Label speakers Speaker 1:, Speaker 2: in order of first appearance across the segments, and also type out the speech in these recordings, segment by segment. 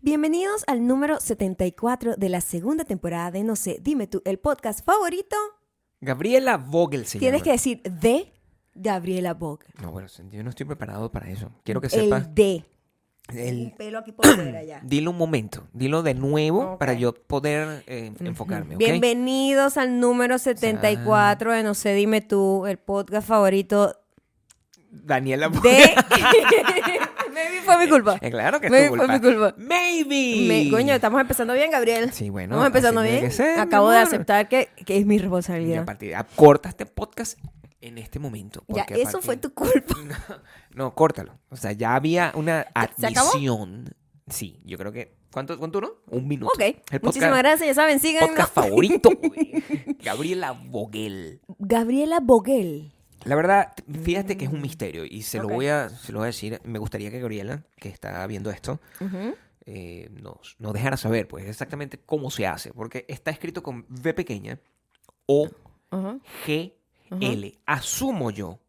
Speaker 1: Bienvenidos al número 74 de la segunda temporada de No sé, dime tú, el podcast favorito.
Speaker 2: Gabriela Vogel se
Speaker 1: Tienes que
Speaker 2: llama.
Speaker 1: decir de Gabriela Boca.
Speaker 2: No, bueno, yo no estoy preparado para eso. Quiero que sepas
Speaker 1: El de.
Speaker 2: el...
Speaker 1: Un pelo aquí por fuera ya.
Speaker 2: Dilo un momento, dilo de nuevo
Speaker 1: Ok.
Speaker 2: para yo poder eh, enfocarme, ¿ok?
Speaker 1: Bienvenidos al número 74 de No sé, dime tú, el podcast favorito
Speaker 2: Daniela Vogel.
Speaker 1: de. Maybe fue mi culpa.
Speaker 2: Eh, claro que es
Speaker 1: Maybe
Speaker 2: tu
Speaker 1: fue
Speaker 2: culpa.
Speaker 1: mi culpa.
Speaker 2: Maybe.
Speaker 1: Me- coño, estamos empezando bien, Gabriel.
Speaker 2: Sí, bueno,
Speaker 1: Estamos empezando
Speaker 2: así tiene
Speaker 1: bien.
Speaker 2: que ser, mi
Speaker 1: Acabo de
Speaker 2: amor.
Speaker 1: aceptar que, que es mi
Speaker 2: Y a
Speaker 1: responsabilidad.
Speaker 2: partir de- corta este podcast en este momento.
Speaker 1: Ya,
Speaker 2: porque a
Speaker 1: eso fue
Speaker 2: partir-
Speaker 1: tu culpa.
Speaker 2: No, córtalo. O sea, ya había una
Speaker 1: ¿Se acabó?
Speaker 2: admisión. Sí, yo creo que... ¿Cuánto, cuánto duró? Un minuto.
Speaker 1: Ok.
Speaker 2: El
Speaker 1: Muchísimas
Speaker 2: podcast,
Speaker 1: gracias, ya saben, síganos.
Speaker 2: podcast favorito. güey. Gabriela Vogel.
Speaker 1: Gabriela Boguel.
Speaker 2: La verdad, fíjate que es un misterio y se
Speaker 1: Mm. Ok.
Speaker 2: lo voy a, se lo voy a decir. Me gustaría que Gabriela, que está viendo esto, eh, nos, nos dejara saber, pues, exactamente cómo se hace, porque está escrito con V pequeña o
Speaker 1: Ajá.
Speaker 2: G L. Asumo yo,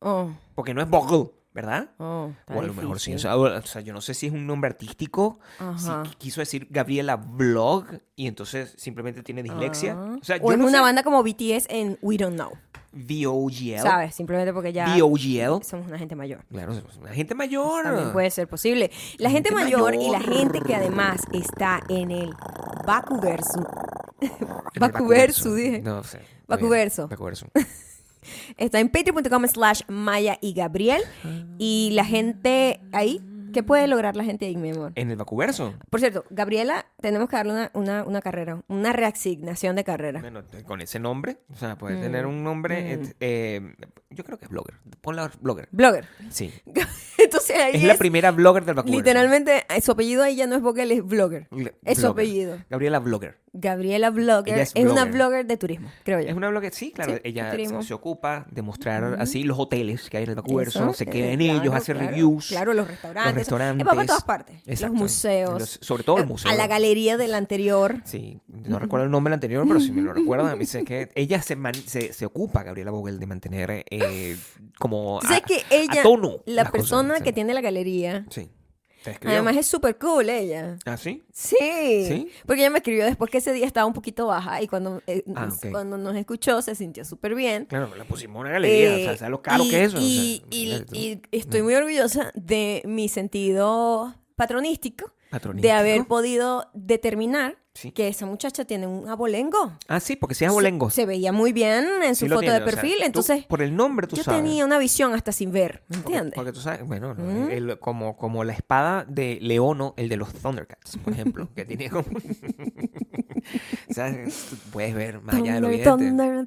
Speaker 1: Oh,
Speaker 2: porque no es Bogle, ¿verdad?
Speaker 1: oh. está
Speaker 2: o a lo mejor sí.
Speaker 1: difícil.
Speaker 2: O sea, o- o sea, yo no sé si es un nombre artístico, si
Speaker 1: Ajá.
Speaker 2: qui- quiso decir Gabriela Blog y entonces simplemente tiene dislexia.
Speaker 1: Ah.
Speaker 2: O sea,
Speaker 1: O
Speaker 2: yo
Speaker 1: es
Speaker 2: no
Speaker 1: una
Speaker 2: sé.
Speaker 1: banda como BTS en We Don't Know.
Speaker 2: VOGL.
Speaker 1: ¿Sabes? Simplemente porque ya
Speaker 2: VOGL.
Speaker 1: somos una gente mayor.
Speaker 2: Claro, somos una gente mayor.
Speaker 1: También puede ser posible. La gente,
Speaker 2: Gente
Speaker 1: mayor, y la
Speaker 2: mayor.
Speaker 1: gente que además está en el Bakuverso.
Speaker 2: En el
Speaker 1: Bakuverso,
Speaker 2: Bakuverso.
Speaker 1: dije.
Speaker 2: No sé. está bien.
Speaker 1: Bakuverso.
Speaker 2: Bakuverso.
Speaker 1: Está en patreon.com slash Maya y Gabriel. Y la gente ahí, ¿qué puede lograr la gente ahí, mi amor?
Speaker 2: En el Bakuverso.
Speaker 1: Por cierto, Gabriela, tenemos que darle una, una, una carrera, una reasignación de carrera.
Speaker 2: Bueno, te- con ese nombre. O sea,
Speaker 1: Mm,
Speaker 2: puedes tener un nombre. et- eh, yo creo que es blogger. Ponla blogger.
Speaker 1: Blogger.
Speaker 2: Sí.
Speaker 1: Entonces ahí
Speaker 2: Es,
Speaker 1: es,
Speaker 2: la primera blogger del Bakuverso.
Speaker 1: literalmente, eh, su apellido ahí ya no es Vogel, es Blogger.
Speaker 2: Le-
Speaker 1: Es su
Speaker 2: blogger.
Speaker 1: apellido.
Speaker 2: Gabriela Blogger.
Speaker 1: Gabriela Blogger
Speaker 2: Ella
Speaker 1: es,
Speaker 2: es
Speaker 1: una
Speaker 2: blogger.
Speaker 1: blogger de turismo, creo yo.
Speaker 2: Es una blogger, sí, claro.
Speaker 1: Sí,
Speaker 2: ella se-
Speaker 1: turismo.
Speaker 2: se, ocupa de mostrar así los hoteles que hay en el Bakuverso.
Speaker 1: Eso,
Speaker 2: se
Speaker 1: eh,
Speaker 2: queda en
Speaker 1: claro,
Speaker 2: ellos, hace
Speaker 1: claro.
Speaker 2: reviews.
Speaker 1: Claro, los restaurantes.
Speaker 2: Los restaurantes.
Speaker 1: Eh, va para todas partes.
Speaker 2: Exacto.
Speaker 1: Los museos.
Speaker 2: Los- sobre todo el
Speaker 1: eh,
Speaker 2: museo.
Speaker 1: A la galería del anterior.
Speaker 2: Sí, no recuerdo el nombre anterior, pero si me lo recuerdan, me dice que ella se, man- se, se ocupa, Gabriela Vogel, de mantener eh, como
Speaker 1: Tú
Speaker 2: a,
Speaker 1: sabes que ella,
Speaker 2: a tono
Speaker 1: la
Speaker 2: las cosas,
Speaker 1: persona
Speaker 2: sí.
Speaker 1: que tiene la galería,
Speaker 2: Sí. ¿Te escribió?
Speaker 1: además es súper cool ella.
Speaker 2: ¿Ah, sí?
Speaker 1: Sí,
Speaker 2: ¿Sí?
Speaker 1: porque ella me escribió después que ese día estaba un poquito baja y cuando, eh,
Speaker 2: Ah,
Speaker 1: nos-
Speaker 2: ok.
Speaker 1: cuando nos escuchó se sintió súper bien.
Speaker 2: Claro, la pusimos en una galería, o
Speaker 1: Eh,
Speaker 2: sea, ¿sabes lo caro
Speaker 1: y-
Speaker 2: que es eso? O sea,
Speaker 1: Y, y-
Speaker 2: imagínate tú.
Speaker 1: y estoy muy orgullosa de mi sentido patronístico,
Speaker 2: Patronístico.
Speaker 1: de haber podido determinar
Speaker 2: Sí.
Speaker 1: que esa muchacha tiene un abolengo.
Speaker 2: Ah, sí, porque si es abolengo.
Speaker 1: Se, se veía muy bien en
Speaker 2: sí
Speaker 1: su
Speaker 2: lo
Speaker 1: foto
Speaker 2: tiene,
Speaker 1: de
Speaker 2: o sea,
Speaker 1: perfil,
Speaker 2: tú-
Speaker 1: entonces
Speaker 2: por el nombre tú
Speaker 1: yo
Speaker 2: sabes.
Speaker 1: tenía una visión hasta sin ver, ¿me
Speaker 2: Porque-
Speaker 1: entiendes?
Speaker 2: Porque, tú sabes, bueno, no, el- como, como la espada de Leono, el de los Thundercats, por ejemplo, que tiene como... o sea, tú puedes ver más allá de lo
Speaker 1: Thunder, thunder,
Speaker 2: evidente.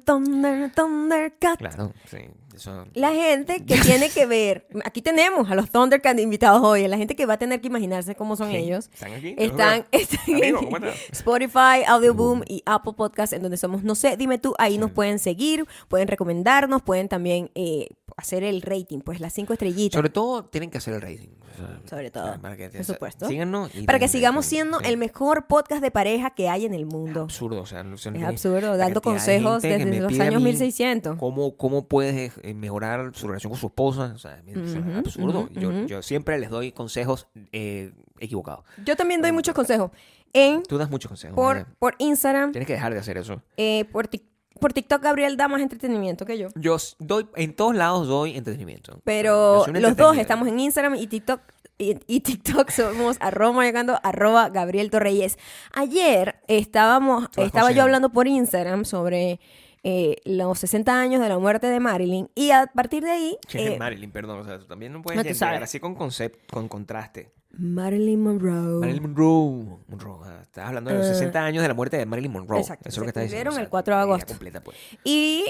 Speaker 1: thunder, Thundercat.
Speaker 2: Claro, sí, eso...
Speaker 1: La gente que tiene que ver, aquí tenemos a los Thundercats invitados hoy, a la gente que va a tener que imaginarse cómo son
Speaker 2: Sí,
Speaker 1: ellos.
Speaker 2: ¿Están aquí?
Speaker 1: Están, están
Speaker 2: Amigo,
Speaker 1: en
Speaker 2: ¿cómo estás?
Speaker 1: Spotify, Audioboom y Apple Podcast, en donde somos, no sé, dime tú, ahí nos pueden seguir, pueden recomendarnos, pueden también eh, hacer el rating, pues las cinco estrellitas,
Speaker 2: Sobre todo tienen que hacer el rating. o sea,
Speaker 1: sobre todo,
Speaker 2: para que,
Speaker 1: por supuesto.
Speaker 2: Síganos. y
Speaker 1: para que
Speaker 2: denle
Speaker 1: sigamos
Speaker 2: rating,
Speaker 1: siendo
Speaker 2: sí.
Speaker 1: el mejor podcast de pareja que hay en el mundo.
Speaker 2: absurdo, o sea, no sé,
Speaker 1: Es
Speaker 2: no-
Speaker 1: absurdo,
Speaker 2: la
Speaker 1: dando
Speaker 2: cantidad de
Speaker 1: consejos
Speaker 2: gente que
Speaker 1: desde
Speaker 2: me
Speaker 1: los
Speaker 2: pide a
Speaker 1: años
Speaker 2: mí
Speaker 1: 1600.
Speaker 2: Cómo, cómo puedes eh, mejorar su relación con su esposa, o sea, es absurdo. yo, yo siempre les doy consejos eh, equivocados.
Speaker 1: Yo también doy muchos consejos en,
Speaker 2: Tú das muchos consejos.
Speaker 1: por,
Speaker 2: Mariana.
Speaker 1: por Instagram,
Speaker 2: Tienes que dejar de hacer eso.
Speaker 1: eh, por, Tik- por TikTok Gabriel da más entretenimiento que yo.
Speaker 2: Yo s- doy, en todos lados doy entretenimiento. Yo
Speaker 1: Pero
Speaker 2: soy un
Speaker 1: los dos
Speaker 2: entretenido.
Speaker 1: estamos en Instagram y TikTok. Y, y TikTok somos arroba llegando arroba Gabriel Torreyes. Ayer estábamos,
Speaker 2: Tú
Speaker 1: estaba
Speaker 2: has
Speaker 1: yo
Speaker 2: conseguido.
Speaker 1: hablando por Instagram sobre eh, los 60 años de la muerte de Marilyn. Y a partir de ahí,
Speaker 2: Che,
Speaker 1: eh,
Speaker 2: Marilyn, perdón, o sea, tú también no puedes
Speaker 1: no, tú
Speaker 2: llegar
Speaker 1: sabes.
Speaker 2: así con concept, con contraste.
Speaker 1: Marilyn Monroe.
Speaker 2: Marilyn Monroe. Monroe. ah, Estabas hablando de los
Speaker 1: Ah.
Speaker 2: 60 años de la muerte de Marilyn Monroe.
Speaker 1: Exacto,
Speaker 2: Eso es lo
Speaker 1: se
Speaker 2: que estás diciendo.
Speaker 1: cumplieron el 4 de
Speaker 2: la vida
Speaker 1: agosto.
Speaker 2: completa, pues.
Speaker 1: Y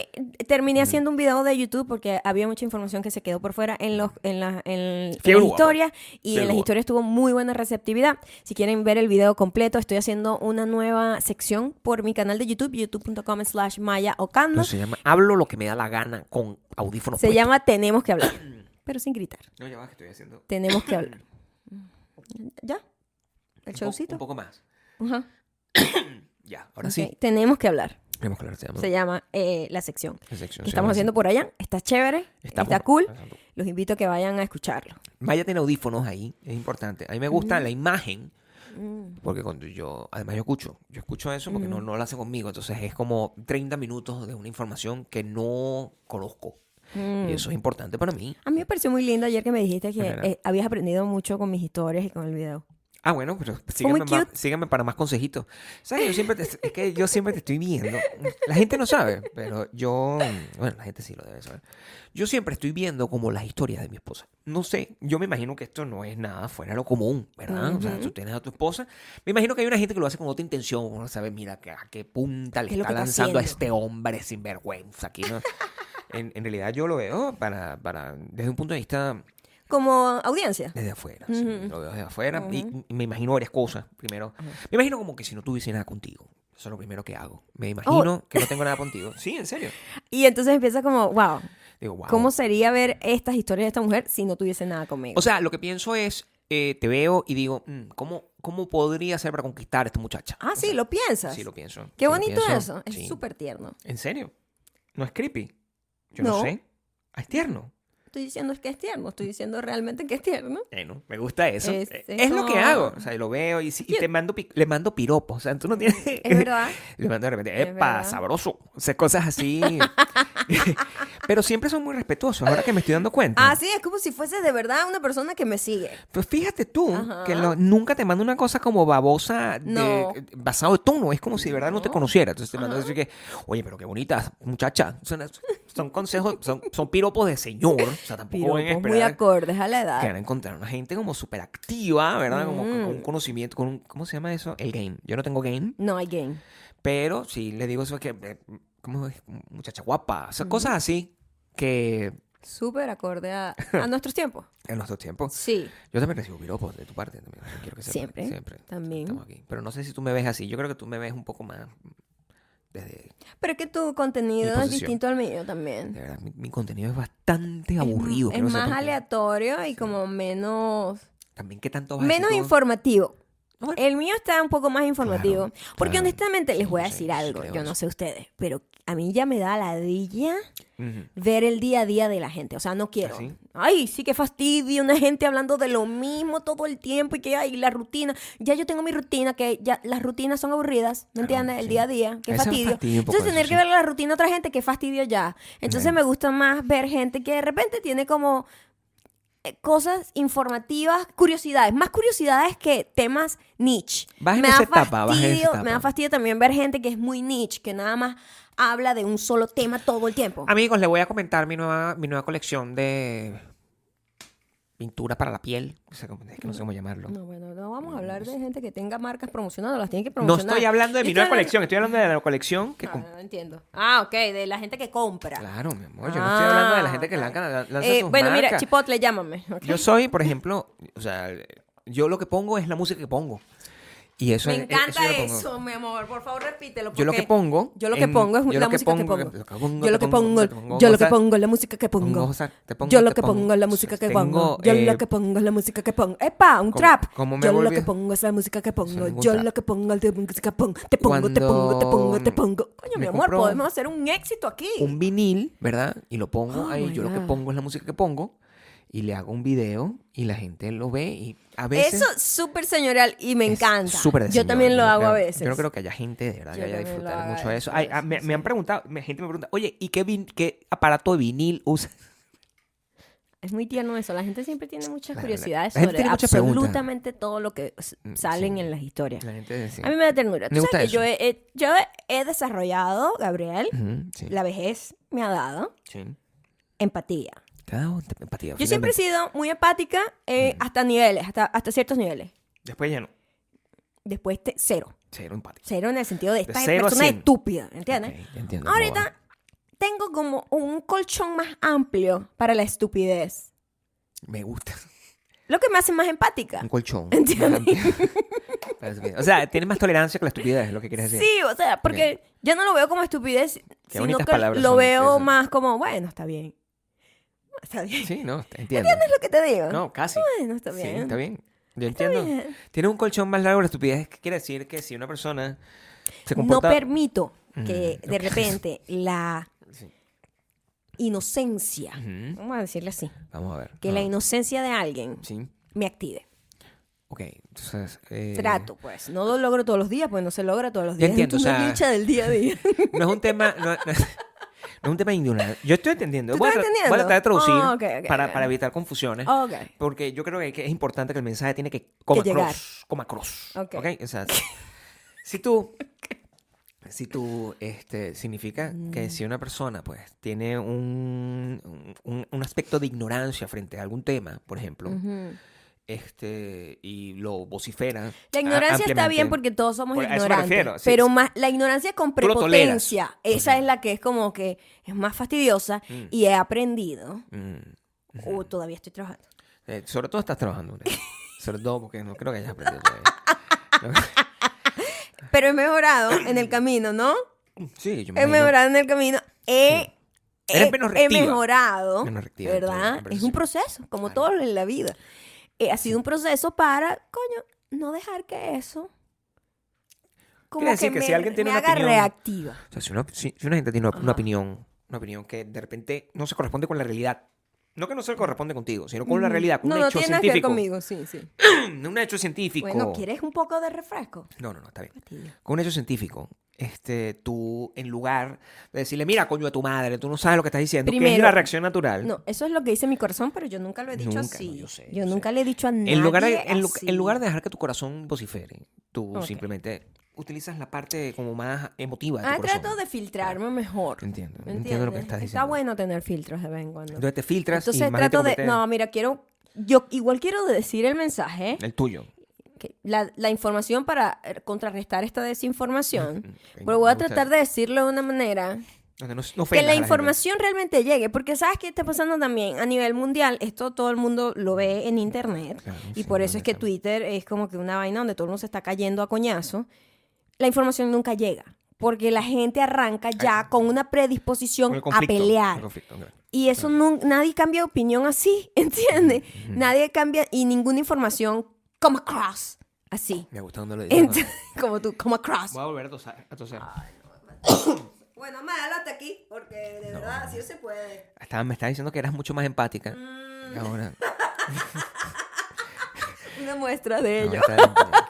Speaker 1: terminé haciendo un video de YouTube porque había mucha información que se quedó por fuera en, los, en, la, en
Speaker 2: Qué
Speaker 1: las
Speaker 2: guapo.
Speaker 1: historias y
Speaker 2: Qué
Speaker 1: en las
Speaker 2: guapo.
Speaker 1: historias tuvo muy buena receptividad. Si quieren ver el video completo, estoy haciendo una nueva sección por mi canal de YouTube, youtube.com slash maya
Speaker 2: No, se llama Hablo lo que me da la gana con audífonos
Speaker 1: Se
Speaker 2: puestos.
Speaker 1: llama Tenemos que hablar, pero sin gritar.
Speaker 2: No, ya va, que estoy haciendo. un po-
Speaker 1: Tenemos que hablar. ¿Ya? ¿El showcito?
Speaker 2: Un poco más.
Speaker 1: Ajá.
Speaker 2: Ya, ahora
Speaker 1: Ok,
Speaker 2: sí.
Speaker 1: Tenemos que hablar.
Speaker 2: Tenemos que hablar, se llama.
Speaker 1: Se llama eh, la sección.
Speaker 2: La
Speaker 1: que
Speaker 2: sección se llama
Speaker 1: estamos
Speaker 2: así.
Speaker 1: haciendo por allá. Está chévere. Está,
Speaker 2: Estamos-
Speaker 1: cool. Los invito a que vayan a escucharlo.
Speaker 2: Maya tiene audífonos ahí, es importante. A mí me gusta la imagen Porque cuando yo, además yo escucho, yo escucho eso porque no, no lo hace conmigo, entonces es como 30 minutos de una información que no conozco. Y eso es importante para mí.
Speaker 1: A mí me pareció muy lindo ayer que me dijiste que
Speaker 2: Ajá.
Speaker 1: eh, habías aprendido mucho con mis historias y con el video.
Speaker 2: Ah, bueno, pero
Speaker 1: muy
Speaker 2: síganme, más-
Speaker 1: cute.
Speaker 2: síganme para más consejitos. ¿Sabes? Yo siempre te, es que yo siempre te estoy viendo. La gente no sabe, pero yo. Bueno, la gente sí lo debe saber. Yo siempre estoy viendo como las historias de mi esposa. No sé, yo me imagino que esto no es nada fuera de lo común, ¿verdad? O sea, tú tienes a tu esposa. Me imagino que hay una gente que lo hace con otra intención. Uno sabe, mira, que- a qué punta le
Speaker 1: ¿Qué es lo
Speaker 2: está
Speaker 1: que está
Speaker 2: lanzando a
Speaker 1: haciendo?
Speaker 2: este hombre sinvergüenza aquí, ¿no? En, en realidad yo lo veo para, para, desde un punto de vista
Speaker 1: Como audiencia.
Speaker 2: desde afuera, sí, lo veo desde afuera y- y me imagino varias cosas. Primero, me imagino como que si no tuviese nada contigo. Eso es lo primero que hago. Me imagino
Speaker 1: Oh.
Speaker 2: que no tengo nada contigo. Sí, en serio.
Speaker 1: Y entonces empieza como, wow,
Speaker 2: Digo, wow.
Speaker 1: ¿cómo sería ver estas historias de esta mujer si no tuviese nada conmigo?
Speaker 2: O sea, lo que pienso es, eh, te veo y digo, mm, ¿cómo, ¿cómo podría ser para conquistar a esta muchacha?
Speaker 1: ah, sí, lo piensas.
Speaker 2: Sí, lo pienso.
Speaker 1: Qué
Speaker 2: Sí, lo
Speaker 1: bonito
Speaker 2: pienso.
Speaker 1: eso. Es
Speaker 2: Sí.
Speaker 1: súper tierno.
Speaker 2: ¿En serio? ¿No es creepy? Yo no,
Speaker 1: No.
Speaker 2: sé. Ah, Es tierno.
Speaker 1: Estoy diciendo es que es tierno, estoy diciendo realmente que es tierno.
Speaker 2: Bueno, me gusta eso.
Speaker 1: Es-
Speaker 2: Eh,
Speaker 1: es
Speaker 2: es lo que
Speaker 1: como-
Speaker 2: hago. O sea, lo veo y, sí- y te mando, pi- le mando piropos. O sea, tú no tienes...
Speaker 1: Es verdad.
Speaker 2: Le mando de repente,
Speaker 1: Es
Speaker 2: ¡epa,
Speaker 1: verdad.
Speaker 2: sabroso! O sea, cosas así. Pero siempre son muy respetuosos, ahora que me estoy dando cuenta.
Speaker 1: Ah, sí, es como si fueses de verdad una persona que me sigue.
Speaker 2: Pues fíjate tú
Speaker 1: Ajá.
Speaker 2: que lo- nunca te mando una cosa como babosa de, eh,
Speaker 1: No.
Speaker 2: basado de tono. Es como si de verdad no, te conociera. Entonces te mando a decir que, oye, pero qué bonita muchacha. Son, son consejos, son, son piropos de señor. O sea, tampoco van a
Speaker 1: Piropos pues muy
Speaker 2: esperar
Speaker 1: acordes a la
Speaker 2: que
Speaker 1: edad.
Speaker 2: van a encontrar una gente como súper activa, ¿verdad? Como con
Speaker 1: Mm.
Speaker 2: un conocimiento, con un, ¿cómo se llama eso? El game. Yo no tengo game.
Speaker 1: No hay game.
Speaker 2: Pero si le digo eso es que, eh, ¿cómo es? Muchacha guapa, o sea, cosas así que
Speaker 1: Súper acorde a, a nuestros tiempos.
Speaker 2: en nuestros tiempos.
Speaker 1: Sí.
Speaker 2: Yo también recibo piropos de tu parte también. yo Quiero que sepas,
Speaker 1: Siempre,
Speaker 2: Siempre.
Speaker 1: también.
Speaker 2: Estamos aquí. Pero no sé si tú me ves así. Yo creo que tú me ves un poco más. mm, Desde,
Speaker 1: Pero es que tu contenido
Speaker 2: Mi
Speaker 1: es
Speaker 2: posición.
Speaker 1: distinto al mío también.
Speaker 2: de verdad, mi, mi contenido es bastante
Speaker 1: Mm. Es-
Speaker 2: aburrido.
Speaker 1: Es,
Speaker 2: que no sé
Speaker 1: más
Speaker 2: por qué.
Speaker 1: aleatorio y como menos
Speaker 2: También, ¿qué tanto vas a
Speaker 1: menos
Speaker 2: decir tú?
Speaker 1: informativo.
Speaker 2: Bueno.
Speaker 1: El mío está un poco más informativo. porque
Speaker 2: claro.
Speaker 1: honestamente les voy a
Speaker 2: Sí,
Speaker 1: decir
Speaker 2: sí,
Speaker 1: algo,
Speaker 2: creo
Speaker 1: yo no
Speaker 2: eso.
Speaker 1: sé ustedes, pero a mí ya me da ladilla
Speaker 2: Ujú.
Speaker 1: ver el día a día de la gente. O sea, no quiero.
Speaker 2: ¿Ah, sí?
Speaker 1: Ay, sí, qué fastidio. Una gente hablando de lo mismo todo el tiempo y que hay la rutina. Ya yo tengo mi rutina, que ya las rutinas son aburridas, ¿me
Speaker 2: Claro,
Speaker 1: entiendes? El
Speaker 2: sí.
Speaker 1: día a día, qué
Speaker 2: Eso es
Speaker 1: fastidio.
Speaker 2: fastidio un poco
Speaker 1: Entonces,
Speaker 2: eso,
Speaker 1: tener que
Speaker 2: sí.
Speaker 1: ver la rutina de otra gente, qué fastidio ya. Entonces, me gusta más ver gente que de repente tiene como eh, cosas informativas, curiosidades, más curiosidades que temas niche.
Speaker 2: Bajen
Speaker 1: me
Speaker 2: esa
Speaker 1: da
Speaker 2: etapa, bajen esa
Speaker 1: fastidio, me da
Speaker 2: etapa.
Speaker 1: fastidio también ver gente que es muy niche, que nada más habla de un solo tema todo el tiempo.
Speaker 2: Amigos, les voy a comentar mi nueva, mi nueva colección de pintura para la piel. O sea, como- es que no sé
Speaker 1: Mm.
Speaker 2: cómo llamarlo.
Speaker 1: No, bueno, no vamos a hablar de gente que tenga marcas promocionadas, las tiene que
Speaker 2: No
Speaker 1: promocionar.
Speaker 2: estoy hablando de mi
Speaker 1: Yo
Speaker 2: nueva
Speaker 1: estoy
Speaker 2: colección, estoy hablando de la colección que
Speaker 1: hablando-
Speaker 2: comp-
Speaker 1: Ah, no entiendo. Ah, ok, de la gente que compra.
Speaker 2: Claro, mi amor, yo no estoy hablando de la gente que
Speaker 1: Ah,
Speaker 2: lanza,
Speaker 1: ok.
Speaker 2: lanza
Speaker 1: Eh,
Speaker 2: sus
Speaker 1: Bueno, mira,
Speaker 2: marcas.
Speaker 1: Chipotle, llámame. ok.
Speaker 2: Yo soy, por ejemplo, o sea, yo lo que pongo es la música que pongo. Y eh, eso
Speaker 1: Me
Speaker 2: es-
Speaker 1: encanta
Speaker 2: yo lo pongo.
Speaker 1: eso, mi amor, por favor, repítelo.
Speaker 2: Yo lo
Speaker 1: porque
Speaker 2: que pongo
Speaker 1: Yo lo que
Speaker 2: en-
Speaker 1: pongo es
Speaker 2: yo
Speaker 1: la
Speaker 2: lo
Speaker 1: música
Speaker 2: que
Speaker 1: que
Speaker 2: pongo,
Speaker 1: pongo.
Speaker 2: lo que pongo,
Speaker 1: Yo lo
Speaker 2: te
Speaker 1: que
Speaker 2: pongo,
Speaker 1: pongo,
Speaker 2: te pongo
Speaker 1: yo lo que
Speaker 2: cosas.
Speaker 1: pongo, la música que pongo.
Speaker 2: Pongo cosas, te pongo,
Speaker 1: yo lo
Speaker 2: te
Speaker 1: que
Speaker 2: pongo.
Speaker 1: pongo, la música que
Speaker 2: Tengo,
Speaker 1: pongo. Yo lo
Speaker 2: eh,
Speaker 1: que pongo, la música que pongo. ¡Epa! Un
Speaker 2: ¿Cómo-
Speaker 1: trap.
Speaker 2: cómo me
Speaker 1: yo lo
Speaker 2: volví?
Speaker 1: que pongo es la música que pongo.
Speaker 2: ningún
Speaker 1: Yo
Speaker 2: trap.
Speaker 1: lo que pongo es la música que pongo. Te pongo, te pongo, te pongo, te
Speaker 2: Cuando
Speaker 1: pongo. Coño,
Speaker 2: me
Speaker 1: mi amor,
Speaker 2: compro
Speaker 1: podemos hacer un éxito aquí.
Speaker 2: Un vinil, ¿verdad? Y lo pongo
Speaker 1: Oh
Speaker 2: ahí,
Speaker 1: my
Speaker 2: yo lo que
Speaker 1: God.
Speaker 2: pongo es la música que pongo y le hago un video y la gente lo ve y a veces
Speaker 1: Eso es súper señorial y me
Speaker 2: Es
Speaker 1: encanta.
Speaker 2: súper de
Speaker 1: yo
Speaker 2: señora,
Speaker 1: también lo
Speaker 2: no
Speaker 1: hago a
Speaker 2: creo-
Speaker 1: veces.
Speaker 2: Yo no creo que haya gente de verdad
Speaker 1: Yo
Speaker 2: que haya
Speaker 1: también lo
Speaker 2: disfrutado
Speaker 1: hago
Speaker 2: mucho de eso.
Speaker 1: a
Speaker 2: Ay,
Speaker 1: veces,
Speaker 2: ah, me,
Speaker 1: sí.
Speaker 2: me han preguntado, me- gente me pregunta, oye, ¿y qué, vin- qué aparato de vinil usas?
Speaker 1: Es muy tierno eso. La gente siempre tiene muchas
Speaker 2: La- la-
Speaker 1: curiosidades
Speaker 2: la gente
Speaker 1: sobre
Speaker 2: tiene muchas preguntas.
Speaker 1: absolutamente todo lo que s-
Speaker 2: Mm,
Speaker 1: salen
Speaker 2: sí.
Speaker 1: en las historias.
Speaker 2: La gente dice.
Speaker 1: A mí me da ternura. ¿Tú
Speaker 2: Me
Speaker 1: sabes que yo
Speaker 2: gusta
Speaker 1: he, he- yo he desarrollado, Gabriel,
Speaker 2: Ujú, sí,
Speaker 1: la vejez me ha dado
Speaker 2: sí.
Speaker 1: empatía.
Speaker 2: Cada uno te- empatía.
Speaker 1: Yo siempre he
Speaker 2: finalmente.
Speaker 1: sido muy empática eh,
Speaker 2: Mm.
Speaker 1: hasta niveles, hasta, hasta ciertos niveles.
Speaker 2: Después ya no.
Speaker 1: Después te- cero.
Speaker 2: Cero empática.
Speaker 1: Cero en el sentido de esta
Speaker 2: cero a
Speaker 1: persona
Speaker 2: cien.
Speaker 1: estúpida, ¿entiendes?
Speaker 2: Ok, entiendo cómo
Speaker 1: Ahorita
Speaker 2: va.
Speaker 1: tengo como un colchón más amplio para la estupidez.
Speaker 2: Me gusta.
Speaker 1: Lo que me hace más empática.
Speaker 2: Un colchón.
Speaker 1: Entiendo.
Speaker 2: o sea, tienes más tolerancia con la estupidez, es lo que quieres decir.
Speaker 1: Sí, o sea, porque ya no lo veo como estupidez, sino
Speaker 2: bonitas
Speaker 1: que
Speaker 2: palabras
Speaker 1: lo
Speaker 2: son
Speaker 1: veo
Speaker 2: esas.
Speaker 1: más como, bueno, está bien. Está bien.
Speaker 2: Sí, no, te entiendo.
Speaker 1: ¿Entiendes lo que te digo?
Speaker 2: No, casi.
Speaker 1: Bueno, está
Speaker 2: Sí,
Speaker 1: bien.
Speaker 2: está bien. Yo entiendo.
Speaker 1: bien.
Speaker 2: Tienes un colchón más largo de la estupidez, que quiere decir que si una persona se
Speaker 1: No
Speaker 2: comporta...
Speaker 1: permito que
Speaker 2: Mm,
Speaker 1: de
Speaker 2: ok.
Speaker 1: repente la
Speaker 2: Sí.
Speaker 1: inocencia,
Speaker 2: Ujú.
Speaker 1: vamos a decirle así,
Speaker 2: Vamos a ver.
Speaker 1: que
Speaker 2: Ah,
Speaker 1: la inocencia de alguien
Speaker 2: Sí.
Speaker 1: me active.
Speaker 2: Ok, entonces... eh,
Speaker 1: Trato, pues. No lo logro todos los días, pues no se logra todos los
Speaker 2: Ya
Speaker 1: días.
Speaker 2: entiendo,
Speaker 1: es
Speaker 2: o
Speaker 1: una
Speaker 2: sea,
Speaker 1: lucha del día a día.
Speaker 2: No es un tema... No, no- no es un tema de ignorancia. Yo estoy entendiendo.
Speaker 1: ¿Tú
Speaker 2: voy,
Speaker 1: estás
Speaker 2: a tra- voy a tratar de
Speaker 1: entendiendo?
Speaker 2: traducir
Speaker 1: Ah, ok, ok,
Speaker 2: para,
Speaker 1: ok. Oh.
Speaker 2: para evitar confusiones.
Speaker 1: ok.
Speaker 2: Porque yo creo que que es importante que el mensaje tiene que coma
Speaker 1: llegar.
Speaker 2: cross, coma cross,
Speaker 1: Ok.
Speaker 2: ¿ok? O sea, si tú, si tú, este, significa
Speaker 1: Mm.
Speaker 2: que si una persona, pues, tiene un, un, un aspecto de ignorancia frente a algún tema, por ejemplo,
Speaker 1: Ujú.
Speaker 2: este, y lo vocifera
Speaker 1: La
Speaker 2: a-
Speaker 1: ignorancia está bien
Speaker 2: Ah, ampliamente,
Speaker 1: porque todos somos
Speaker 2: Por- a eso me
Speaker 1: ignorantes.
Speaker 2: refiero, sí,
Speaker 1: pero
Speaker 2: sí.
Speaker 1: más la ignorancia con
Speaker 2: Tú lo toleras.
Speaker 1: prepotencia, esa es la que es como que es más fastidiosa
Speaker 2: Mm.
Speaker 1: y he aprendido.
Speaker 2: Mm.
Speaker 1: O todavía estoy trabajando.
Speaker 2: Eh, sobre todo estás trabajando en eso. Sobre todo porque no creo que hayas aprendido todavía.
Speaker 1: Pero he mejorado en el camino, ¿no?
Speaker 2: Sí, yo me
Speaker 1: He
Speaker 2: imagino.
Speaker 1: mejorado en el camino. He,
Speaker 2: Eres
Speaker 1: he-
Speaker 2: menos
Speaker 1: he
Speaker 2: reactiva.
Speaker 1: mejorado,
Speaker 2: Menos reactiva en tu
Speaker 1: ¿verdad? Es
Speaker 2: conversación.
Speaker 1: un proceso, como
Speaker 2: Claro.
Speaker 1: todo en la vida. Eh, ha sido un proceso para, coño, no dejar que eso como
Speaker 2: Quiere decir que
Speaker 1: me,
Speaker 2: si alguien tiene
Speaker 1: me
Speaker 2: una
Speaker 1: haga
Speaker 2: opinión-
Speaker 1: reactiva.
Speaker 2: O sea, si una, si- si una gente tiene una, una
Speaker 1: Ajá.
Speaker 2: opinión, una opinión que de repente no se corresponde con la realidad, no que no se corresponde contigo, sino con la realidad, con
Speaker 1: Mm. No,
Speaker 2: un
Speaker 1: no
Speaker 2: hecho
Speaker 1: tiene nada que ver
Speaker 2: científico. Mm,
Speaker 1: conmigo, sí, sí.
Speaker 2: Un hecho científico.
Speaker 1: Bueno, ¿quieres un poco de refresco?
Speaker 2: No, no, no, está bien.
Speaker 1: Fastidio.
Speaker 2: Con un hecho científico, este, tú, en lugar de decirle, mira, coño, a tu madre, tú no sabes lo que estás diciendo, que es
Speaker 1: Primero-
Speaker 2: la reacción natural.
Speaker 1: No, eso es lo que dice mi corazón, pero yo nunca lo he dicho
Speaker 2: Nunca,
Speaker 1: así.
Speaker 2: no, yo sé,
Speaker 1: yo
Speaker 2: yo
Speaker 1: nunca le he dicho a nadie.
Speaker 2: en, lugar de, en, lu-
Speaker 1: así.
Speaker 2: en lugar de dejar que tu corazón vocifere, tú
Speaker 1: Ok.
Speaker 2: simplemente utilizas la parte como más emotiva de tu
Speaker 1: Ah,
Speaker 2: corazón.
Speaker 1: trato de filtrarme mejor.
Speaker 2: Entiendo,
Speaker 1: ¿me
Speaker 2: entiendo lo que
Speaker 1: entiendes?
Speaker 2: estás
Speaker 1: Está
Speaker 2: diciendo.
Speaker 1: bueno tener filtros de vez en cuando.
Speaker 2: Entonces te filtras y
Speaker 1: Entonces
Speaker 2: más bien te
Speaker 1: trato de.
Speaker 2: conviertes
Speaker 1: No, mira, quiero. Yo igual quiero decir el mensaje,
Speaker 2: en el tuyo.
Speaker 1: que la, la información para eh, contrarrestar esta desinformación.
Speaker 2: Ok,
Speaker 1: Pero voy a
Speaker 2: me gusta
Speaker 1: tratar de decirlo de una manera
Speaker 2: Donde no, no
Speaker 1: que
Speaker 2: ofendas a
Speaker 1: la
Speaker 2: gente.
Speaker 1: información realmente llegue, porque sabes qué está pasando también a nivel mundial, esto todo el mundo lo ve en internet
Speaker 2: Claro,
Speaker 1: y
Speaker 2: sí,
Speaker 1: por eso
Speaker 2: ¿dónde
Speaker 1: es que
Speaker 2: está?
Speaker 1: Twitter es como que una vaina donde todo el mundo se está cayendo a coñazo. La información nunca llega, porque la gente arranca ya con una predisposición
Speaker 2: Con el
Speaker 1: a
Speaker 2: conflicto,
Speaker 1: pelear.
Speaker 2: el conflicto, ok.
Speaker 1: Y eso nun- nadie cambia de opinión así, ¿entiendes? Nadie cambia y ninguna información come across así.
Speaker 2: Me gusta cuando lo dices. Ah,
Speaker 1: Ent- como tú, come across.
Speaker 2: Voy a volver a tosar. a tosar.
Speaker 1: Bueno, malo hasta aquí, porque de verdad, sí se puede.
Speaker 2: Estaba- me estaba diciendo que eras mucho más empática.
Speaker 1: Mm.
Speaker 2: Y Ahora.
Speaker 1: Una muestra de
Speaker 2: ahora
Speaker 1: ello.
Speaker 2: está-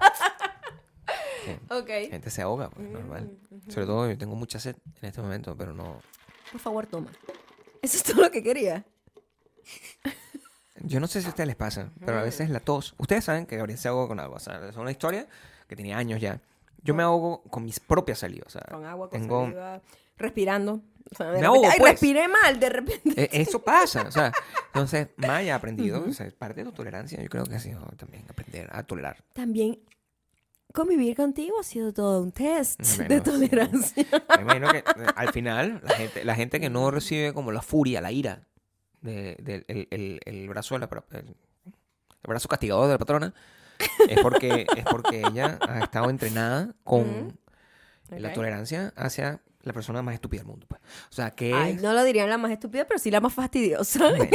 Speaker 2: Sí, la
Speaker 1: Ok.
Speaker 2: gente se ahoga, pues, normal.
Speaker 1: Mm,
Speaker 2: Sobre todo yo tengo mucha sed en este momento, pero no.
Speaker 1: Por favor, toma. Eso es todo lo que quería.
Speaker 2: Yo no sé si a ustedes les pasa, pero a veces la tos. Ustedes saben que Gabriel se ahoga con agua. O sea, es una historia que tenía años ya. Yo me ahogo con mis propias salidas. O sea,
Speaker 1: Con agua, con
Speaker 2: tengo-
Speaker 1: saliva, respirando. O sea, de
Speaker 2: Me
Speaker 1: repente,
Speaker 2: ahogo,
Speaker 1: Ay,
Speaker 2: pues".
Speaker 1: respiré mal de repente.
Speaker 2: Eh, Eso pasa, o sea, entonces Maya ha aprendido, o sea, parte de tu tolerancia, yo creo que ha sido también aprender a tolerar.
Speaker 1: También convivir contigo ha sido todo un test
Speaker 2: Bueno,
Speaker 1: de
Speaker 2: sí.
Speaker 1: tolerancia.
Speaker 2: Me imagino que eh, al final la gente, la gente que no recibe como la furia, la ira, de, del- el, el- el brazo de la pro- el, el brazo castigador de la patrona, es porque, es porque ella ha estado entrenada con la
Speaker 1: Ok.
Speaker 2: tolerancia hacia la persona más estúpida del mundo. pues. O sea, que
Speaker 1: Ay,
Speaker 2: es-
Speaker 1: no lo dirían la más estúpida, pero sí la más fastidiosa.
Speaker 2: bueno,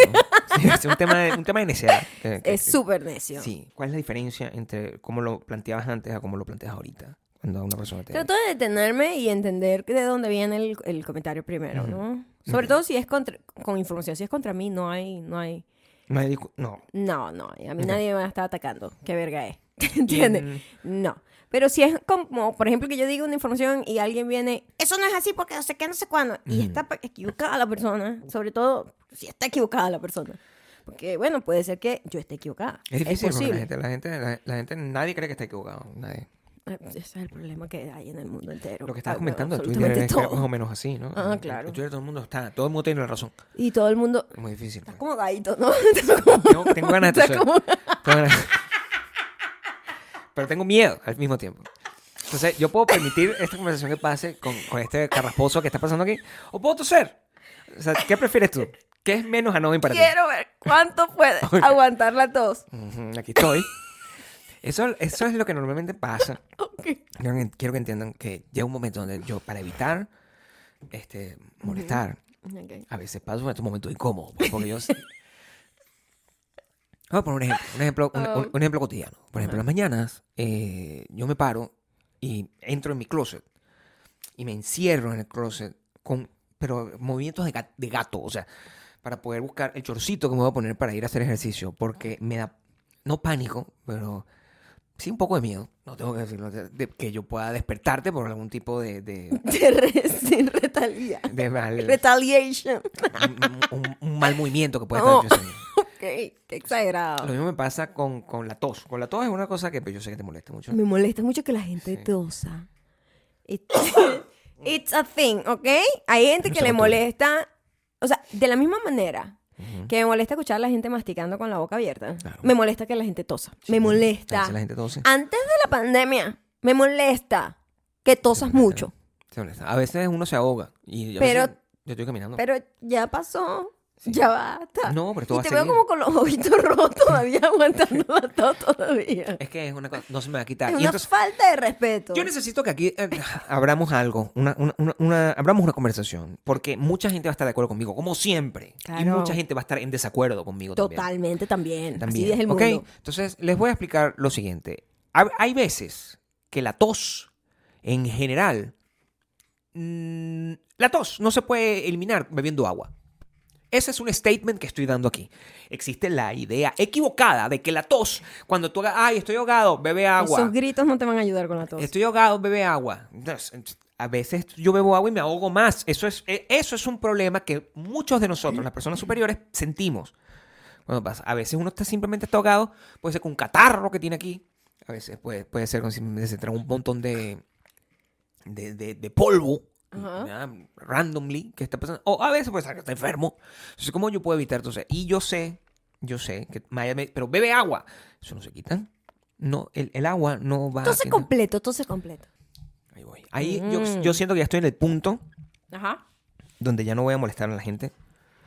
Speaker 2: sí, es un tema de, un tema de necedad. que- que-
Speaker 1: Es súper necio.
Speaker 2: Sí, ¿cuál es la diferencia entre cómo lo planteabas antes a cómo lo planteas ahorita? Cuando una persona te...
Speaker 1: Trato de detenerme y entender de dónde viene el, el comentario primero, ¿no? Sobre todo si es contra- con información, si es contra mí, no hay, no hay.
Speaker 2: No, hay discu- no.
Speaker 1: No, no, a mí
Speaker 2: Ok.
Speaker 1: nadie me va a estar atacando. ¿Qué verga es? ¿Entiendes? No. Pero si es como, por ejemplo, que yo diga una información y alguien viene, eso no es así porque no sé qué, no sé cuándo, y está pe- equivocada la persona, sobre todo si está equivocada la persona. Porque, bueno, puede ser que yo esté equivocada.
Speaker 2: Es difícil este porque la
Speaker 1: posible.
Speaker 2: gente, la gente, la, la gente, nadie cree que está equivocado. Nadie.
Speaker 1: Ah, Ese es el problema que hay en el mundo entero.
Speaker 2: Lo que estabas
Speaker 1: Ah, bueno,
Speaker 2: comentando de Twitter este
Speaker 1: absolutamente
Speaker 2: es que más
Speaker 1: todo.
Speaker 2: o menos así, ¿no?
Speaker 1: Ah,
Speaker 2: En-
Speaker 1: claro.
Speaker 2: En Twitter todo el mundo está, todo el mundo tiene la razón.
Speaker 1: Y todo el mundo
Speaker 2: Es muy difícil.
Speaker 1: está
Speaker 2: pues.
Speaker 1: como gaito, ¿no? Está como-
Speaker 2: Tengo, tengo ganas de
Speaker 1: está
Speaker 2: toser.
Speaker 1: como-
Speaker 2: Tengo ganas- Pero tengo miedo al mismo tiempo. Entonces, yo puedo permitir esta conversación que pase con, con este carrasposo que está pasando aquí. O puedo toser. O sea, ¿qué prefieres tú? ¿Qué es menos annoying para ti?
Speaker 1: Quiero ver cuánto puede aguantar la tos.
Speaker 2: Ujú, Aquí estoy. Eso, eso es lo que normalmente pasa.
Speaker 1: Ok.
Speaker 2: Quiero que, quiero que entiendan que llega un momento donde yo, para evitar este, molestar,
Speaker 1: Ok.
Speaker 2: a veces paso por estos momentos incómodos. pues, Porque yo. Vamos a poner un ejemplo. Un ejemplo, un- un- un ejemplo cotidiano. Por ejemplo, en las mañanas eh, yo me paro y entro en mi closet y me encierro en el closet con pero movimientos de, ga- de gato, o sea, para poder buscar el chorcito que me voy a poner para ir a hacer ejercicio, porque me da, no pánico, pero sí, un poco de miedo. No tengo que decirlo. de- de que yo pueda despertarte por algún tipo de. de,
Speaker 1: De re- sin retalia.
Speaker 2: de mal,
Speaker 1: Retaliation.
Speaker 2: un, un- un mal movimiento que pueda
Speaker 1: No.
Speaker 2: estar haciendo.
Speaker 1: ok, qué exagerado.
Speaker 2: Lo mismo me pasa con, con la tos. Con la tos es una cosa que pues, yo sé que te molesta mucho.
Speaker 1: Me molesta mucho que la gente tosa. It- It's a thing, ¿ok? Hay gente que
Speaker 2: Eso
Speaker 1: le
Speaker 2: no
Speaker 1: molesta, o sea, de la misma manera
Speaker 2: Ujú.
Speaker 1: que me molesta escuchar a la gente masticando con la boca abierta,
Speaker 2: Claro.
Speaker 1: me molesta que la gente tosa.
Speaker 2: Sí,
Speaker 1: me
Speaker 2: ¿no?
Speaker 1: molesta.
Speaker 2: O sea, La gente tose.
Speaker 1: Antes de la pandemia, me molesta que tosas mucho.
Speaker 2: Se molesta. A veces uno se ahoga. Y a
Speaker 1: Pero-
Speaker 2: veces yo estoy caminando.
Speaker 1: Pero ya pasó.
Speaker 2: Sí.
Speaker 1: Ya basta.
Speaker 2: no, pero todo
Speaker 1: y
Speaker 2: va a
Speaker 1: te veo
Speaker 2: seguir.
Speaker 1: como con los ojitos rojos todavía aguantando la tos todavía.
Speaker 2: Es que es una cosa. No se me va a
Speaker 1: Es
Speaker 2: quitar. Y
Speaker 1: una
Speaker 2: entonces,
Speaker 1: falta de respeto.
Speaker 2: yo necesito que aquí eh, abramos algo. Una, una, una- una- abramos una conversación. Porque mucha gente va a estar de acuerdo conmigo, como siempre. Y
Speaker 1: Claro.
Speaker 2: mucha gente va a estar en desacuerdo conmigo también.
Speaker 1: Totalmente también.
Speaker 2: también.
Speaker 1: Así es el
Speaker 2: ¿ok?
Speaker 1: mundo.
Speaker 2: Entonces, les voy a explicar lo siguiente. Hab- Hay veces que la tos, en general, mm, la tos no se puede eliminar bebiendo agua. Ese es un statement que estoy dando aquí. Existe la idea equivocada de que la tos, cuando tú hagas, ay, estoy ahogado, bebe agua.
Speaker 1: Esos gritos no te van a ayudar con la tos.
Speaker 2: Estoy ahogado, bebe agua. Entonces, ent- A veces yo bebo agua y me ahogo más. Eso es, e- eso es un problema que muchos de nosotros, las personas superiores, sentimos. Cuando pasa, a veces uno está simplemente está ahogado, puede ser con un catarro que tiene aquí, a veces puede, puede ser con simplemente se trae un montón de, de, de- de polvo,
Speaker 1: Ajá.
Speaker 2: ¿verdad? randomly, que está pasando. O a veces puede ser que está enfermo. Entonces, ¿cómo yo puedo evitar? Entonces, y yo sé, yo sé, que Miami- pero bebe agua. Eso no se quita. No, el, el agua no va
Speaker 1: Entonces
Speaker 2: quitar.
Speaker 1: completo, entonces completo.
Speaker 2: Ahí voy. Ahí yo,
Speaker 1: Mm.
Speaker 2: yo siento que ya estoy en el punto
Speaker 1: Ajá.
Speaker 2: donde ya no voy a molestar a la gente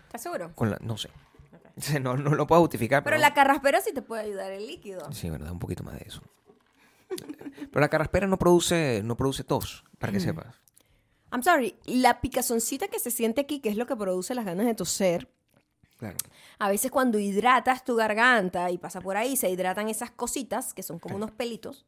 Speaker 1: ¿Estás seguro?
Speaker 2: con la... No sé. No, no lo puedo justificar.
Speaker 1: Pero la carraspera sí te puede ayudar el líquido.
Speaker 2: Sí, verdad, un poquito más de eso. Pero la carraspera no produce, no produce tos, para
Speaker 1: Mm.
Speaker 2: que sepas.
Speaker 1: I'm sorry, la picazoncita que se siente aquí, que es lo que produce las ganas de toser,
Speaker 2: Claro.
Speaker 1: a veces cuando hidratas tu garganta y pasa por ahí, se hidratan esas cositas que son como unos pelitos.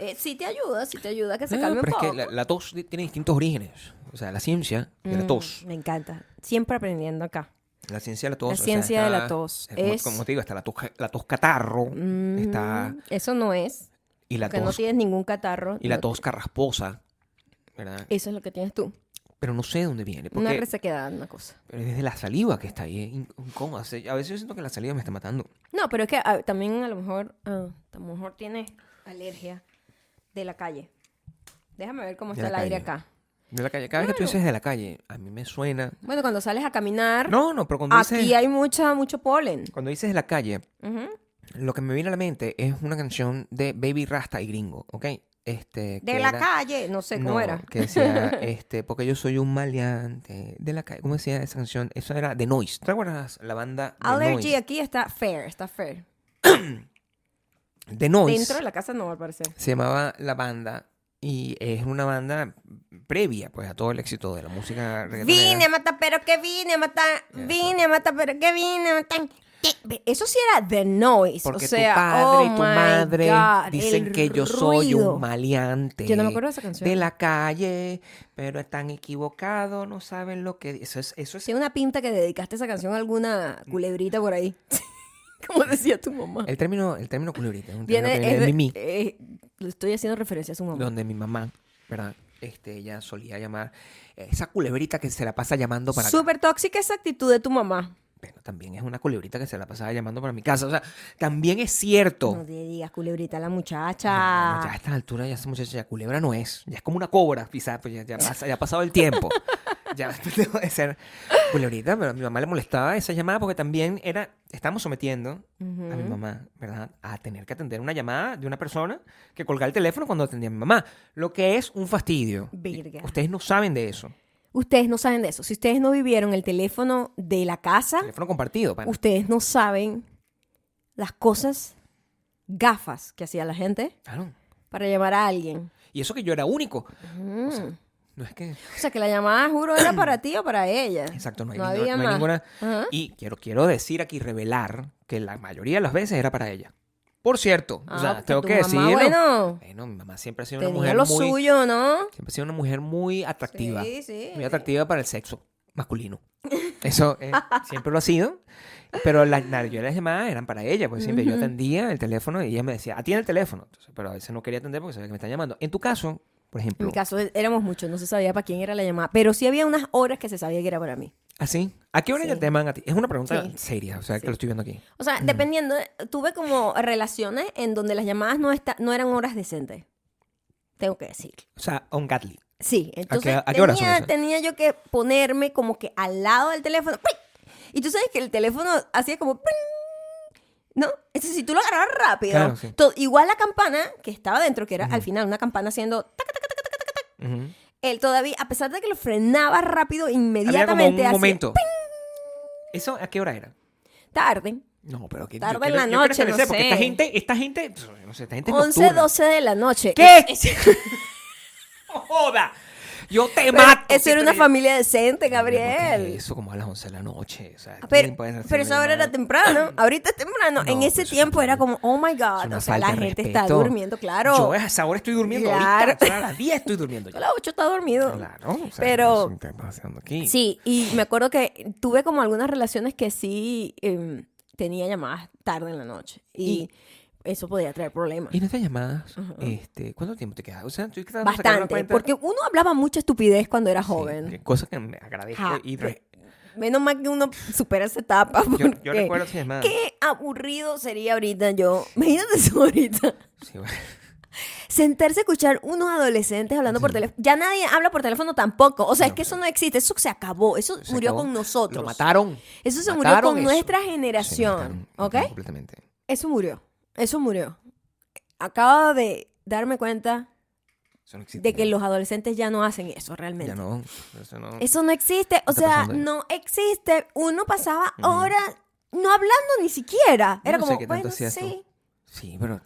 Speaker 1: Eh, sí te ayuda, sí te ayuda a que se
Speaker 2: No,
Speaker 1: calme un
Speaker 2: pero es
Speaker 1: poco.
Speaker 2: que la, la tos di- tiene distintos orígenes. O sea, la ciencia de la
Speaker 1: Mm,
Speaker 2: tos.
Speaker 1: Me encanta. Siempre aprendiendo acá.
Speaker 2: La ciencia de la tos. o sea,
Speaker 1: ciencia de la
Speaker 2: está-
Speaker 1: tos
Speaker 2: eh, como-
Speaker 1: es-
Speaker 2: Como te digo, está la tos, la tos catarro.
Speaker 1: Mm,
Speaker 2: Está...
Speaker 1: Eso no es.
Speaker 2: Y la
Speaker 1: Porque no
Speaker 2: tos,
Speaker 1: tienes ningún catarro.
Speaker 2: y la
Speaker 1: no-
Speaker 2: tos carrasposa. ¿verdad?
Speaker 1: Eso es lo que tienes tú.
Speaker 2: Pero no sé de dónde viene.
Speaker 1: Una
Speaker 2: porque-
Speaker 1: resequedad, una cosa.
Speaker 2: Pero es desde la saliva que está ahí, es in- incómoda. O sea, A veces yo siento que la saliva me está matando.
Speaker 1: No, pero es que ah, también a lo mejor, ah, a lo mejor tienes alergia de la calle. Déjame ver cómo
Speaker 2: De
Speaker 1: está el
Speaker 2: la
Speaker 1: aire
Speaker 2: calle.
Speaker 1: acá.
Speaker 2: De la calle. Cada vez que tú
Speaker 1: Claro.
Speaker 2: dices de la calle, a mí me suena.
Speaker 1: Bueno, cuando sales a caminar,
Speaker 2: No, no, pero cuando
Speaker 1: aquí
Speaker 2: dices,
Speaker 1: hay mucha, mucho polen.
Speaker 2: cuando dices de la calle,
Speaker 1: Ujú.
Speaker 2: lo que me viene a la mente es una canción de Baby Rasta y Gringo, ¿ok? Este,
Speaker 1: De
Speaker 2: que
Speaker 1: la
Speaker 2: era-
Speaker 1: calle, no sé cómo
Speaker 2: no,
Speaker 1: era.
Speaker 2: Que decía, este, porque yo soy un maleante de la calle. ¿Cómo decía esa canción? Eso era The Noise. ¿Te acuerdas la banda The
Speaker 1: Allergy
Speaker 2: Noise?
Speaker 1: aquí está fair, está fair.
Speaker 2: The Noise.
Speaker 1: Dentro de la casa no, al parecer.
Speaker 2: Se llamaba La Banda y es una banda previa pues a todo el éxito de la música reggaetonera.
Speaker 1: Vine a matar, pero que vine a matar.
Speaker 2: Eso.
Speaker 1: Vine a matar, pero que vine a matar. Te- Eso sí era The Noise.
Speaker 2: Porque
Speaker 1: o sea,
Speaker 2: tu padre y
Speaker 1: oh
Speaker 2: tu
Speaker 1: my
Speaker 2: madre
Speaker 1: God,
Speaker 2: dicen
Speaker 1: el
Speaker 2: que yo soy
Speaker 1: ruido.
Speaker 2: un maleante.
Speaker 1: Yo no me acuerdo de ¿eh? esa canción.
Speaker 2: De la calle, pero están equivocados, no saben lo que... Eso es... Eso es
Speaker 1: Tiene una pinta que dedicaste esa canción a alguna culebrita por ahí. Como decía tu mamá.
Speaker 2: el término, el término culebrita, es un término
Speaker 1: Viene,
Speaker 2: que viene
Speaker 1: es de-
Speaker 2: de Mimi,
Speaker 1: eh, le estoy haciendo referencia a su mamá.
Speaker 2: donde mi mamá, ¿verdad? Este, ella solía llamar... eh, Esa culebrita que se la pasa llamando para...
Speaker 1: Súper tóxica esa actitud de tu mamá.
Speaker 2: Bueno, también es una culebrita que se la pasaba llamando para mi casa. O sea, también es cierto.
Speaker 1: No te digas culebrita a la
Speaker 2: No,
Speaker 1: muchacha.
Speaker 2: no, ya a esta altura ya esa muchacha ya culebra no es. Ya es como una cobra, quizás, pues ya, ya pasa- ya ha pasado el tiempo. ya tengo que ser culebrita, pero a mi mamá le molestaba esa llamada porque también era, estamos sometiendo a mi
Speaker 1: Ujú.
Speaker 2: mamá, ¿verdad? A tener que atender una llamada de una persona que colgaba el teléfono cuando atendía a mi mamá, lo que es un fastidio.
Speaker 1: Verga.
Speaker 2: Ustedes no saben de eso.
Speaker 1: Ustedes no saben de eso. Si ustedes no vivieron el teléfono de la casa,
Speaker 2: Teléfono compartido, pana.
Speaker 1: ustedes no saben las cosas gafas que hacía la gente
Speaker 2: Claro.
Speaker 1: para llamar a alguien.
Speaker 2: Y eso que yo era único.
Speaker 1: Mm. O, sea,
Speaker 2: No es que...
Speaker 1: que la llamada, juro, era para ti o para ella.
Speaker 2: Exacto, no hay,
Speaker 1: No
Speaker 2: ninguna-
Speaker 1: había
Speaker 2: no hay
Speaker 1: más.
Speaker 2: ninguna.
Speaker 1: Ajá.
Speaker 2: Y quiero, quiero decir aquí, revelar que la mayoría de las veces era para ella. Por cierto, o
Speaker 1: Ah,
Speaker 2: sea,
Speaker 1: porque
Speaker 2: tengo
Speaker 1: tu
Speaker 2: que
Speaker 1: mamá,
Speaker 2: decirlo.
Speaker 1: Bueno,
Speaker 2: Bueno, mi mamá siempre ha sido una
Speaker 1: tenía
Speaker 2: mujer
Speaker 1: lo
Speaker 2: muy,
Speaker 1: suyo, ¿no?
Speaker 2: siempre ha sido una mujer muy atractiva,
Speaker 1: Sí, sí.
Speaker 2: muy atractiva para el sexo masculino. Eso eh, siempre lo ha sido. Pero las, las- yo las llamadas eran para ella, porque siempre yo
Speaker 1: Ujú.
Speaker 2: atendía el teléfono y ella me decía, atiende el teléfono. Entonces, pero a veces no quería atender porque sabía que me están llamando. En tu caso, por
Speaker 1: En
Speaker 2: ejemplo,
Speaker 1: mi caso eh, éramos muchos, no se sabía para quién era la llamada, pero sí había unas horas que se sabía que era para mí.
Speaker 2: ¿así? ¿A qué hora
Speaker 1: Sí.
Speaker 2: ya te llaman a ti? Es una pregunta
Speaker 1: Sí.
Speaker 2: seria, o sea,
Speaker 1: Sí.
Speaker 2: que lo estoy viendo aquí.
Speaker 1: O sea, dependiendo, eh, tuve como relaciones en donde las llamadas no, está, no eran horas decentes. Tengo que decir.
Speaker 2: O sea, on Gatly.
Speaker 1: Sí, entonces
Speaker 2: a qué horas son
Speaker 1: tenía,
Speaker 2: esas?
Speaker 1: tenía yo que ponerme como que al lado del teléfono. ¡pring! Y tú sabes que el teléfono hacía como... ¡pring! ¿No? Entonces, si tú lo agarrabas rápido,
Speaker 2: Claro, sí.
Speaker 1: to- igual la campana que estaba dentro, que era al final una campana haciendo... tac,
Speaker 2: Ujú.
Speaker 1: Él todavía, a pesar de que lo frenaba rápido,
Speaker 2: Había como un
Speaker 1: inmediatamente hacía
Speaker 2: momento. ¿Eso a qué hora era?
Speaker 1: Tarde.
Speaker 2: No, pero que
Speaker 1: Tarde
Speaker 2: yo
Speaker 1: en
Speaker 2: quiero-
Speaker 1: la
Speaker 2: yo quiero
Speaker 1: noche, no
Speaker 2: establecer, Porque
Speaker 1: sé.
Speaker 2: esta gente, esta gente, pff, no sé, esta gente es
Speaker 1: 11,
Speaker 2: nocturna.
Speaker 1: 12 de la noche.
Speaker 2: ¿Qué?
Speaker 1: Ese-
Speaker 2: ¡No joda! Yo te
Speaker 1: pero
Speaker 2: mato.
Speaker 1: Eso
Speaker 2: si
Speaker 1: era
Speaker 2: tú
Speaker 1: una
Speaker 2: llegas-
Speaker 1: familia decente,
Speaker 2: ¿Por qué
Speaker 1: Gabriel.
Speaker 2: Eso como a las 11 de la noche. O sea,
Speaker 1: Pero,
Speaker 2: ¿quién puede hacer
Speaker 1: pero
Speaker 2: una
Speaker 1: eso ahora era
Speaker 2: llamada?
Speaker 1: temprano. Ahorita es temprano.
Speaker 2: No,
Speaker 1: en
Speaker 2: pero
Speaker 1: ese
Speaker 2: eso
Speaker 1: tiempo
Speaker 2: es-
Speaker 1: era como, oh my
Speaker 2: Es
Speaker 1: God.
Speaker 2: una
Speaker 1: O sea,
Speaker 2: falta
Speaker 1: la
Speaker 2: de
Speaker 1: gente está
Speaker 2: respeto.
Speaker 1: durmiendo, claro.
Speaker 2: Yo a esa hora estoy durmiendo
Speaker 1: Claro.
Speaker 2: ahorita. Son a las 10 estoy durmiendo
Speaker 1: Yo
Speaker 2: ya.
Speaker 1: a las 8 estaba dormido.
Speaker 2: Claro. o sea,
Speaker 1: Pero-
Speaker 2: eso está pasando aquí.
Speaker 1: Sí, y me acuerdo que tuve como algunas relaciones que sí em, tenía llamadas tarde en la noche. Y, eso podía traer problemas.
Speaker 2: Y en estas llamadas,
Speaker 1: Ajá.
Speaker 2: este, ¿cuánto tiempo te quedas? O sea, estoy tratando de sacar una
Speaker 1: Bastante.
Speaker 2: cuenta.
Speaker 1: Porque uno hablaba mucha estupidez cuando era
Speaker 2: Sí,
Speaker 1: joven.
Speaker 2: cosa que me agradezco
Speaker 1: Ja,
Speaker 2: y
Speaker 1: pe-
Speaker 2: re-
Speaker 1: Menos mal que uno supera esa etapa.
Speaker 2: yo,
Speaker 1: porque
Speaker 2: yo recuerdo esas llamadas.
Speaker 1: Qué aburrido sería ahorita yo. Imagínate eso ahorita.
Speaker 2: Sí, bueno.
Speaker 1: Sentarse a escuchar unos adolescentes hablando por
Speaker 2: Sí.
Speaker 1: teléfono. Ya nadie habla por teléfono tampoco. O sea, es
Speaker 2: No,
Speaker 1: que eso no existe. Eso se acabó. Eso
Speaker 2: Se
Speaker 1: murió
Speaker 2: acabó.
Speaker 1: con
Speaker 2: Lo
Speaker 1: nosotros.
Speaker 2: mataron.
Speaker 1: Eso se murió
Speaker 2: Mataron
Speaker 1: con
Speaker 2: eso.
Speaker 1: nuestra
Speaker 2: Sí,
Speaker 1: generación.
Speaker 2: mataron,
Speaker 1: ¿Ok?
Speaker 2: mataron Completamente.
Speaker 1: Eso murió. Eso murió. Acabo de darme cuenta
Speaker 2: Eso no existe.
Speaker 1: de que los adolescentes ya no hacen eso realmente.
Speaker 2: Ya no. Eso no.
Speaker 1: Eso no existe, o
Speaker 2: está
Speaker 1: sea,
Speaker 2: pasando ahí?
Speaker 1: no existe. Uno pasaba
Speaker 2: Ujú.
Speaker 1: horas no hablando ni siquiera.
Speaker 2: Yo
Speaker 1: Era
Speaker 2: no sé
Speaker 1: como,
Speaker 2: qué tanto
Speaker 1: bueno,
Speaker 2: hacías tú".
Speaker 1: sí.
Speaker 2: Sí, pero.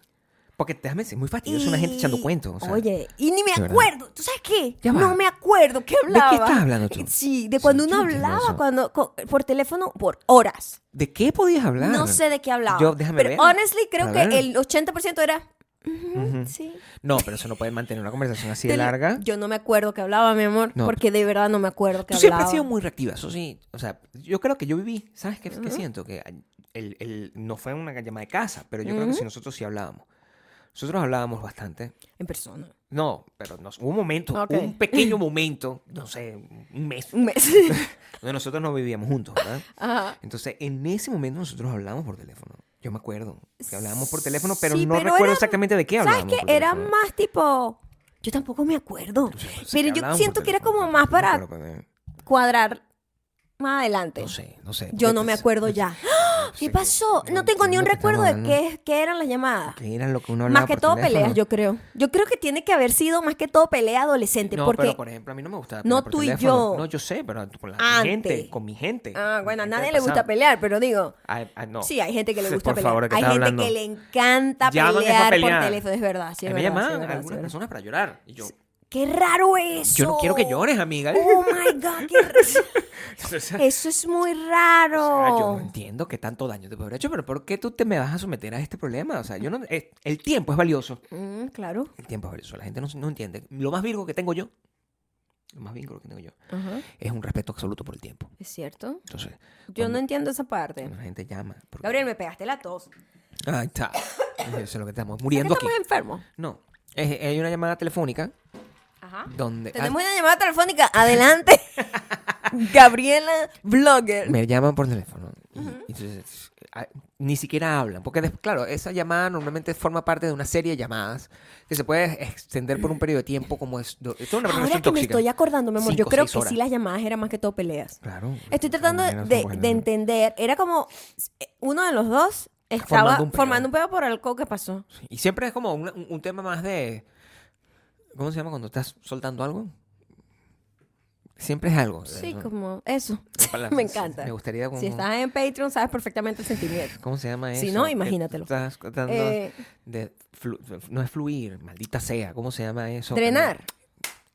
Speaker 2: Porque déjame decir, es muy fastidioso una gente echando
Speaker 1: Y-
Speaker 2: cuentos. o sea,
Speaker 1: Oye, y ni me
Speaker 2: de verdad.
Speaker 1: acuerdo. ¿Tú sabes qué?
Speaker 2: Ya va.
Speaker 1: no me acuerdo qué
Speaker 2: ¿De
Speaker 1: hablaba.
Speaker 2: qué estás hablando tú?
Speaker 1: Sí, de cuando
Speaker 2: Sí, yo
Speaker 1: uno
Speaker 2: no entiendo
Speaker 1: hablaba
Speaker 2: eso.
Speaker 1: cuando, co- por teléfono por horas.
Speaker 2: ¿De qué podías hablar?
Speaker 1: No sé de qué hablaba.
Speaker 2: Yo- déjame
Speaker 1: pero
Speaker 2: ver.
Speaker 1: honestly, creo
Speaker 2: A
Speaker 1: que
Speaker 2: ver.
Speaker 1: el 80% era. "Ujú,
Speaker 2: Ujú.
Speaker 1: Sí.
Speaker 2: No, pero eso no puede mantener una conversación así de
Speaker 1: Te-
Speaker 2: larga.
Speaker 1: Yo no me acuerdo qué hablaba, mi amor,
Speaker 2: No.
Speaker 1: porque de verdad no me acuerdo qué hablaba.
Speaker 2: Tú siempre has sido muy reactiva, eso sí. O sea, yo creo que yo viví, ¿sabes qué, qué siento? Que el, el- no fue una llamada de casa, pero yo creo que
Speaker 1: Ujú.
Speaker 2: sí, nosotros sí hablábamos. Nosotros hablábamos bastante.
Speaker 1: En persona.
Speaker 2: No, pero nos, hubo un momento,
Speaker 1: Ok.
Speaker 2: un pequeño momento, no sé, un mes,
Speaker 1: Un mes.
Speaker 2: donde nosotros no vivíamos juntos, ¿verdad?
Speaker 1: Ajá.
Speaker 2: Entonces, en ese momento nosotros hablábamos por teléfono. Yo me acuerdo que hablábamos por teléfono, pero
Speaker 1: Sí,
Speaker 2: no
Speaker 1: pero
Speaker 2: recuerdo
Speaker 1: era-
Speaker 2: exactamente de qué
Speaker 1: ¿Sabes
Speaker 2: hablábamos.
Speaker 1: qué?
Speaker 2: por
Speaker 1: Era
Speaker 2: teléfono.
Speaker 1: más tipo. Yo tampoco me acuerdo.
Speaker 2: O sea, pues,
Speaker 1: Pero
Speaker 2: que
Speaker 1: yo
Speaker 2: hablábamos
Speaker 1: siento
Speaker 2: por
Speaker 1: que era
Speaker 2: teléfono,
Speaker 1: como más para-
Speaker 2: pero, pero,
Speaker 1: Cuadrar más adelante.
Speaker 2: No sé, no sé.
Speaker 1: Yo
Speaker 2: porque
Speaker 1: no me
Speaker 2: pues,
Speaker 1: acuerdo ya. ¡Ah!
Speaker 2: sé
Speaker 1: ¿Qué
Speaker 2: que-
Speaker 1: pasó?
Speaker 2: no
Speaker 1: No tengo ni un
Speaker 2: entiendo
Speaker 1: recuerdo
Speaker 2: lo que
Speaker 1: de
Speaker 2: estamos
Speaker 1: qué, qué eran las llamadas.
Speaker 2: Que era lo que uno hablaba
Speaker 1: Más que
Speaker 2: por
Speaker 1: todo
Speaker 2: teléfono.
Speaker 1: peleas, yo creo. Yo creo que tiene que haber sido más que todo pelea adolescente.
Speaker 2: No,
Speaker 1: porque.
Speaker 2: pero por ejemplo, a mí no me gustaba pelear
Speaker 1: no
Speaker 2: por
Speaker 1: tú y
Speaker 2: teléfono.
Speaker 1: yo.
Speaker 2: No, yo sé, pero con la
Speaker 1: Antes.
Speaker 2: gente, con mi gente.
Speaker 1: Ah,
Speaker 2: con
Speaker 1: bueno, a
Speaker 2: mi gente
Speaker 1: nadie
Speaker 2: del
Speaker 1: le gusta
Speaker 2: pasado.
Speaker 1: pelear, pero digo.
Speaker 2: Ay, ay, Ah, no.
Speaker 1: Sí, hay gente que le
Speaker 2: Sí,
Speaker 1: gusta
Speaker 2: por
Speaker 1: pelear.
Speaker 2: favor, ¿de qué
Speaker 1: hay
Speaker 2: estás
Speaker 1: gente
Speaker 2: hablando?
Speaker 1: que le encanta
Speaker 2: Llaman es para
Speaker 1: pelear,
Speaker 2: pelear.
Speaker 1: por teléfono, es verdad. Sí,
Speaker 2: A
Speaker 1: es
Speaker 2: mí me
Speaker 1: verdad, sí, es
Speaker 2: llamaban
Speaker 1: verdad, sí, es
Speaker 2: algunas
Speaker 1: verdad.
Speaker 2: personas para llorar. Y yo,
Speaker 1: Qué raro eso.
Speaker 2: yo no quiero que ¿eh? llores, amiga.
Speaker 1: Oh my God, qué raro.
Speaker 2: O sea,
Speaker 1: Eso es muy
Speaker 2: O sea,
Speaker 1: raro.
Speaker 2: yo no entiendo qué tanto daño te puede haber hecho, pero ¿por qué tú te me vas a someter a este problema? O sea, yo no, eh, el tiempo es valioso.
Speaker 1: Mm, claro.
Speaker 2: El tiempo es valioso. La gente no, no entiende. Lo más virgo que tengo yo, lo más virgo que tengo yo,
Speaker 1: Ajá,
Speaker 2: es un respeto absoluto por el tiempo.
Speaker 1: Es cierto.
Speaker 2: Entonces,
Speaker 1: Yo no
Speaker 2: Cuando-
Speaker 1: entiendo esa parte.
Speaker 2: cuando la gente llama. porque-
Speaker 1: Gabriel, me pegaste la tos.
Speaker 2: Ahí está. Eso es lo que estamos
Speaker 1: ¿Es que
Speaker 2: muriendo aquí.
Speaker 1: estamos enfermos?
Speaker 2: No. Es- hay una llamada telefónica
Speaker 1: Ajá.
Speaker 2: donde. ah,
Speaker 1: Tenemos una llamada telefónica. Adelante. Gabriela Blogger.
Speaker 2: me llaman por teléfono. Y, y entonces, ah, ni siquiera hablan. Porque, des- claro, esa llamada normalmente forma parte de una serie de llamadas que se puede extender por un periodo de tiempo como es... do- Esto es una
Speaker 1: Ahora
Speaker 2: relación
Speaker 1: que me
Speaker 2: tóxica.
Speaker 1: estoy acordando, mi amor, yo
Speaker 2: Cinco,
Speaker 1: creo
Speaker 2: seis
Speaker 1: que
Speaker 2: horas. Ah,
Speaker 1: sí las llamadas eran más que todo peleas.
Speaker 2: Claro.
Speaker 1: Estoy tratando de, de- de entender. Era como eh, uno de los dos estaba
Speaker 2: Formando un pedo.
Speaker 1: formando un pedo por algo que pasó.
Speaker 2: Y siempre es como una- un, un tema más de... ¿Cómo se llama cuando estás soltando algo? Siempre es algo.
Speaker 1: Sí,
Speaker 2: ¿no?
Speaker 1: como eso.
Speaker 2: Una palabra-
Speaker 1: me encanta.
Speaker 2: Me gustaría como...
Speaker 1: Si estás en Patreon, sabes perfectamente el sentimiento.
Speaker 2: ¿Cómo se llama eso?
Speaker 1: Si no,
Speaker 2: Que
Speaker 1: imagínatelo.
Speaker 2: Estás tratando
Speaker 1: Eh,
Speaker 2: de flu- no es fluir, maldita sea. ¿Cómo se llama eso?
Speaker 1: drenar.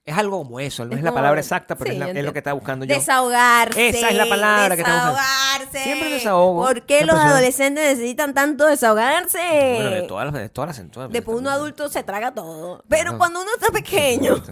Speaker 2: Es algo como eso, no
Speaker 1: Es
Speaker 2: es la
Speaker 1: como-
Speaker 2: palabra exacta, pero
Speaker 1: sí,
Speaker 2: es, la-
Speaker 1: yo
Speaker 2: es
Speaker 1: entiendo.
Speaker 2: lo que estaba buscando yo.
Speaker 1: Desahogarse.
Speaker 2: Esa es la palabra que estamos buscando.
Speaker 1: Desahogarse.
Speaker 2: Siempre desahogo.
Speaker 1: ¿Por qué
Speaker 2: Una
Speaker 1: los
Speaker 2: persona-
Speaker 1: adolescentes necesitan tanto desahogarse?
Speaker 2: Bueno,
Speaker 1: Eh,
Speaker 2: de todas las... De todas las- en todas las-
Speaker 1: Después uno adulto se traga todo. Pero
Speaker 2: No.
Speaker 1: cuando uno está pequeño,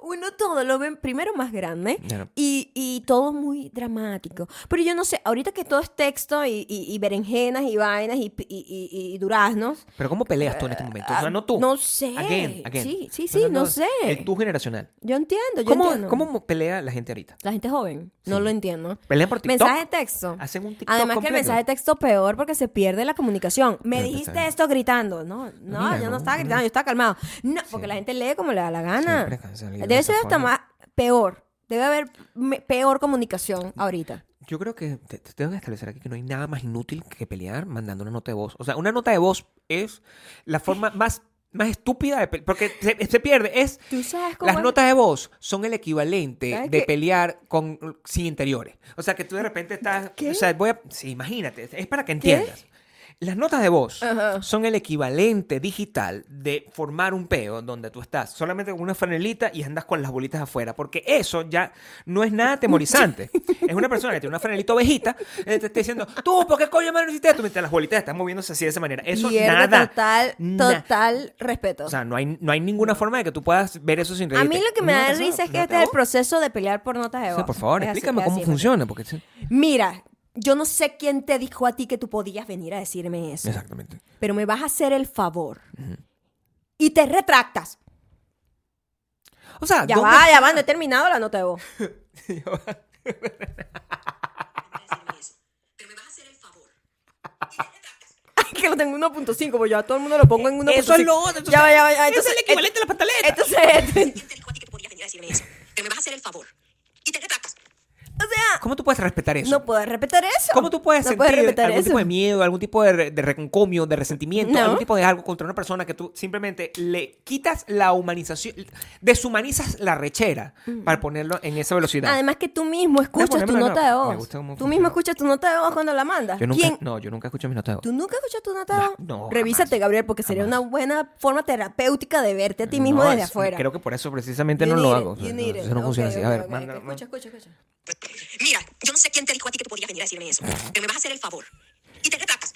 Speaker 1: uno todo lo ven primero más grande
Speaker 2: Claro.
Speaker 1: y, y todo muy dramático. Pero yo no sé, ahorita que todo es texto y, y- y berenjenas y vainas y, pi- y- y- y duraznos.
Speaker 2: Pero ¿cómo peleas tú en este momento? O sea, no tú.
Speaker 1: No sé.
Speaker 2: Again, again.
Speaker 1: Sí, sí,
Speaker 2: O
Speaker 1: sí,
Speaker 2: sea,
Speaker 1: no sé.
Speaker 2: El tú generacional.
Speaker 1: Yo entiendo, yo
Speaker 2: ¿Cómo,
Speaker 1: entiendo.
Speaker 2: ¿Cómo pelea la gente ahorita?
Speaker 1: La gente joven, no lo entiendo.
Speaker 2: ¿Pelean por TikTok?
Speaker 1: Mensaje de texto.
Speaker 2: Hacen un TikTok
Speaker 1: Además que el
Speaker 2: completo.
Speaker 1: mensaje de texto peor porque se pierde la comunicación. Me
Speaker 2: Pero te
Speaker 1: dijiste
Speaker 2: está-
Speaker 1: esto gritando. No, no,
Speaker 2: Mira,
Speaker 1: yo no,
Speaker 2: no,
Speaker 1: estaba gritando, yo estaba calmado. No, porque la gente lee como le da la gana.
Speaker 2: Siempre cancela y
Speaker 1: Debe ser
Speaker 2: esa
Speaker 1: hasta
Speaker 2: forma.
Speaker 1: más peor. Debe haber me- peor comunicación ahorita.
Speaker 2: Yo creo que te, te tengo que establecer aquí que no hay nada más inútil que pelear mandando una nota de voz. O sea, una nota de voz es la forma más, más estúpida de pe- Porque se, se pierde. Es,
Speaker 1: Tú sabes cómo.
Speaker 2: las
Speaker 1: es-
Speaker 2: notas de voz son el equivalente
Speaker 1: ¿Sabes
Speaker 2: de
Speaker 1: qué?
Speaker 2: pelear con, sin interiores. O sea, que tú de repente estás...
Speaker 1: ¿Qué?
Speaker 2: O sea, voy a... Sí, imagínate. Es para que entiendas. Las notas de voz
Speaker 1: Ajá.
Speaker 2: son el equivalente digital de formar un peo donde tú estás solamente con una franelita y andas con las bolitas afuera, porque eso ya no es nada atemorizante. es una persona que tiene una franelita ovejita, eh, te está diciendo, tú, ¿por qué coño me lo hiciste esto? Mientras las bolitas están moviéndose así de esa manera. Eso
Speaker 1: pierde
Speaker 2: nada.
Speaker 1: total,
Speaker 2: na-
Speaker 1: total respeto.
Speaker 2: O sea, no hay, no hay ninguna forma de que tú puedas ver eso sin
Speaker 1: a
Speaker 2: reírte.
Speaker 1: mí lo que me da
Speaker 2: Notas de
Speaker 1: risa es
Speaker 2: voz,
Speaker 1: que
Speaker 2: notas
Speaker 1: este
Speaker 2: de
Speaker 1: es el
Speaker 2: voz.
Speaker 1: proceso de pelear por notas de
Speaker 2: O
Speaker 1: voz.
Speaker 2: sea, por favor,
Speaker 1: Es así,
Speaker 2: explícame
Speaker 1: es
Speaker 2: cómo
Speaker 1: así,
Speaker 2: funciona. Porque... sí.
Speaker 1: Mira, yo no sé quién te dijo a ti que tú podías venir a decirme eso.
Speaker 2: Exactamente.
Speaker 1: pero me vas a hacer el favor. Y te retractas.
Speaker 2: O sea,
Speaker 1: Ya
Speaker 2: ¿dónde-
Speaker 1: va, ya va, no he terminado la nota de voz. Ay, que lo tengo en 1.5, pues ya todo el mundo lo pongo en 1.5.
Speaker 2: Eso es lo otro.
Speaker 1: Ya va, ya va, ya. Entonces,
Speaker 2: Entonces, es el equivalente a la pantaleta.
Speaker 1: Entonces,
Speaker 3: te dijo a ti que tú podías venir a decirme eso? Pero me vas a hacer el favor. Y te retractas.
Speaker 1: o sea,
Speaker 2: ¿Cómo tú puedes respetar eso?
Speaker 1: no puedes respetar eso.
Speaker 2: ¿Cómo tú puedes
Speaker 1: no
Speaker 2: sentir
Speaker 1: puedes respetar
Speaker 2: algún
Speaker 1: eso.
Speaker 2: tipo de miedo, algún tipo de, re- de reconcomio, de resentimiento,
Speaker 1: No.
Speaker 2: algún tipo de algo contra una persona que tú simplemente le quitas la humanización, deshumanizas la rechera para ponerlo en esa velocidad?
Speaker 1: Mm. Además que tú mismo escuchas tu
Speaker 2: ponémela, no.
Speaker 1: nota de
Speaker 2: Me
Speaker 1: voz.
Speaker 2: gusta cómo
Speaker 1: Tú mismo
Speaker 2: funciona.
Speaker 1: escuchas tu nota de voz cuando la mandas.
Speaker 2: yo nunca,
Speaker 1: ¿Quién?
Speaker 2: No, yo nunca escucho mis notas de voz.
Speaker 1: ¿Tú nunca escuchas tu nota de voz?
Speaker 2: No, no,
Speaker 1: Revísate,
Speaker 2: jamás,
Speaker 1: Gabriel, porque sería
Speaker 2: jamás.
Speaker 1: una buena forma terapéutica de verte a ti mismo
Speaker 2: No,
Speaker 1: desde
Speaker 2: es-
Speaker 1: afuera.
Speaker 2: Creo que por eso precisamente
Speaker 1: You
Speaker 2: no lo
Speaker 1: need it,
Speaker 2: hago.
Speaker 1: you
Speaker 2: No,
Speaker 1: need it.
Speaker 2: eso no funciona
Speaker 1: Ok,
Speaker 2: así.
Speaker 1: ok,
Speaker 2: A ver,
Speaker 1: ok,
Speaker 2: manda-
Speaker 1: ok. Escucha, escucha, escucha.
Speaker 3: Mira, yo no sé quién te dijo a ti que tú podías venir a decirme eso. Pero me vas a hacer el favor. Y te retractas.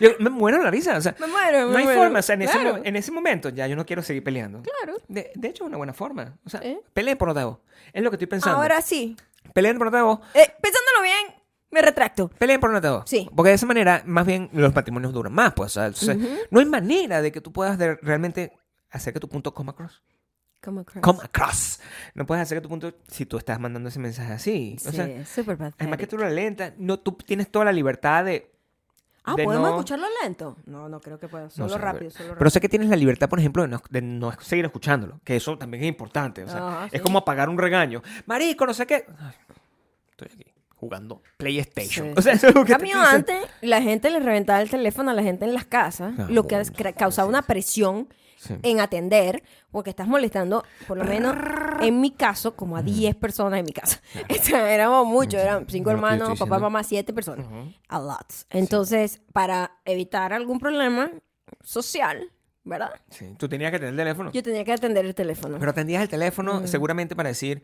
Speaker 2: Yo me muero de la risa. O sea,
Speaker 1: Me muero, me
Speaker 2: No hay
Speaker 1: muero.
Speaker 2: forma. O sea, en, ese,
Speaker 1: Claro.
Speaker 2: mo- en ese momento ya yo no quiero seguir peleando.
Speaker 1: Claro.
Speaker 2: De, de hecho, es una buena forma. O sea,
Speaker 1: ¿Eh?
Speaker 2: peleen por nota de voz. Es lo que estoy pensando.
Speaker 1: Ahora sí.
Speaker 2: Peleen por nota de voz.
Speaker 1: Eh, pensándolo bien, me retracto.
Speaker 2: Peleen por nota de voz.
Speaker 1: Sí.
Speaker 2: Porque de esa manera, más bien, los matrimonios duran más. Pues, o sea, o sea, no hay manera de que tú puedas de- realmente hacer que tu punto coma across.
Speaker 1: Come across.
Speaker 2: Come across. No puedes hacer que tu punto si tú estás mandando ese mensaje así. O sea,
Speaker 1: sí, súper patético.
Speaker 2: además que tú lo alentas, no, tú tienes toda la libertad de
Speaker 1: Ah,
Speaker 2: de
Speaker 1: ¿podemos
Speaker 2: no-
Speaker 1: escucharlo lento? No, no creo que pueda.
Speaker 2: No
Speaker 1: Solo
Speaker 2: sé,
Speaker 1: rápido,
Speaker 2: pero-
Speaker 1: solo rápido.
Speaker 2: Pero sé que tienes la libertad, por ejemplo, de no, de no seguir escuchándolo, que eso también es importante. o sea,
Speaker 1: Ajá, sí.
Speaker 2: Es como apagar un regaño. Marico, no sé qué. Ay, estoy aquí jugando PlayStation.
Speaker 1: Sí.
Speaker 2: O sea, eso es lo que te
Speaker 1: Cambio
Speaker 2: dicen.
Speaker 1: antes, la gente le reventaba el teléfono a la gente en las casas,
Speaker 2: Ah,
Speaker 1: lo que
Speaker 2: bueno,
Speaker 1: cra- causaba una presión
Speaker 2: Sí.
Speaker 1: en atender, porque estás molestando, por lo menos en mi caso, como a 10 personas en mi casa. O sea, éramos muchos, eran cinco
Speaker 2: Bueno, yo estoy
Speaker 1: hermanos, papá,
Speaker 2: diciendo-
Speaker 1: mamá, siete personas. A lot. Entonces, para evitar algún problema social, ¿verdad?
Speaker 2: Sí, Tú tenías que tener el teléfono.
Speaker 1: Yo tenía que atender el teléfono.
Speaker 2: Pero atendías el teléfono seguramente para decir,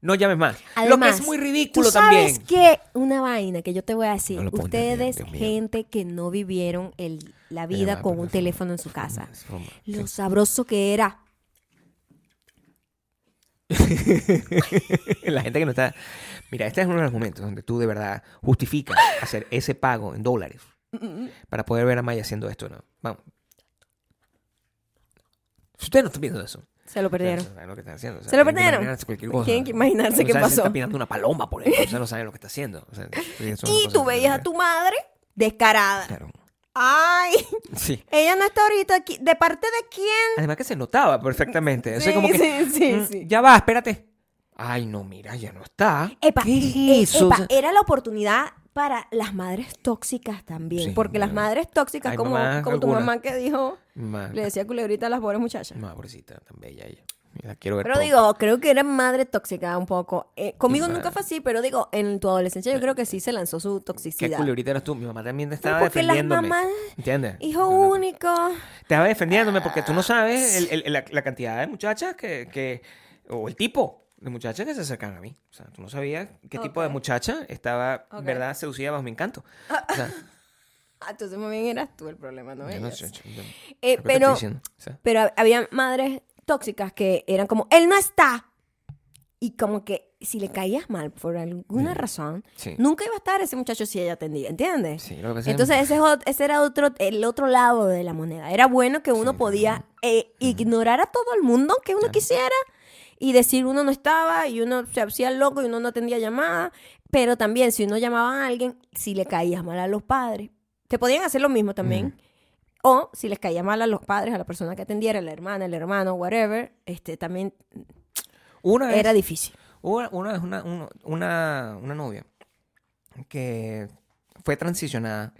Speaker 2: no llames más. lo que
Speaker 1: Además,
Speaker 2: es muy ridículo
Speaker 1: ¿tú sabes
Speaker 2: también.
Speaker 1: que una vaina que yo te voy a decir,
Speaker 2: No lo puedo entender,
Speaker 1: ustedes,
Speaker 2: Dios mío.
Speaker 1: gente que no vivieron el- la vida
Speaker 2: va,
Speaker 1: con
Speaker 2: pero
Speaker 1: un
Speaker 2: eso-
Speaker 1: teléfono en su casa,
Speaker 2: Es broma.
Speaker 1: lo sabroso que era.
Speaker 2: la gente que no está. Mira, este es uno de los momentos donde tú de verdad justificas hacer ese pago en dólares para poder ver a Maya haciendo esto, ¿no? Vamos. Si ustedes no están viendo eso,
Speaker 1: Se lo perdieron.
Speaker 2: ustedes no saben lo que están haciendo. o sea,
Speaker 1: Se lo
Speaker 2: tienen que
Speaker 1: perdieron.
Speaker 2: imaginarse cualquier cosa.
Speaker 1: Tienen que imaginarse
Speaker 2: No
Speaker 1: qué
Speaker 2: saben si
Speaker 1: pasó.
Speaker 2: está pintando una paloma, por ejemplo. Ustedes no saben lo que está haciendo. O sea, eso es una
Speaker 1: Y
Speaker 2: cosa
Speaker 1: tú
Speaker 2: que-
Speaker 1: veías a tu madre descarada.
Speaker 2: Claro.
Speaker 1: Ay,
Speaker 2: Sí.
Speaker 1: ella no está ahorita aquí. ¿De parte de quién?
Speaker 2: Además que se notaba perfectamente. o sea,
Speaker 1: Sí,
Speaker 2: como que,
Speaker 1: sí, sí,
Speaker 2: mm,
Speaker 1: sí.
Speaker 2: Ya va, espérate. Ay, no, mira, ya no está.
Speaker 1: Epa, eh,
Speaker 2: ¿Qué es eso?
Speaker 1: epa,
Speaker 2: O sea,
Speaker 1: era la oportunidad para las madres tóxicas también.
Speaker 2: Sí,
Speaker 1: porque las
Speaker 2: bueno.
Speaker 1: madres tóxicas,
Speaker 2: Hay
Speaker 1: como,
Speaker 2: mamás
Speaker 1: como tu
Speaker 2: algunas. Ah,
Speaker 1: mamá que dijo,
Speaker 2: ma-
Speaker 1: le decía culebrita a las pobres muchachas.
Speaker 2: No, pobrecita, tan bella ella. La quiero ver
Speaker 1: Pero
Speaker 2: pronto.
Speaker 1: digo, creo que era madre tóxica un poco. Eh, conmigo
Speaker 2: Madre.
Speaker 1: nunca fue así, pero digo, en tu adolescencia yo creo que sí se lanzó su
Speaker 2: Qué
Speaker 1: toxicidad.
Speaker 2: culebrita eras tú. Mi mamá también te estaba
Speaker 1: porque las
Speaker 2: defendiéndome.
Speaker 1: mamás,
Speaker 2: ¿Entiendes?
Speaker 1: Hijo
Speaker 2: Entonces,
Speaker 1: único. Ah,
Speaker 2: Estaba defendiéndome porque tú no sabes el- el- la, la cantidad de muchachas que, que- o el tipo de muchachas que se acercan a mí. O sea, tú no sabías qué tipo de
Speaker 1: Ok.
Speaker 2: muchacha estaba,
Speaker 1: Ok.
Speaker 2: ¿verdad?, seducida bajo mi encanto. O sea,
Speaker 1: Ah, entonces más bien eras tú el problema, ¿no?
Speaker 2: yo no
Speaker 1: Ellas.
Speaker 2: sé, yo- yo- ¿qué
Speaker 1: Eh,
Speaker 2: te
Speaker 1: pero,
Speaker 2: estoy diciendo? O sea,
Speaker 1: pero hab- había madres tóxicas que eran como, él no está. Y como que si le caías mal por alguna
Speaker 2: Sí.
Speaker 1: razón,
Speaker 2: Sí.
Speaker 1: nunca iba a estar ese muchacho si ella atendía, ¿entiendes?
Speaker 2: Sí, lo que pasa es-
Speaker 1: Entonces ese, es ot- ese era otro, el otro lado de la moneda. Era bueno que uno
Speaker 2: Sí,
Speaker 1: podía eh, ignorar a todo el mundo que uno quisiera y decir uno no estaba y uno se hacía loco y uno no atendía llamadas. Pero también si uno llamaba a alguien, si le caías mal a los padres, te podían hacer lo mismo también. O si les caía mal a los padres, a la persona que atendiera, la hermana, el hermano, whatever, este también
Speaker 2: una vez,
Speaker 1: era difícil.
Speaker 2: Hubo una vez una, un- una, una novia que fue transicionada.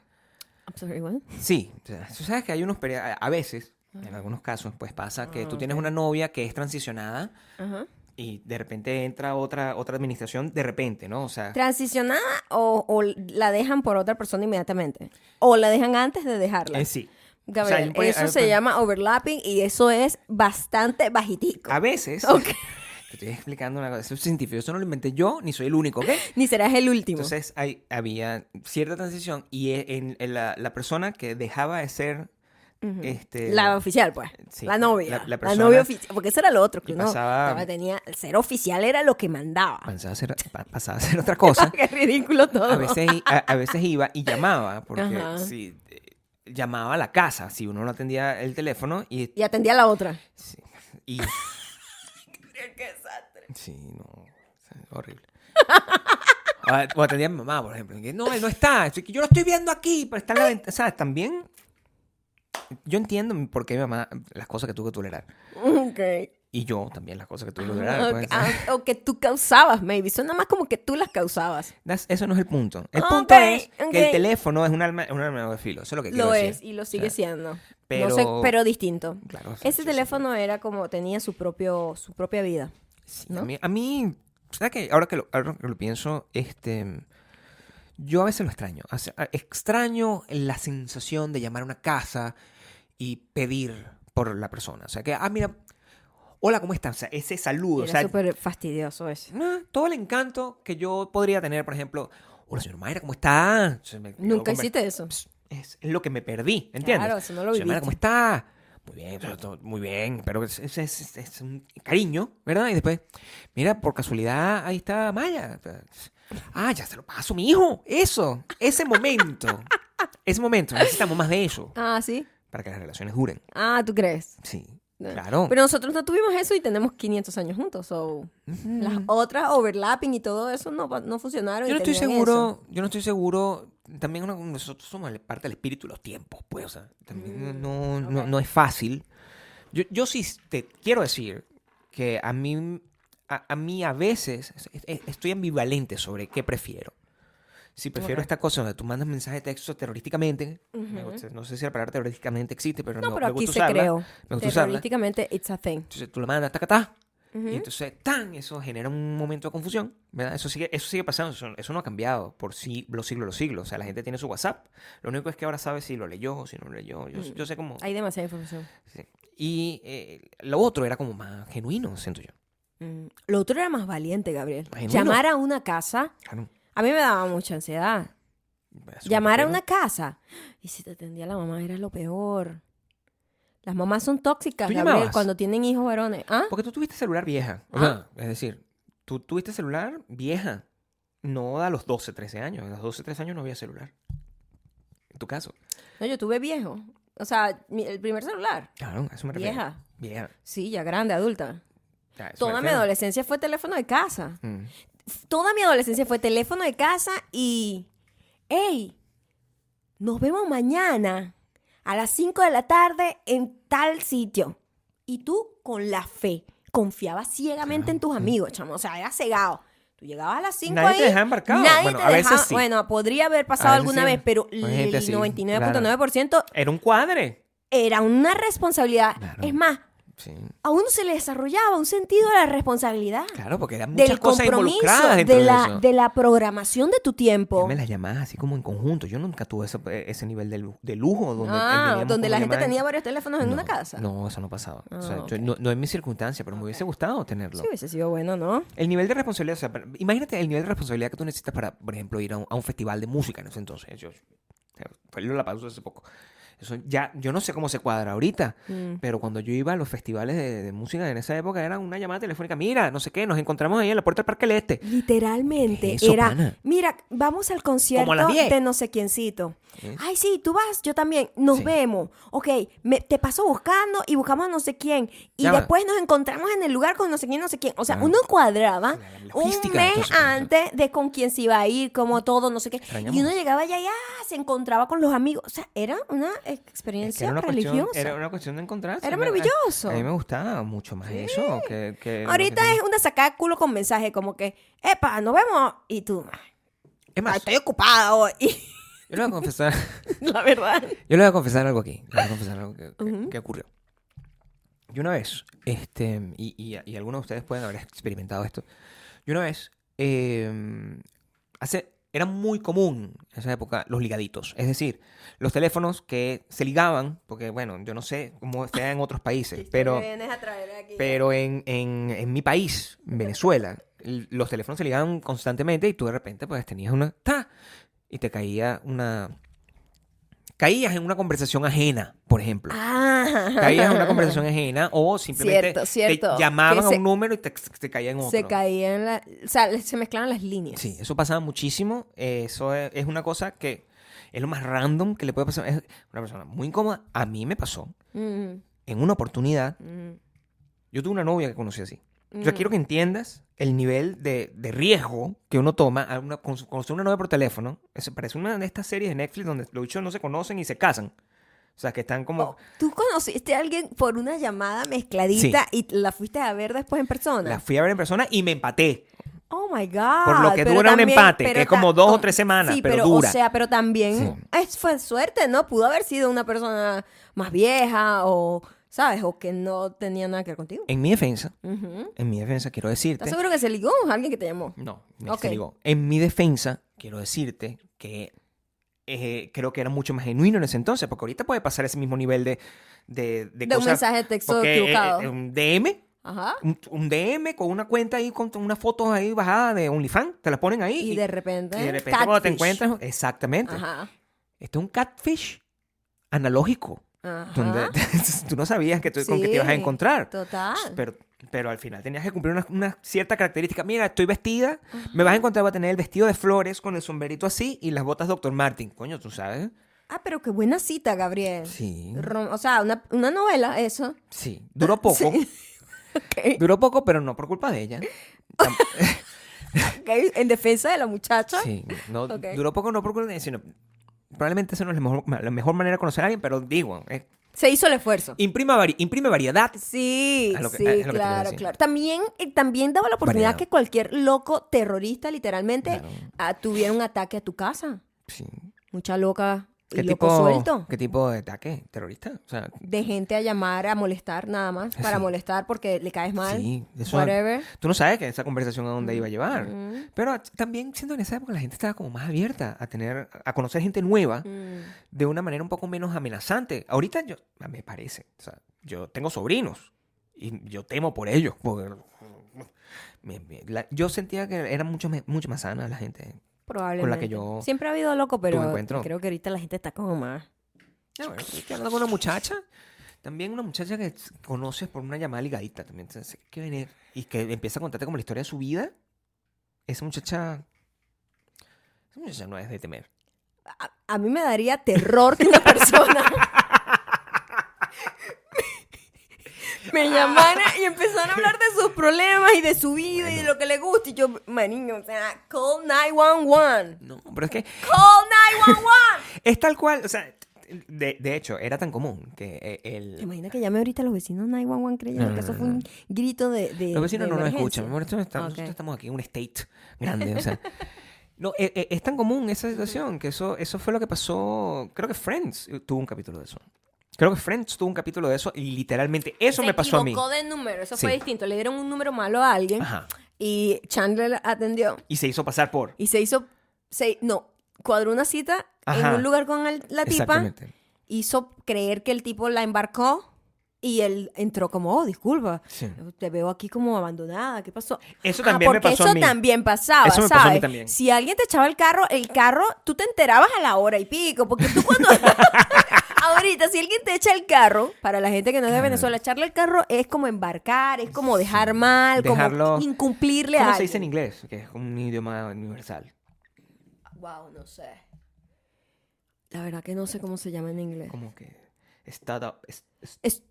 Speaker 1: I'm sorry, what?
Speaker 2: Sí, o sea, tú sabes que hay unos peri- a a veces, en algunos casos, pues pasa que tú tienes una novia que es transicionada
Speaker 1: Ah, Ajá.
Speaker 2: y de repente entra otra, otra administración, de repente, ¿no? O sea,
Speaker 1: ¿Transicionada o, o la dejan por otra persona inmediatamente? ¿O la dejan antes de dejarla?
Speaker 2: eh, sí. O sea, hay
Speaker 1: Gabriel,
Speaker 2: un pre- hay
Speaker 1: eso
Speaker 2: un
Speaker 1: se
Speaker 2: pre-
Speaker 1: llama overlapping y eso es bastante bajitico.
Speaker 2: A veces,
Speaker 1: Ok.
Speaker 2: te estoy explicando una cosa, eso es científico, eso no lo inventé yo, ni soy el único, ¿ok?
Speaker 1: Ni serás el último.
Speaker 2: Entonces hay, había cierta transición y e- en, en la, la persona que dejaba de ser... este,
Speaker 1: la oficial, pues.
Speaker 2: sí,
Speaker 1: la novia.
Speaker 2: la- la
Speaker 1: La,
Speaker 2: persona-
Speaker 1: novia oficial. Porque eso era lo otro que
Speaker 2: Y
Speaker 1: uno
Speaker 2: pasaba-
Speaker 1: estaba- tenía. Ser oficial era lo que mandaba.
Speaker 2: pasaba a ser, pa- pasaba a ser otra cosa.
Speaker 1: Qué ridículo todo.
Speaker 2: Pues, A veces, i- a, a veces iba y llamaba, porque
Speaker 1: Ajá.
Speaker 2: si, eh, llamaba a la casa, si uno no atendía el teléfono y...
Speaker 1: Y atendía a la otra.
Speaker 2: sí, y Sí, no. o sea, Horrible. Ah, O atendía a mi mamá, por ejemplo. que, no, él no está. estoy- Yo lo estoy viendo aquí, pero está en la ventana. O sea, también. Yo entiendo por qué mi mamá las cosas que tuvo que tolerar.
Speaker 1: Ok.
Speaker 2: Y yo también las cosas que tuve que
Speaker 1: Ah,
Speaker 2: tolerar.
Speaker 1: ok.
Speaker 2: pues.
Speaker 1: Ah, o que tú causabas, maybe. Son nada más como que tú las causabas.
Speaker 2: Das- Eso no es el punto. El
Speaker 1: Ok,
Speaker 2: punto es que el
Speaker 1: ok.
Speaker 2: teléfono es un alma, un arma de filo. Eso es lo que quiero
Speaker 1: Lo
Speaker 2: decir.
Speaker 1: es y lo sigue
Speaker 2: O sea,
Speaker 1: siendo. Pero,
Speaker 2: pero-
Speaker 1: no sé, pero distinto.
Speaker 2: Claro, sí,
Speaker 1: Ese
Speaker 2: sí,
Speaker 1: teléfono era como tenía su propio su propia vida.
Speaker 2: Sí,
Speaker 1: ¿no?
Speaker 2: a mí, a mí- ¿sabes qué? Ahora que lo, ahora que lo pienso, este, yo a veces lo extraño. O sea, extraño la sensación de llamar a una casa y pedir por la persona. O sea, que, ah, mira, hola, ¿cómo estás? O sea, ese
Speaker 1: Era
Speaker 2: saludo. Uh, O sea,
Speaker 1: súper fastidioso eso.
Speaker 2: ah, todo el encanto que yo podría tener, por ejemplo, hola, señor Mayra, ¿cómo está? Se me-
Speaker 1: Nunca
Speaker 2: yo come-
Speaker 1: hiciste eso.
Speaker 2: Pss, Es lo que me perdí, ¿entiendes?
Speaker 1: Claro, eso no lo
Speaker 2: Señor
Speaker 1: viviste.
Speaker 2: Mayra, ¿cómo está? Muy bien, pero todo- muy bien, pero es, es- es- es un cariño, ¿verdad? Y después, mira, por casualidad, ahí está Maya. Ah, ya se lo paso, mi hijo. Eso, ese momento. ese momento, necesitamos más de eso
Speaker 1: Ah, sí.
Speaker 2: para que las relaciones duren.
Speaker 1: Ah, ¿tú crees?
Speaker 2: Sí,
Speaker 1: No.
Speaker 2: claro.
Speaker 1: Pero nosotros no tuvimos eso y tenemos 500 años juntos. so, Las otras overlapping y todo eso no, pa- no funcionaron.
Speaker 2: yo
Speaker 1: y
Speaker 2: no estoy
Speaker 1: tenían
Speaker 2: seguro, yo no estoy seguro. También uno- nosotros somos parte del espíritu de los tiempos, pues, o sea, también no,
Speaker 1: Mm,
Speaker 2: no- no es fácil. Yo, yo sí te quiero decir que a mí, a, a mí a veces es- es- estoy ambivalente sobre qué prefiero. Si prefiero
Speaker 1: Ok.
Speaker 2: esta cosa donde tú mandas mensajes de texto terrorísticamente, me gusta- no sé si la palabra terrorísticamente existe, pero
Speaker 1: eso. No,
Speaker 2: no,
Speaker 1: pero
Speaker 2: me
Speaker 1: aquí
Speaker 2: gusta
Speaker 1: se
Speaker 2: usarla,
Speaker 1: creó.
Speaker 2: Me gusta usarla.
Speaker 1: Terrorísticamente, it's a thing.
Speaker 2: Entonces tú lo mandas, taca, ta. Y entonces, tan, eso genera un momento de confusión, ¿verdad? Eso sigue, eso sigue pasando, eso, eso no ha cambiado por sí, los siglos, los siglos. O sea, la gente tiene su WhatsApp. Lo único es que ahora sabe si lo leyó o si no lo leyó. Yo,
Speaker 1: Mm.
Speaker 2: yo sé cómo.
Speaker 1: Hay demasiada información.
Speaker 2: sí. Y eh, lo otro era como más genuino, siento yo.
Speaker 1: Mm. Lo otro era más valiente, Gabriel.
Speaker 2: Genuino.
Speaker 1: Llamar a una casa.
Speaker 2: Claro.
Speaker 1: A mí me daba mucha ansiedad.
Speaker 2: Eso
Speaker 1: Llamar a
Speaker 2: me
Speaker 1: una casa. Y si te atendía la mamá, era lo peor. Las mamás son tóxicas,
Speaker 2: ¿Tú
Speaker 1: Gabriel,
Speaker 2: llamabas?
Speaker 1: cuando tienen hijos varones. ¿Ah?
Speaker 2: Porque tú tuviste celular vieja. O sea, es decir, tú tuviste celular vieja. No a los 12, 13 años. A los 12, 13 años no había celular. En tu caso.
Speaker 1: No, yo tuve viejo. O sea, mi- el primer celular.
Speaker 2: Claro, a eso me refiero.
Speaker 1: Vieja.
Speaker 2: Vieja.
Speaker 1: Sí, ya grande, adulta.
Speaker 2: A eso me
Speaker 1: Toda mi
Speaker 2: refiero.
Speaker 1: adolescencia fue teléfono de casa.
Speaker 2: Mm.
Speaker 1: Toda mi adolescencia fue teléfono de casa y... ¡Ey! Nos vemos mañana a las 5 de la tarde en tal sitio. Y tú con la fe. Confiabas ciegamente en tus amigos, chamo. O sea, era cegado. Tú llegabas a las 5
Speaker 2: Nadie te
Speaker 1: ahí,
Speaker 2: dejaba embarcado.
Speaker 1: Nadie
Speaker 2: Bueno,
Speaker 1: te
Speaker 2: a veces
Speaker 1: dejaba-
Speaker 2: sí.
Speaker 1: Bueno, podría haber pasado
Speaker 2: A veces
Speaker 1: alguna
Speaker 2: sí.
Speaker 1: vez, pero el
Speaker 2: Hay gente sí,
Speaker 1: 99.9%
Speaker 2: Era un cuadre.
Speaker 1: era una responsabilidad.
Speaker 2: Claro.
Speaker 1: Es más,
Speaker 2: Sí.
Speaker 1: a uno se le desarrollaba un sentido de la responsabilidad.
Speaker 2: Claro, porque eran muchas
Speaker 1: Del
Speaker 2: cosas
Speaker 1: compromiso,
Speaker 2: involucradas dentro
Speaker 1: de
Speaker 2: de
Speaker 1: la,
Speaker 2: eso.
Speaker 1: de la programación de tu tiempo.
Speaker 2: Me las llamadas así como en conjunto. Yo nunca tuve ese, ese nivel de, lu- de lujo donde
Speaker 1: Ah,
Speaker 2: teníamos
Speaker 1: donde la
Speaker 2: como
Speaker 1: gente
Speaker 2: llamadas.
Speaker 1: tenía varios teléfonos en una casa.
Speaker 2: No, eso no pasaba. O sea,
Speaker 1: Ah,
Speaker 2: yo-
Speaker 1: ok.
Speaker 2: no, no en mi circunstancia, pero me hubiese gustado tenerlo.
Speaker 1: Sí, hubiese sido bueno, ¿no?
Speaker 2: El nivel de responsabilidad, o sea, para- imagínate el nivel de responsabilidad que tú necesitas para, por ejemplo, ir a un, a un festival de música en ese entonces. Yo, fue la pausa hace poco. Eso ya, yo no sé cómo se cuadra ahorita,
Speaker 1: Mm.
Speaker 2: pero cuando yo iba a los festivales de, de música en esa época era una llamada telefónica, mira, no sé qué, nos encontramos ahí en la puerta del Parque del Este.
Speaker 1: Literalmente
Speaker 2: ¿Qué es eso,
Speaker 1: era,
Speaker 2: pana?
Speaker 1: mira, vamos al concierto
Speaker 2: Como a las 10.
Speaker 1: de no sé quiéncito.
Speaker 2: ¿Eh?
Speaker 1: Ay, sí, tú vas, yo también, nos
Speaker 2: Sí.
Speaker 1: vemos. Ok, me- te paso buscando y buscamos a no sé quién. Y
Speaker 2: Ya va.
Speaker 1: después nos encontramos en el lugar con no sé quién, no sé quién. O sea,
Speaker 2: Claro.
Speaker 1: uno cuadraba
Speaker 2: La- la
Speaker 1: un
Speaker 2: logística,
Speaker 1: mes
Speaker 2: entonces, por ejemplo.
Speaker 1: antes de con quién se iba a ir, como todo, no sé qué.
Speaker 2: Mm. Extrañamos
Speaker 1: Y uno
Speaker 2: eso.
Speaker 1: llegaba allá y ah, se encontraba con los amigos. O sea, era una
Speaker 2: Es que
Speaker 1: experiencia
Speaker 2: era, una cuestión,
Speaker 1: religiosa.
Speaker 2: era una cuestión de encontrarse.
Speaker 1: Era
Speaker 2: me- a-
Speaker 1: maravilloso.
Speaker 2: A mí me gustaba mucho más eso. Que, que lo
Speaker 1: Ahorita
Speaker 2: que-
Speaker 1: es una sacada de culo con mensaje como que, epa, nos vemos. Y tú,
Speaker 2: Es
Speaker 1: "Ay,
Speaker 2: más,
Speaker 1: estoy ocupada hoy.
Speaker 2: yo le voy a confesar,
Speaker 1: La verdad.
Speaker 2: yo le voy a confesar algo aquí. Le voy a confesar algo que, que- que ocurrió. Yo una vez, este, y, y- y algunos de ustedes pueden haber experimentado esto. Yo una vez, eh, hace, era muy común en esa época los ligaditos. Es decir, los teléfonos que se ligaban, porque bueno, yo no sé cómo sea en otros países, pero... Pero en, en- en mi país, en Venezuela, l- los teléfonos se ligaban constantemente y tú de repente pues tenías una... ¡Ta! Y te caía una... Caías en una conversación ajena, por ejemplo.
Speaker 1: Ah.
Speaker 2: Caías en una conversación ajena o
Speaker 1: Cierto,
Speaker 2: simplemente
Speaker 1: cierto.
Speaker 2: te llamaban
Speaker 1: Que
Speaker 2: a
Speaker 1: se-
Speaker 2: un número y te, te caía en otro.
Speaker 1: Se caían la- o sea, se mezclaban las líneas.
Speaker 2: Sí, eso pasaba muchísimo. eh, Eso es, es una cosa que es lo más random que le puede pasar. Es una persona muy incómoda. A mí me pasó
Speaker 1: Mm,
Speaker 2: en una oportunidad
Speaker 1: mm.
Speaker 2: Yo tuve una novia que conocí así. Yo quiero que entiendas el nivel de, de riesgo que uno toma a una- con- conocer una novia por teléfono. Eso parece una de estas series de Netflix donde los bichos no se conocen y se casan. O sea, que están como...
Speaker 1: Oh, ¿Tú conociste a alguien por una llamada mezcladita y la fuiste a ver después en persona?
Speaker 2: La fui a ver en persona y me empaté.
Speaker 1: Oh my God.
Speaker 2: Por lo que
Speaker 1: pero
Speaker 2: dura un
Speaker 1: también-
Speaker 2: empate,
Speaker 1: pero
Speaker 2: que es
Speaker 1: ta-
Speaker 2: como dos o
Speaker 1: con-
Speaker 2: tres semanas,
Speaker 1: sí,
Speaker 2: pero dura.
Speaker 1: O sea, pero también
Speaker 2: Sí.
Speaker 1: es, fue suerte, ¿no? Pudo haber sido una persona más vieja o, ¿sabes? O que no tenía nada que ver contigo.
Speaker 2: En mi defensa,
Speaker 1: Ujú.
Speaker 2: en mi defensa quiero
Speaker 1: ¿Estás
Speaker 2: decirte...
Speaker 1: seguro que se ligó alguien que te llamó?
Speaker 2: No, me
Speaker 1: Ok.
Speaker 2: se ligó. En mi defensa quiero decirte que eh, creo que era mucho más genuino en ese entonces, porque ahorita puede pasar ese mismo nivel de... De,
Speaker 1: De
Speaker 2: de,
Speaker 1: un
Speaker 2: cosas-
Speaker 1: mensaje de texto
Speaker 2: porque, eh,
Speaker 1: equivocado.
Speaker 2: eh, un DM
Speaker 1: Ajá.
Speaker 2: un, un DM con una cuenta ahí, con unas fotos ahí bajadas de OnlyFans, te las ponen ahí.
Speaker 1: Y de repente,
Speaker 2: y de repente cuando te
Speaker 1: catfish.
Speaker 2: encuentras. Exactamente.
Speaker 1: Ajá.
Speaker 2: Esto es un catfish analógico.
Speaker 1: Ajá.
Speaker 2: Donde tú no sabías que tú- con qué te ibas a
Speaker 1: Sí,
Speaker 2: encontrar.
Speaker 1: Total.
Speaker 2: Pero, pero al final tenías que cumplir una, una cierta característica. Mira, estoy vestida, me vas a encontrar, voy a tener el vestido de flores con el sombrerito así y las botas Dr. Martin. Coño, tú sabes.
Speaker 1: Ah, pero qué buena cita, Gabriel.
Speaker 2: Sí.
Speaker 1: Rom- o sea, una, una novela, eso.
Speaker 2: Sí. Duró poco.
Speaker 1: Ok.
Speaker 2: Duró poco, pero no por culpa de ella. Tam-
Speaker 1: Ok, En defensa de la muchacha.
Speaker 2: Sí, no,
Speaker 1: Ok.
Speaker 2: duró poco, no por culpa de- sino probablemente esa no es la mejor, la mejor manera de conocer a alguien, pero digo, eh,
Speaker 1: Se hizo el esfuerzo.
Speaker 2: imprima vari- imprime variedad.
Speaker 1: Sí,
Speaker 2: A lo que-
Speaker 1: sí,
Speaker 2: a- a lo que te quería
Speaker 1: claro,
Speaker 2: decir.
Speaker 1: claro. También, eh, también daba la oportunidad
Speaker 2: Variado.
Speaker 1: que cualquier loco terrorista, literalmente,
Speaker 2: Claro.
Speaker 1: ah, tuviera un ataque a tu casa.
Speaker 2: Sí.
Speaker 1: Mucha loca y
Speaker 2: ¿Qué,
Speaker 1: loco
Speaker 2: tipo,
Speaker 1: suelto.
Speaker 2: ¿Qué tipo de ataque? ¿Terrorista? O sea,
Speaker 1: De gente a llamar, a molestar, nada más. Para
Speaker 2: Sí.
Speaker 1: molestar porque le caes mal.
Speaker 2: sí, eso-
Speaker 1: whatever. Mm.
Speaker 2: Tú no sabes que esa conversación a dónde iba a llevar. Pero a- también siendo en esa época la gente estaba como más abierta a tener, a conocer gente
Speaker 1: Mm,
Speaker 2: nueva de una manera un poco menos amenazante. Ahorita yo, ah, me parece, o sea, yo tengo sobrinos y yo temo por ellos. porque- me- me- la- yo sentía que era mucho, me- mucho más sana la gente.
Speaker 1: Probablemente.
Speaker 2: yo
Speaker 1: Siempre ha habido loco, pero
Speaker 2: encuentro.
Speaker 1: creo que ahorita la gente está como más.
Speaker 2: Ya, Ah, bueno, estoy hablando con una muchacha. También una muchacha que s- conoces por una llamada ligadita también. Entonces, que viene y que empieza a contarte como la historia de su vida. Esa muchacha. Esa muchacha no es de temer.
Speaker 1: A, a mí me daría terror que una persona me llamara y empezara a hablar de sus problemas y de su vida y de lo que le gusta. Y yo, manín, o sea, call 911.
Speaker 2: No, pero es que
Speaker 1: Call 911.
Speaker 2: es tal cual. O sea, t- de, de hecho, era tan común que eh, el.
Speaker 1: ¿Te imaginas que llame ahorita a los vecinos 911 creyendo
Speaker 2: No,
Speaker 1: que
Speaker 2: no,
Speaker 1: eso
Speaker 2: no,
Speaker 1: fue un grito de. de
Speaker 2: Los vecinos
Speaker 1: de
Speaker 2: no nos
Speaker 1: emergencia?
Speaker 2: escuchan. mi amor, nosotros estamos, nosotros
Speaker 1: Ok.
Speaker 2: estamos aquí en un state grande. o sea. No, eh, eh, es tan común esa situación que eso, eso fue lo que pasó. Creo que Friends eh, tuvo un capítulo de eso. Creo que Friends tuvo un capítulo de eso y literalmente eso
Speaker 1: Se
Speaker 2: me pasó a mí.
Speaker 1: equivocó de número, eso
Speaker 2: Sí.
Speaker 1: fue distinto. Le dieron un número malo a alguien
Speaker 2: Ajá.
Speaker 1: y Chandler atendió
Speaker 2: Y se hizo pasar por.
Speaker 1: y se hizo, se, no, cuadró una cita
Speaker 2: Ajá.
Speaker 1: en un lugar con el- la tipa,
Speaker 2: Exactamente.
Speaker 1: hizo creer que el tipo la embarcó y él entró como, oh, disculpa,
Speaker 2: Sí.
Speaker 1: te veo aquí como abandonada, ¿qué pasó?
Speaker 2: Eso
Speaker 1: Ah,
Speaker 2: también me
Speaker 1: porque
Speaker 2: pasó
Speaker 1: eso
Speaker 2: a mí.
Speaker 1: también pasaba,
Speaker 2: Eso me pasó a
Speaker 1: ¿sabes?
Speaker 2: mí también.
Speaker 1: Si alguien te echaba el carro, el carro, tú te enterabas a la hora y pico, porque tú cuando... Ahorita, si alguien te echa el carro, para la gente que no es de Venezuela, echarle el carro es como embarcar, es como dejar mal,
Speaker 2: Dejarlo-
Speaker 1: como incumplirle a
Speaker 2: ¿Cómo se
Speaker 1: alguien.
Speaker 2: dice en inglés? Que es un idioma universal.
Speaker 1: Wow, no sé. La verdad que no sé cómo se llama en inglés.
Speaker 2: Como que. Stood up. es- es-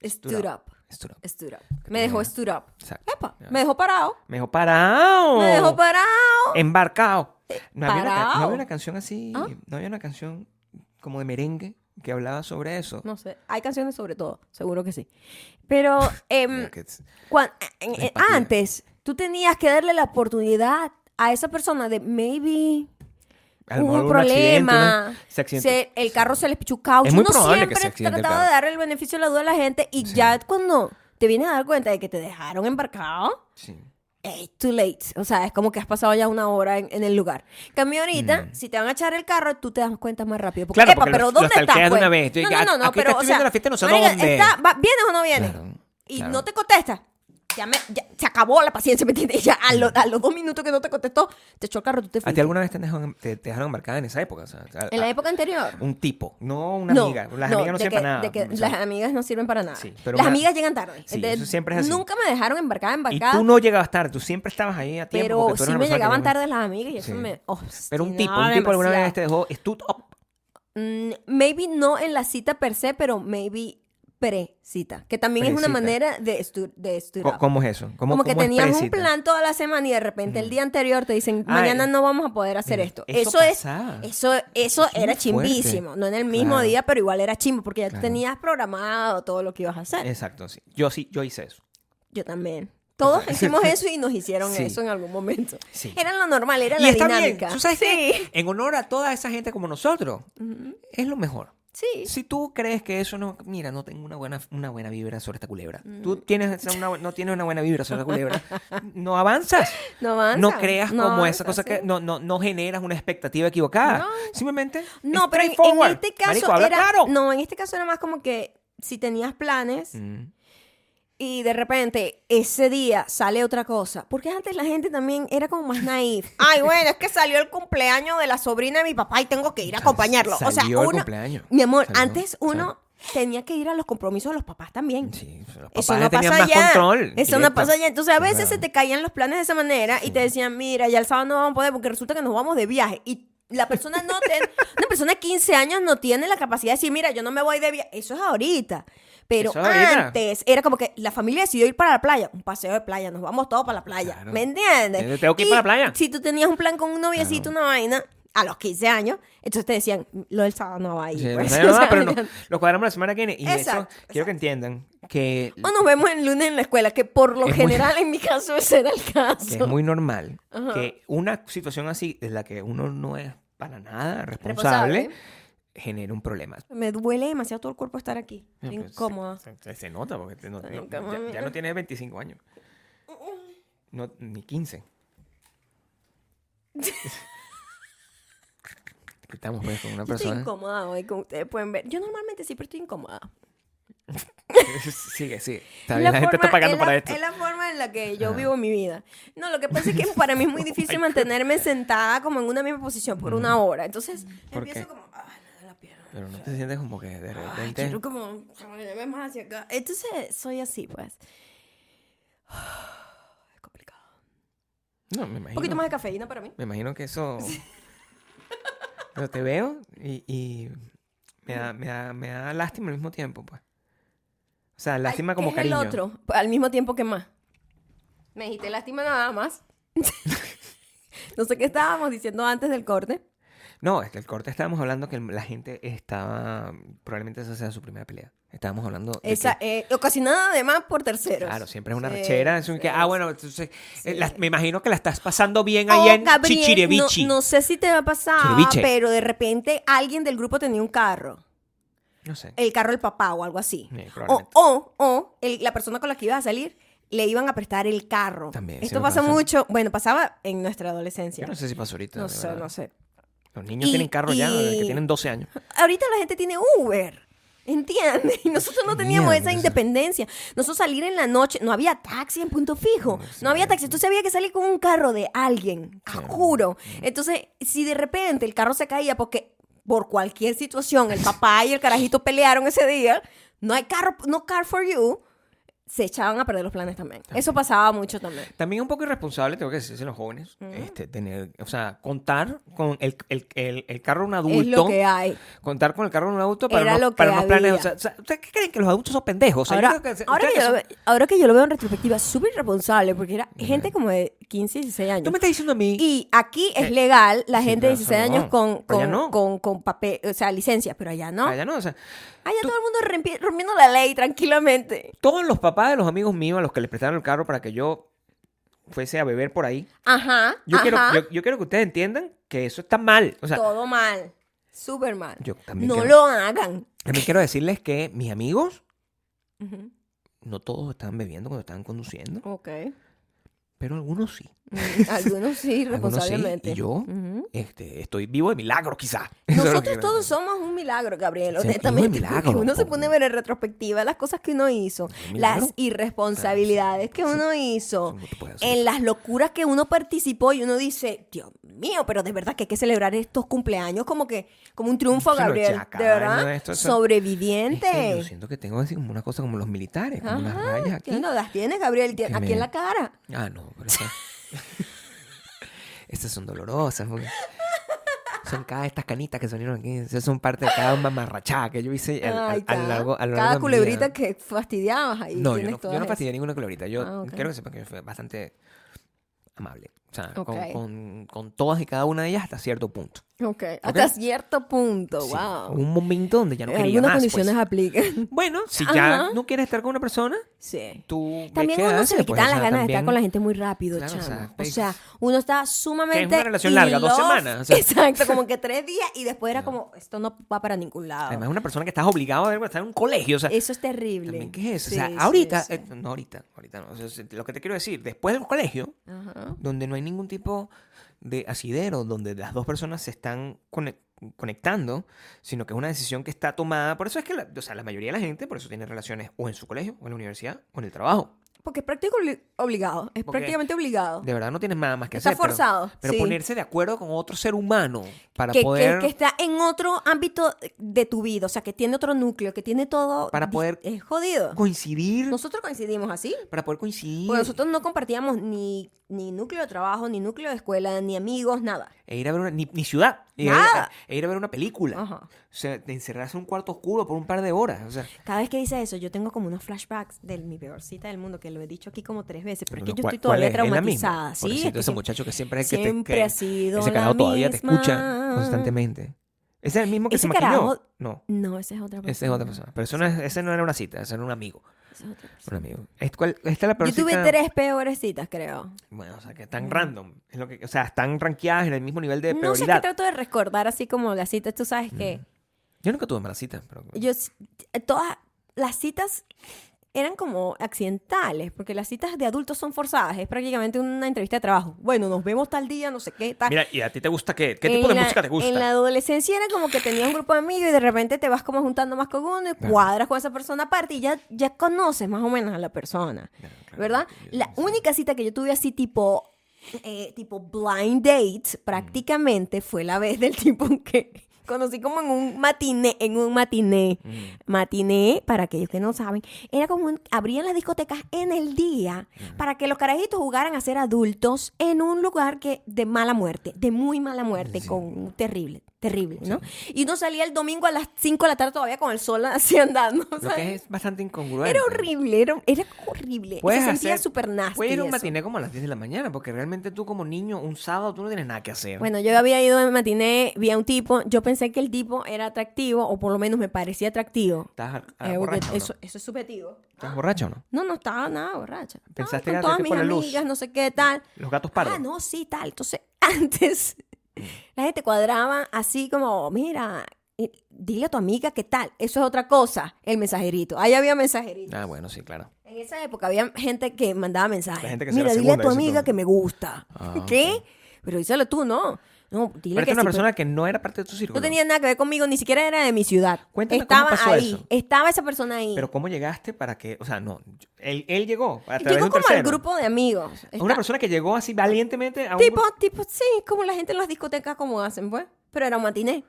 Speaker 1: Es- Stood up.
Speaker 2: stood up.
Speaker 1: Stood up. Me dejó stood up.
Speaker 2: Exacto.
Speaker 1: Epa,
Speaker 2: Ya.
Speaker 1: me dejó parado.
Speaker 2: Me dejó parado.
Speaker 1: Me dejó parado.
Speaker 2: Embarcado. No había, una, ca-
Speaker 1: parado.
Speaker 2: no había una canción así.
Speaker 1: ¿Ah?
Speaker 2: No había una canción como de merengue que hablaba sobre eso.
Speaker 1: No sé. Hay canciones sobre todo, seguro que sí. Pero em,
Speaker 2: Como que es-
Speaker 1: cuan- en- en-
Speaker 2: empatía.
Speaker 1: antes, tú tenías que darle la oportunidad a esa persona de maybe
Speaker 2: a lo
Speaker 1: hubo
Speaker 2: mejor
Speaker 1: un
Speaker 2: accidente,
Speaker 1: problema.
Speaker 2: una- se accidentó.
Speaker 1: se- el carro se les pichó un caucho.
Speaker 2: Es muy
Speaker 1: Uno
Speaker 2: probable que
Speaker 1: siempre
Speaker 2: se accidente el
Speaker 1: trataba
Speaker 2: carro.
Speaker 1: de darle el beneficio de la duda a la gente y ya cuando te vienes a dar cuenta de que te dejaron embarcado,
Speaker 2: Sí.
Speaker 1: it's eh, too late. O sea, es como que has pasado ya una hora en, en el lugar. En Cambio ahorita, si te van a echar el carro, tú te das cuenta más rápido. Porque,
Speaker 2: Mm. Claro,
Speaker 1: epa,
Speaker 2: porque
Speaker 1: pero
Speaker 2: los- los
Speaker 1: ¿dónde estás?
Speaker 2: stalkeas de
Speaker 1: pues?
Speaker 2: una vez. Tú
Speaker 1: No,
Speaker 2: dices,
Speaker 1: no, no,
Speaker 2: "Ah,
Speaker 1: no,
Speaker 2: aquí
Speaker 1: pero,
Speaker 2: estoy
Speaker 1: o sea,
Speaker 2: viendo la fiesta, no sé
Speaker 1: marica,
Speaker 2: dónde".
Speaker 1: está- va- ¿Vienes o no vienes?
Speaker 2: Claro,
Speaker 1: Y
Speaker 2: claro.
Speaker 1: no te contesta. Ya, me, ya- se acabó la paciencia, ¿me entiendes? Ya a, lo- a los dos minutos que no te contestó, te echó el carro, tú te
Speaker 2: Mm. ¿A
Speaker 1: fuiste.
Speaker 2: ti alguna vez te dejaron, te, te dejaron embarcada en esa época? O sea, a-
Speaker 1: En la
Speaker 2: a-
Speaker 1: época anterior.
Speaker 2: Un tipo, no una amiga. Las amigas no
Speaker 1: de que-
Speaker 2: sirven para nada.
Speaker 1: de que
Speaker 2: o sea,
Speaker 1: las amigas no sirven para nada.
Speaker 2: Sí, pero
Speaker 1: las
Speaker 2: una-
Speaker 1: amigas llegan tarde.
Speaker 2: Sí, eso siempre es así.
Speaker 1: Nunca me dejaron embarcada,
Speaker 2: y
Speaker 1: embarcada.
Speaker 2: tú no llegabas tarde, tú siempre estabas ahí a tiempo.
Speaker 1: pero
Speaker 2: porque tú eras
Speaker 1: sí
Speaker 2: una
Speaker 1: me
Speaker 2: persona que
Speaker 1: llegaban
Speaker 2: llegaba-
Speaker 1: tarde las amigas y eso
Speaker 2: Sí.
Speaker 1: me.
Speaker 2: Pero un tipo,
Speaker 1: obstinaba
Speaker 2: un tipo alguna vez este
Speaker 1: demasiado.
Speaker 2: te dejó oh, stood up.
Speaker 1: Mm, maybe no en la cita per se, pero maybe pre-cita. Que también es una
Speaker 2: Pre-cita.
Speaker 1: manera de, estu- de estudiar.
Speaker 2: Co- ¿Cómo es eso? ¿Cómo,
Speaker 1: Como que
Speaker 2: cómo es
Speaker 1: tenías un
Speaker 2: presita?
Speaker 1: plan toda la semana y de repente el día anterior te dicen,
Speaker 2: Ah,
Speaker 1: mañana
Speaker 2: eh,
Speaker 1: no vamos a poder hacer
Speaker 2: mira,
Speaker 1: esto.
Speaker 2: eso
Speaker 1: Eso es,
Speaker 2: pasaba.
Speaker 1: eso, eso
Speaker 2: es muy
Speaker 1: era
Speaker 2: fuerte.
Speaker 1: chimbísimo. No en el mismo
Speaker 2: Claro.
Speaker 1: día, pero igual era chimbo, porque ya tú
Speaker 2: Claro. Eh,
Speaker 1: tenías programado todo lo que ibas a hacer.
Speaker 2: Exacto, sí. Yo sí, yo hice eso.
Speaker 1: Yo también. Todos hicimos eso y nos hicieron
Speaker 2: Sí.
Speaker 1: eso en algún momento.
Speaker 2: Sí.
Speaker 1: Era lo normal, era
Speaker 2: y
Speaker 1: la
Speaker 2: está
Speaker 1: dinámica.
Speaker 2: bien. ¿Tú sabes
Speaker 1: sí,
Speaker 2: qué? En honor a toda esa gente como nosotros, es lo mejor.
Speaker 1: sí.
Speaker 2: Si tú crees que eso no, mira, no tengo una buena, una buena vibra sobre esta culebra.
Speaker 1: Mm.
Speaker 2: Tú tienes esa- una- no tienes una buena vibra sobre la culebra. No avanzas.
Speaker 1: No avanzas.
Speaker 2: No creas
Speaker 1: No
Speaker 2: como esa
Speaker 1: avanzas,
Speaker 2: cosa que
Speaker 1: sí.
Speaker 2: no, no, no generas una expectativa equivocada.
Speaker 1: No.
Speaker 2: Simplemente.
Speaker 1: No, pero en- en,
Speaker 2: straightforward.
Speaker 1: este caso
Speaker 2: Marico, habla
Speaker 1: era.
Speaker 2: claro.
Speaker 1: No, en este caso era más como que si tenías planes
Speaker 2: Mm.
Speaker 1: y de repente ese día sale otra cosa. Porque antes la gente también era como más naif. Ay, bueno, es que salió el cumpleaños de la sobrina de mi papá y tengo que ir a acompañarlo. o sea,
Speaker 2: Salió el
Speaker 1: uno-
Speaker 2: cumpleaños.
Speaker 1: Mi amor,
Speaker 2: Salió,
Speaker 1: antes uno tenía que ir a los compromisos de los papás también.
Speaker 2: Sí, los papás
Speaker 1: Eso no
Speaker 2: tenían
Speaker 1: pasa
Speaker 2: más
Speaker 1: ya.
Speaker 2: control.
Speaker 1: Eso no
Speaker 2: directo.
Speaker 1: pasa ya. Entonces a
Speaker 2: Sí,
Speaker 1: veces
Speaker 2: claro.
Speaker 1: se te caían los planes de esa manera y te decían, mira, ya el sábado no vamos a poder porque resulta que nos vamos de viaje. Y la persona no tiene, una persona de 15 años no tiene la capacidad de decir, mira, yo no me voy de viaje. Eso es ahorita. Pero
Speaker 2: Eso es ahorita.
Speaker 1: antes era como que la familia decidió ir para la playa, un paseo de playa, nos vamos todos para la playa.
Speaker 2: Claro.
Speaker 1: ¿Me entiendes?
Speaker 2: Yo tengo que ir para la playa.
Speaker 1: Si tú tenías un plan con un noviecito, una vaina, a los 15 años, entonces te decían, lo del sábado no va a ir.
Speaker 2: Sí,
Speaker 1: pues".
Speaker 2: no sé, no,
Speaker 1: O sea,
Speaker 2: pero no, lo cuadramos la semana que viene. Y eso,
Speaker 1: Exacto,
Speaker 2: quiero que entiendan que,
Speaker 1: O nos vemos el lunes en la escuela, que por lo
Speaker 2: Es muy-
Speaker 1: general en mi caso ese era el
Speaker 2: que
Speaker 1: caso.
Speaker 2: es muy normal
Speaker 1: Ajá.
Speaker 2: que una situación así, de la que uno no es para nada responsable,
Speaker 1: Responsable.
Speaker 2: genere un problema.
Speaker 1: Me duele demasiado todo el cuerpo estar aquí. Estoy
Speaker 2: Pues,
Speaker 1: incómoda.
Speaker 2: Se, se- se nota porque te- no-
Speaker 1: Ay,
Speaker 2: no-
Speaker 1: nunca
Speaker 2: ya-
Speaker 1: más.
Speaker 2: ya, no tienes 25 años. No, ni 15. Estamos pues con una
Speaker 1: Yo estoy
Speaker 2: persona.
Speaker 1: incómoda hoy, como ustedes pueden ver. Yo normalmente siempre estoy incómoda.
Speaker 2: sigue, sigue. Está bien, la, gente está
Speaker 1: forma-
Speaker 2: pagando
Speaker 1: es la-
Speaker 2: para esto.
Speaker 1: Es la forma en la que yo
Speaker 2: Ajá.
Speaker 1: vivo mi vida. No, lo que pasa es que para mí es muy difícil mantenerme sentada como en una misma posición por una hora. Entonces
Speaker 2: ¿Por
Speaker 1: empiezo
Speaker 2: qué?
Speaker 1: como, ah, me duele la pierna.
Speaker 2: Pero no te sientes como que de
Speaker 1: Ay,
Speaker 2: repente.
Speaker 1: quiero como llevarme más hacia acá. Entonces soy así, pues. Es complicado.
Speaker 2: No, me
Speaker 1: Un
Speaker 2: imagino.
Speaker 1: poquito más de cafeína para mí.
Speaker 2: Me imagino que eso. Pero te veo y, y me, da, me, da, me da lástima al mismo tiempo, pues. O sea, lástima
Speaker 1: Ay,
Speaker 2: como
Speaker 1: ¿qué
Speaker 2: cariño.
Speaker 1: Es el otro, al mismo tiempo que más. Me dijiste lástima nada más. no sé qué estábamos diciendo antes del corte.
Speaker 2: No, es que el corte estábamos hablando que la gente estaba. Probablemente esa sea su primera pelea. Estábamos hablando. de
Speaker 1: Esa,
Speaker 2: que-
Speaker 1: eh, ocasionada además por terceros.
Speaker 2: Claro, siempre es una
Speaker 1: Sí,
Speaker 2: rechera. Es un que,
Speaker 1: sí.
Speaker 2: ah, bueno, entonces. eh,
Speaker 1: Sí.
Speaker 2: la- me imagino que la estás pasando bien
Speaker 1: Oh,
Speaker 2: allá en
Speaker 1: Gabriel,
Speaker 2: Chichirevichi.
Speaker 1: No, no sé si te ha pasado,
Speaker 2: Chireviche.
Speaker 1: pero de repente alguien del grupo tenía un carro.
Speaker 2: No sé.
Speaker 1: el carro del papá o algo así.
Speaker 2: Sí,
Speaker 1: o,
Speaker 2: probablemente.
Speaker 1: o, o el- la persona con la que ibas a salir le iban a prestar el carro.
Speaker 2: También, sí
Speaker 1: Esto
Speaker 2: me
Speaker 1: pasa
Speaker 2: pasa.
Speaker 1: mucho. Bueno, pasaba en nuestra adolescencia.
Speaker 2: Yo no sé si pasó ahorita.
Speaker 1: No
Speaker 2: de
Speaker 1: sé,
Speaker 2: verdad.
Speaker 1: no sé.
Speaker 2: Los niños
Speaker 1: Y-
Speaker 2: tienen carro ya,
Speaker 1: y-
Speaker 2: que tienen 12 años.
Speaker 1: Ahorita la gente tiene Uber. ¿Entiendes? Y nosotros no teníamos
Speaker 2: Mierda,
Speaker 1: esa
Speaker 2: sí.
Speaker 1: independencia. Nosotros salir en la noche, no había taxi en punto fijo. No había taxi. Entonces había que salir con un carro de alguien. a juro. Entonces, si de repente el carro se caía porque por cualquier situación el papá y el carajito pelearon ese día, no hay carro, no car for you, se echaban a perder los planes también. Eso pasaba mucho también.
Speaker 2: También es un poco irresponsable, tengo que decirse los jóvenes, este, tener, o sea, contar con el, el, el, el carro de un adulto.
Speaker 1: Es lo que hay.
Speaker 2: Contar con el carro de un adulto para,
Speaker 1: Era
Speaker 2: unos,
Speaker 1: lo que
Speaker 2: para unos planes.
Speaker 1: había.
Speaker 2: O sea, o sea, ¿Ustedes qué creen que los adultos son pendejos? O sea, yo
Speaker 1: Ahora,
Speaker 2: creo que-
Speaker 1: ahora
Speaker 2: ustedes
Speaker 1: que yo lo
Speaker 2: son-
Speaker 1: ve- ahora que yo lo veo en retrospectiva, súper irresponsable, porque era gente como de 15, 16 años.
Speaker 2: Tú me estás diciendo a mí.
Speaker 1: Y aquí es
Speaker 2: Eh,
Speaker 1: legal la
Speaker 2: sí,
Speaker 1: gente de
Speaker 2: pero eso
Speaker 1: 16
Speaker 2: no.
Speaker 1: años con,
Speaker 2: Pero
Speaker 1: con,
Speaker 2: allá no.
Speaker 1: con, con papel, o sea, licencia, pero allá no.
Speaker 2: Ah,
Speaker 1: Allá,
Speaker 2: ya no, o sea, tú-
Speaker 1: todo el mundo rompi- rompiendo la ley tranquilamente.
Speaker 2: todos los papás de los amigos míos a los que les prestaron el carro para que yo fuese a beber por ahí.
Speaker 1: Ajá,
Speaker 2: Yo,
Speaker 1: ajá,
Speaker 2: quiero, yo, yo quiero que ustedes entiendan que eso está mal. O sea,
Speaker 1: todo mal, súper mal.
Speaker 2: yo también
Speaker 1: No
Speaker 2: quiero-
Speaker 1: lo hagan.
Speaker 2: También quiero decirles que mis amigos,
Speaker 1: Ujú,
Speaker 2: no todos estaban bebiendo cuando estaban conduciendo,
Speaker 1: Ok.
Speaker 2: pero algunos sí.
Speaker 1: Mm, Algunos sí,
Speaker 2: Algunos sí,
Speaker 1: responsablemente.
Speaker 2: y yo
Speaker 1: Ujú.
Speaker 2: este, estoy vivo de milagro, quizás.
Speaker 1: Nosotros todos somos un milagro, Gabriel,
Speaker 2: Sí, sí,
Speaker 1: honestamente.
Speaker 2: un milagro,
Speaker 1: porque uno se
Speaker 2: po.
Speaker 1: pone a ver en retrospectiva las cosas que uno hizo,
Speaker 2: Un milagro.
Speaker 1: las irresponsabilidades que uno hizo,
Speaker 2: eso no te puede hacer.
Speaker 1: en las locuras que uno participó y uno dice, Dios mío, pero de verdad que hay que celebrar estos cumpleaños como que como un triunfo,
Speaker 2: Se lo
Speaker 1: Gabriel,
Speaker 2: achaca,
Speaker 1: de
Speaker 2: ay, no,
Speaker 1: verdad,
Speaker 2: esto- esto- Es
Speaker 1: sobreviviente.
Speaker 2: que yo siento que tengo así como una cosa como los militares, como unas
Speaker 1: Ajá,
Speaker 2: rayas aquí.
Speaker 1: ¿qué no las tienes, Gabriel? Tien-
Speaker 2: Que
Speaker 1: aquí
Speaker 2: me-
Speaker 1: en la cara.
Speaker 2: Ah, no, pero esa- estas son dolorosas. porque Son cada estas canitas que salieron aquí. Esas son parte de cada mamarrachada que yo hice al-
Speaker 1: Ay,
Speaker 2: al- a lo
Speaker 1: cada-
Speaker 2: largo a lo
Speaker 1: cada
Speaker 2: largo de mi vida.
Speaker 1: culebrita que fastidiabas ahí.
Speaker 2: No, yo
Speaker 1: tienes
Speaker 2: no, yo
Speaker 1: todas
Speaker 2: no
Speaker 1: esas.
Speaker 2: fastidié ninguna culebrita. Yo
Speaker 1: Ah, ok.
Speaker 2: quiero que sepan que yo fui bastante amable. O sea, con-
Speaker 1: Ok.
Speaker 2: con, con todas y cada una de ellas hasta cierto punto.
Speaker 1: Ok, hasta
Speaker 2: Ok.
Speaker 1: cierto punto,
Speaker 2: Sí,
Speaker 1: Oh, wow.
Speaker 2: hubo Un momento donde ya no
Speaker 1: En
Speaker 2: quería
Speaker 1: algunas
Speaker 2: más.
Speaker 1: condiciones
Speaker 2: pues.
Speaker 1: aplican.
Speaker 2: Bueno, si
Speaker 1: Ajá.
Speaker 2: ya no quieres estar con una persona,
Speaker 1: Sí.
Speaker 2: tú
Speaker 1: También
Speaker 2: ve
Speaker 1: uno se
Speaker 2: quedándose,
Speaker 1: le
Speaker 2: pues,
Speaker 1: quitan las
Speaker 2: o sea,
Speaker 1: ganas de estar
Speaker 2: también-
Speaker 1: con la gente muy rápido,
Speaker 2: Claro, o
Speaker 1: chamo. O sea,
Speaker 2: sea, pues, es-
Speaker 1: uno está sumamente.
Speaker 2: relación larga, dos
Speaker 1: in love.
Speaker 2: semanas, o sea.
Speaker 1: Exacto, como que tres días y después era como, esto no va para ningún lado.
Speaker 2: Además, una persona que estás obligado a ver, estar en un colegio. O sea,
Speaker 1: Eso es terrible.
Speaker 2: también, ¿qué es? eso?
Speaker 1: Sí,
Speaker 2: o sea,
Speaker 1: sí,
Speaker 2: ahorita,
Speaker 1: sí.
Speaker 2: eh, no ahorita, ahorita no. O sea, es- lo que te quiero decir, después del colegio,
Speaker 1: Ajá.
Speaker 2: donde no hay ningún tipo de asidero, donde las dos personas se están conec- conectando, sino que es una decisión que está tomada. Por eso es que la, o sea, la mayoría de la gente, por eso tiene relaciones o en su colegio, o en la universidad, o en el trabajo.
Speaker 1: Porque es prácticamente obligado. Es
Speaker 2: Porque
Speaker 1: prácticamente obligado.
Speaker 2: De verdad no tienes nada más que
Speaker 1: Está
Speaker 2: hacer. pero-
Speaker 1: forzado,
Speaker 2: Pero,
Speaker 1: sí.
Speaker 2: ponerse de acuerdo con otro ser humano para
Speaker 1: Que, que-
Speaker 2: poder...
Speaker 1: que está en otro ámbito de tu vida, o sea, que tiene otro núcleo, que tiene todo.
Speaker 2: Para
Speaker 1: dis-
Speaker 2: poder-
Speaker 1: Es jodido.
Speaker 2: coincidir...
Speaker 1: Nosotros coincidimos así.
Speaker 2: Para poder coincidir
Speaker 1: Porque nosotros no compartíamos ni, ni núcleo de trabajo, ni núcleo de escuela, ni amigos, nada.
Speaker 2: e ir a ver una... Ni, ni ciudad. E ir, a-
Speaker 1: Nada.
Speaker 2: e ir a ver una película.
Speaker 1: Ajá.
Speaker 2: O sea, de encerrarse en un cuarto oscuro por un par de horas. O sea,
Speaker 1: Cada vez que dice eso, yo tengo como unos flashbacks de mi peor cita del mundo, que lo he dicho aquí como tres veces, pero es que
Speaker 2: Bueno,
Speaker 1: yo
Speaker 2: ¿cuál-
Speaker 1: estoy todavía
Speaker 2: cuál es? ¿Es la misma?
Speaker 1: traumatizada. Sí,
Speaker 2: Pobrecito,
Speaker 1: es que
Speaker 2: ese
Speaker 1: siempre-
Speaker 2: muchacho que siempre es el que te-
Speaker 1: siempre
Speaker 2: que-
Speaker 1: ha sido
Speaker 2: Ese
Speaker 1: la
Speaker 2: carajo todavía te
Speaker 1: misma.
Speaker 2: escucha constantemente. Ese es el mismo que
Speaker 1: Ese
Speaker 2: se maquilló.
Speaker 1: carajo-
Speaker 2: No,
Speaker 1: No, esa es otra persona.
Speaker 2: ese es otra persona. Pero eso no es- ese no era una cita, ese era un amigo.
Speaker 1: Esa es otra persona.
Speaker 2: Un amigo. Es cual- Esta es la peor
Speaker 1: Yo tuve
Speaker 2: cita-
Speaker 1: tres peores citas, creo.
Speaker 2: Bueno, o sea, que están random. Es lo que, o sea, están rankeadas en el mismo nivel de
Speaker 1: No sé qué
Speaker 2: prioridad. Mm.
Speaker 1: trato de recordar así como las citas. Tú sabes que
Speaker 2: Yo nunca tuve mala cita, pero
Speaker 1: yo s- eh, todas las citas eran como accidentales, porque las citas de adultos son forzadas. Es prácticamente una entrevista de trabajo. Bueno, nos vemos tal día, no sé qué, tal.
Speaker 2: Mira, ¿y a ti te gusta qué? ¿Qué
Speaker 1: En
Speaker 2: tipo de
Speaker 1: la-
Speaker 2: música te gusta?
Speaker 1: En la adolescencia era como que tenías un grupo de amigos y de repente te vas como juntando más con uno y
Speaker 2: Claro.
Speaker 1: cuadras con esa persona aparte y ya, ya conoces más o menos a la persona,
Speaker 2: Claro, claro,
Speaker 1: ¿verdad?
Speaker 2: porque yo
Speaker 1: La
Speaker 2: no sé.
Speaker 1: única cita que yo tuve así tipo, eh, tipo blind
Speaker 2: Mm.
Speaker 1: date prácticamente fue la vez del tipo que conocí como en un matiné, en un matiné.
Speaker 2: Mm.
Speaker 1: Matiné, para aquellos que no saben, era como un- abrían las discotecas en el día
Speaker 2: Mm.
Speaker 1: para que los carajitos jugaran a ser adultos en un lugar que de mala muerte, de muy mala muerte, con terrible, terrible, ¿no? Y uno salía el domingo a las 5 de la tarde todavía con el sol así andando. o
Speaker 2: Lo
Speaker 1: sea,
Speaker 2: que es bastante incongruente.
Speaker 1: era horrible, era, era horrible.
Speaker 2: Puedes
Speaker 1: Se sentía
Speaker 2: hacer-
Speaker 1: súper nasty.
Speaker 2: Puedes ir a un
Speaker 1: eso.
Speaker 2: matiné como a las 10 de la mañana, porque realmente tú como niño, un sábado, tú no tienes nada que hacer.
Speaker 1: Bueno, yo había ido en matiné, vi a un tipo, yo pensé que el tipo era atractivo, o por lo menos me parecía atractivo.
Speaker 2: ¿Estás, ah,
Speaker 1: Eh, porque
Speaker 2: borracha, o no?
Speaker 1: eso, eso es subjetivo.
Speaker 2: ¿Estás borracha o no?
Speaker 1: No, no estaba nada borracha. Estaba
Speaker 2: Pensaste
Speaker 1: con
Speaker 2: que
Speaker 1: todas
Speaker 2: te
Speaker 1: mis
Speaker 2: pone luz.
Speaker 1: amigas, no sé qué tal.
Speaker 2: Los gatos pardos.
Speaker 1: Ah, no, sí, tal. Entonces, antes la gente cuadraba así como, mira, Y dile a tu amiga qué tal. Eso es otra cosa. El mensajerito. Ahí había mensajerito.
Speaker 2: Ah, bueno, sí, claro.
Speaker 1: En esa época había gente que mandaba mensajes.
Speaker 2: La gente que sea
Speaker 1: Mira,
Speaker 2: la
Speaker 1: dile
Speaker 2: segunda,
Speaker 1: a tu
Speaker 2: dices
Speaker 1: amiga
Speaker 2: tú.
Speaker 1: que me gusta.
Speaker 2: Ah,
Speaker 1: ¿Qué? Pero díselo tú, no. No, dile
Speaker 2: Pero esta
Speaker 1: que
Speaker 2: es una
Speaker 1: sí,
Speaker 2: persona que no era parte de tu círculo.
Speaker 1: No tenía nada que ver conmigo, ni siquiera era de mi ciudad.
Speaker 2: Cuéntame cómo
Speaker 1: Estaba
Speaker 2: pasó
Speaker 1: ahí.
Speaker 2: eso.
Speaker 1: Estaba esa persona ahí.
Speaker 2: Pero ¿cómo llegaste para que...? O sea, no. yo- Él, él llegó a través de
Speaker 1: Llegó
Speaker 2: un
Speaker 1: como al
Speaker 2: tercero.
Speaker 1: grupo de amigos.
Speaker 2: A
Speaker 1: Está-
Speaker 2: Una persona que llegó así valientemente a un...
Speaker 1: Tipo,
Speaker 2: grupo-
Speaker 1: tipo, sí, como la gente en las discotecas como hacen, pues. Pero era un matiné.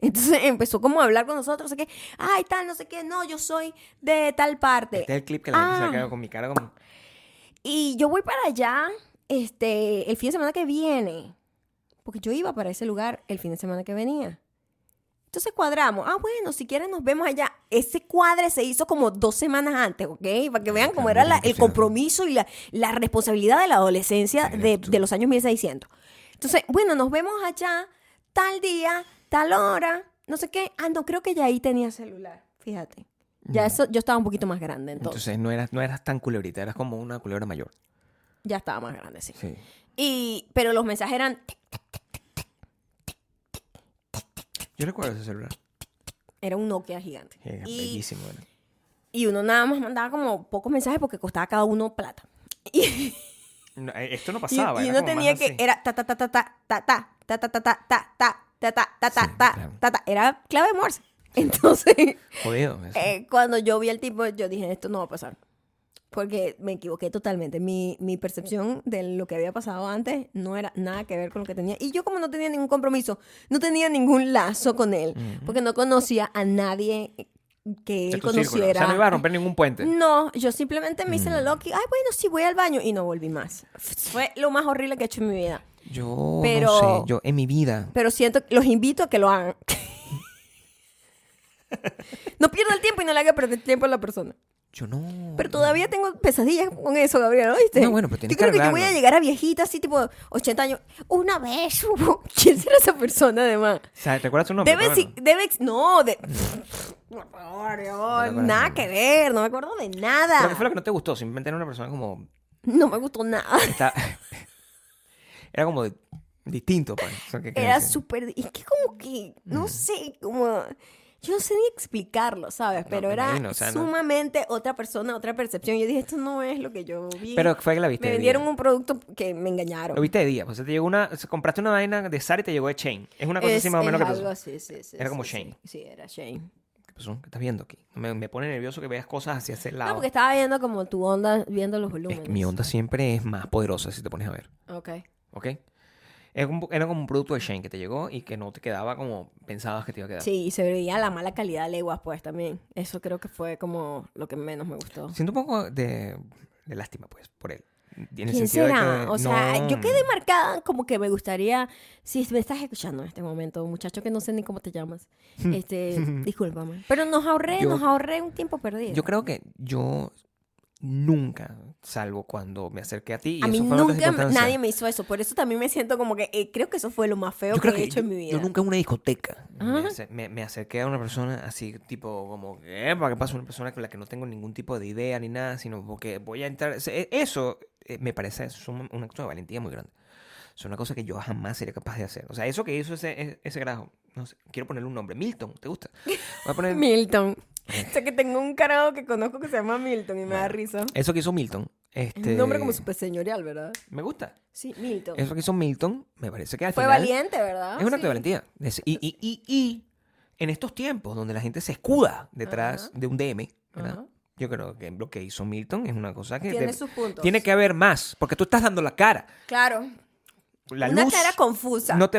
Speaker 1: Entonces empezó como a hablar con nosotros, no sé qué. Ay, tal, no sé qué. No, yo soy de tal parte.
Speaker 2: Este es el clip que la gente se
Speaker 1: Ah.
Speaker 2: ha quedado con mi cara como...
Speaker 1: Y yo voy para allá este, el fin de semana que viene. Porque yo iba para ese lugar el fin de semana que venía. Entonces cuadramos. Ah, bueno, si quieren nos vemos allá. Ese cuadre se hizo como dos semanas antes, ¿ok? Para que vean cómo era la- el compromiso y la, la responsabilidad de la adolescencia de, de los años 1600. Entonces, bueno, nos vemos allá tal día, tal hora, no sé qué. Ah, no, creo que ya ahí tenía celular, fíjate. Ya eso, yo estaba un poquito más grande entonces.
Speaker 2: Entonces no eras, no eras tan culebrita, eras como una culebra mayor.
Speaker 1: Ya estaba más grande, sí.
Speaker 2: Sí.
Speaker 1: Y, pero los mensajes eran tic,
Speaker 2: Yo recuerdo ese celular.
Speaker 1: era un Nokia gigante.
Speaker 2: Era
Speaker 1: Y,
Speaker 2: bellísimo. era.
Speaker 1: y uno nada más mandaba como pocos mensajes porque costaba cada uno plata. Y,
Speaker 2: No, eh, esto no
Speaker 1: y-
Speaker 2: pasaba.
Speaker 1: y
Speaker 2: era
Speaker 1: uno
Speaker 2: como más
Speaker 1: tenía que
Speaker 2: así.
Speaker 1: era ta ta ta ta ta ta ta ta ta ta ta ta ta ta ta ta ta
Speaker 2: Sí,
Speaker 1: ta
Speaker 2: claro.
Speaker 1: ta ta era clave Morse. Entonces,
Speaker 2: Jodido. eso.
Speaker 1: eh, cuando yo vi al tipo, yo dije, esto no va a pasar. Porque me equivoqué totalmente. Mi, mi percepción de lo que había pasado antes no era nada que ver con lo que tenía. Y yo como no tenía ningún compromiso, no tenía ningún lazo con él, porque no conocía a nadie que
Speaker 2: De
Speaker 1: él
Speaker 2: tu Este círculo. O
Speaker 1: conociera.
Speaker 2: sea, no iba a Mm. romper ningún puente.
Speaker 1: No, yo simplemente me hice la loca y, ay, bueno, sí, voy al baño. Y no volví más. Fue lo más horrible que he hecho en mi vida.
Speaker 2: Yo
Speaker 1: Pero-
Speaker 2: no sé, yo en mi vida.
Speaker 1: Pero siento, los invito a que lo hagan. no pierda el tiempo y no le haga perder tiempo a la persona.
Speaker 2: Yo no.
Speaker 1: Pero todavía tengo pesadillas con eso, Gabriel, ¿oíste?
Speaker 2: No, bueno, pero tienes
Speaker 1: Yo creo
Speaker 2: que
Speaker 1: que yo voy a
Speaker 2: arreglarlo.
Speaker 1: llegar a viejita, así tipo 80 años. Una vez hubo. ¿Quién será esa persona, además?
Speaker 2: O sea, ¿te acuerdas su nombre?
Speaker 1: Debe,
Speaker 2: Pero
Speaker 1: si-
Speaker 2: bueno.
Speaker 1: debe, ex- no, de, por favor, Dios, nada que ver, no me acuerdo de
Speaker 2: Pero ¿qué fue
Speaker 1: nada,
Speaker 2: lo que no te gustó? Simplemente era una persona como.
Speaker 1: no me gustó nada.
Speaker 2: está- era como de- distinto, pues. O sea, ¿qué Mm. quieres
Speaker 1: Era
Speaker 2: decir?
Speaker 1: súper. Es que como que. No sé, como. Yo no sé ni explicarlo, ¿sabes? Pero
Speaker 2: me
Speaker 1: era
Speaker 2: imagino, o sea, no-
Speaker 1: sumamente otra persona, otra percepción. Yo dije, esto no es lo que yo vi.
Speaker 2: Pero fue que la viste.
Speaker 1: me
Speaker 2: de
Speaker 1: vendieron
Speaker 2: día.
Speaker 1: un producto que me
Speaker 2: Lo
Speaker 1: engañaron.
Speaker 2: viste de día. pues, O sea, te llegó una. o sea, compraste una vaina de Sara y te llegó de Chain. Es una cosa
Speaker 1: Es-
Speaker 2: así más o
Speaker 1: es
Speaker 2: menos que
Speaker 1: algo
Speaker 2: pasó.
Speaker 1: así, sí, sí,
Speaker 2: Era
Speaker 1: sí,
Speaker 2: como
Speaker 1: sí.
Speaker 2: Shane.
Speaker 1: Sí, era Shane.
Speaker 2: ¿Qué pasó? Pues, ¿Qué estás viendo aquí? Me, me pone nervioso que veas cosas hacia ese
Speaker 1: No,
Speaker 2: lado.
Speaker 1: porque estaba viendo como tu onda, viendo los
Speaker 2: Es
Speaker 1: volúmenes.
Speaker 2: que mi onda siempre es más poderosa si te pones a ver.
Speaker 1: Ok.
Speaker 2: ¿Ok? Es un- era como un producto de Shane que te llegó y que no te quedaba como pensabas que te iba a quedar.
Speaker 1: Sí, y se veía la mala calidad de leguas, pues, también. Eso creo que fue como lo que menos me gustó.
Speaker 2: Siento un poco de, de lástima, pues, por él. En el
Speaker 1: ¿Quién
Speaker 2: sentido de
Speaker 1: será?
Speaker 2: que
Speaker 1: o sea,
Speaker 2: no-
Speaker 1: yo quedé marcada como que me gustaría, si me estás escuchando en este momento, muchacho que no sé ni cómo te llamas, este, discúlpame. Pero nos ahorré,
Speaker 2: Yo-
Speaker 1: nos ahorré un tiempo perdido.
Speaker 2: Yo creo que yo nunca, salvo cuando me acerqué a ti. Y
Speaker 1: a mí
Speaker 2: eso fue en otras
Speaker 1: nunca me-
Speaker 2: circunstancias.
Speaker 1: nadie me hizo eso, por eso también me siento como que eh, creo que eso fue lo más feo
Speaker 2: Yo
Speaker 1: que
Speaker 2: creo
Speaker 1: he hecho
Speaker 2: yo,
Speaker 1: en mi
Speaker 2: yo
Speaker 1: vida.
Speaker 2: nunca en una discoteca me,
Speaker 1: Ajá.
Speaker 2: acer- me- me acerqué a una persona así, tipo, como, ¿eh? ¿Para qué pasa una persona con la que no tengo ningún tipo de idea ni nada, sino porque voy a entrar? o sea, e- Eso eh, me parece es un, un acto de valentía muy grande. Es una cosa que yo jamás sería capaz de hacer. O sea, eso que hizo ese, e- ese grajo, no sé, quiero ponerle un nombre. Milton, ¿te gusta? Voy a poner-
Speaker 1: Milton.
Speaker 2: Eh.
Speaker 1: O sea que tengo un carajo que conozco que se llama Milton y me da risa.
Speaker 2: eso que hizo Milton.
Speaker 1: Es
Speaker 2: Este,
Speaker 1: un nombre como súper señorial, ¿verdad?
Speaker 2: Me gusta.
Speaker 1: Sí, Milton.
Speaker 2: Eso que hizo Milton, me parece que al
Speaker 1: fue
Speaker 2: final-
Speaker 1: valiente, ¿verdad?
Speaker 2: Es un acto
Speaker 1: Ah, Sí.
Speaker 2: de valentía. Es- y, y, y, y en estos tiempos donde la gente se escuda detrás de un DM, ¿verdad?
Speaker 1: Ajá.
Speaker 2: Yo creo que lo que hizo Milton es una cosa que...
Speaker 1: Tiene
Speaker 2: de-
Speaker 1: sus puntos.
Speaker 2: Tiene que haber más, porque tú estás dando la cara.
Speaker 1: Claro.
Speaker 2: La
Speaker 1: una
Speaker 2: luz
Speaker 1: cara confusa.
Speaker 2: no te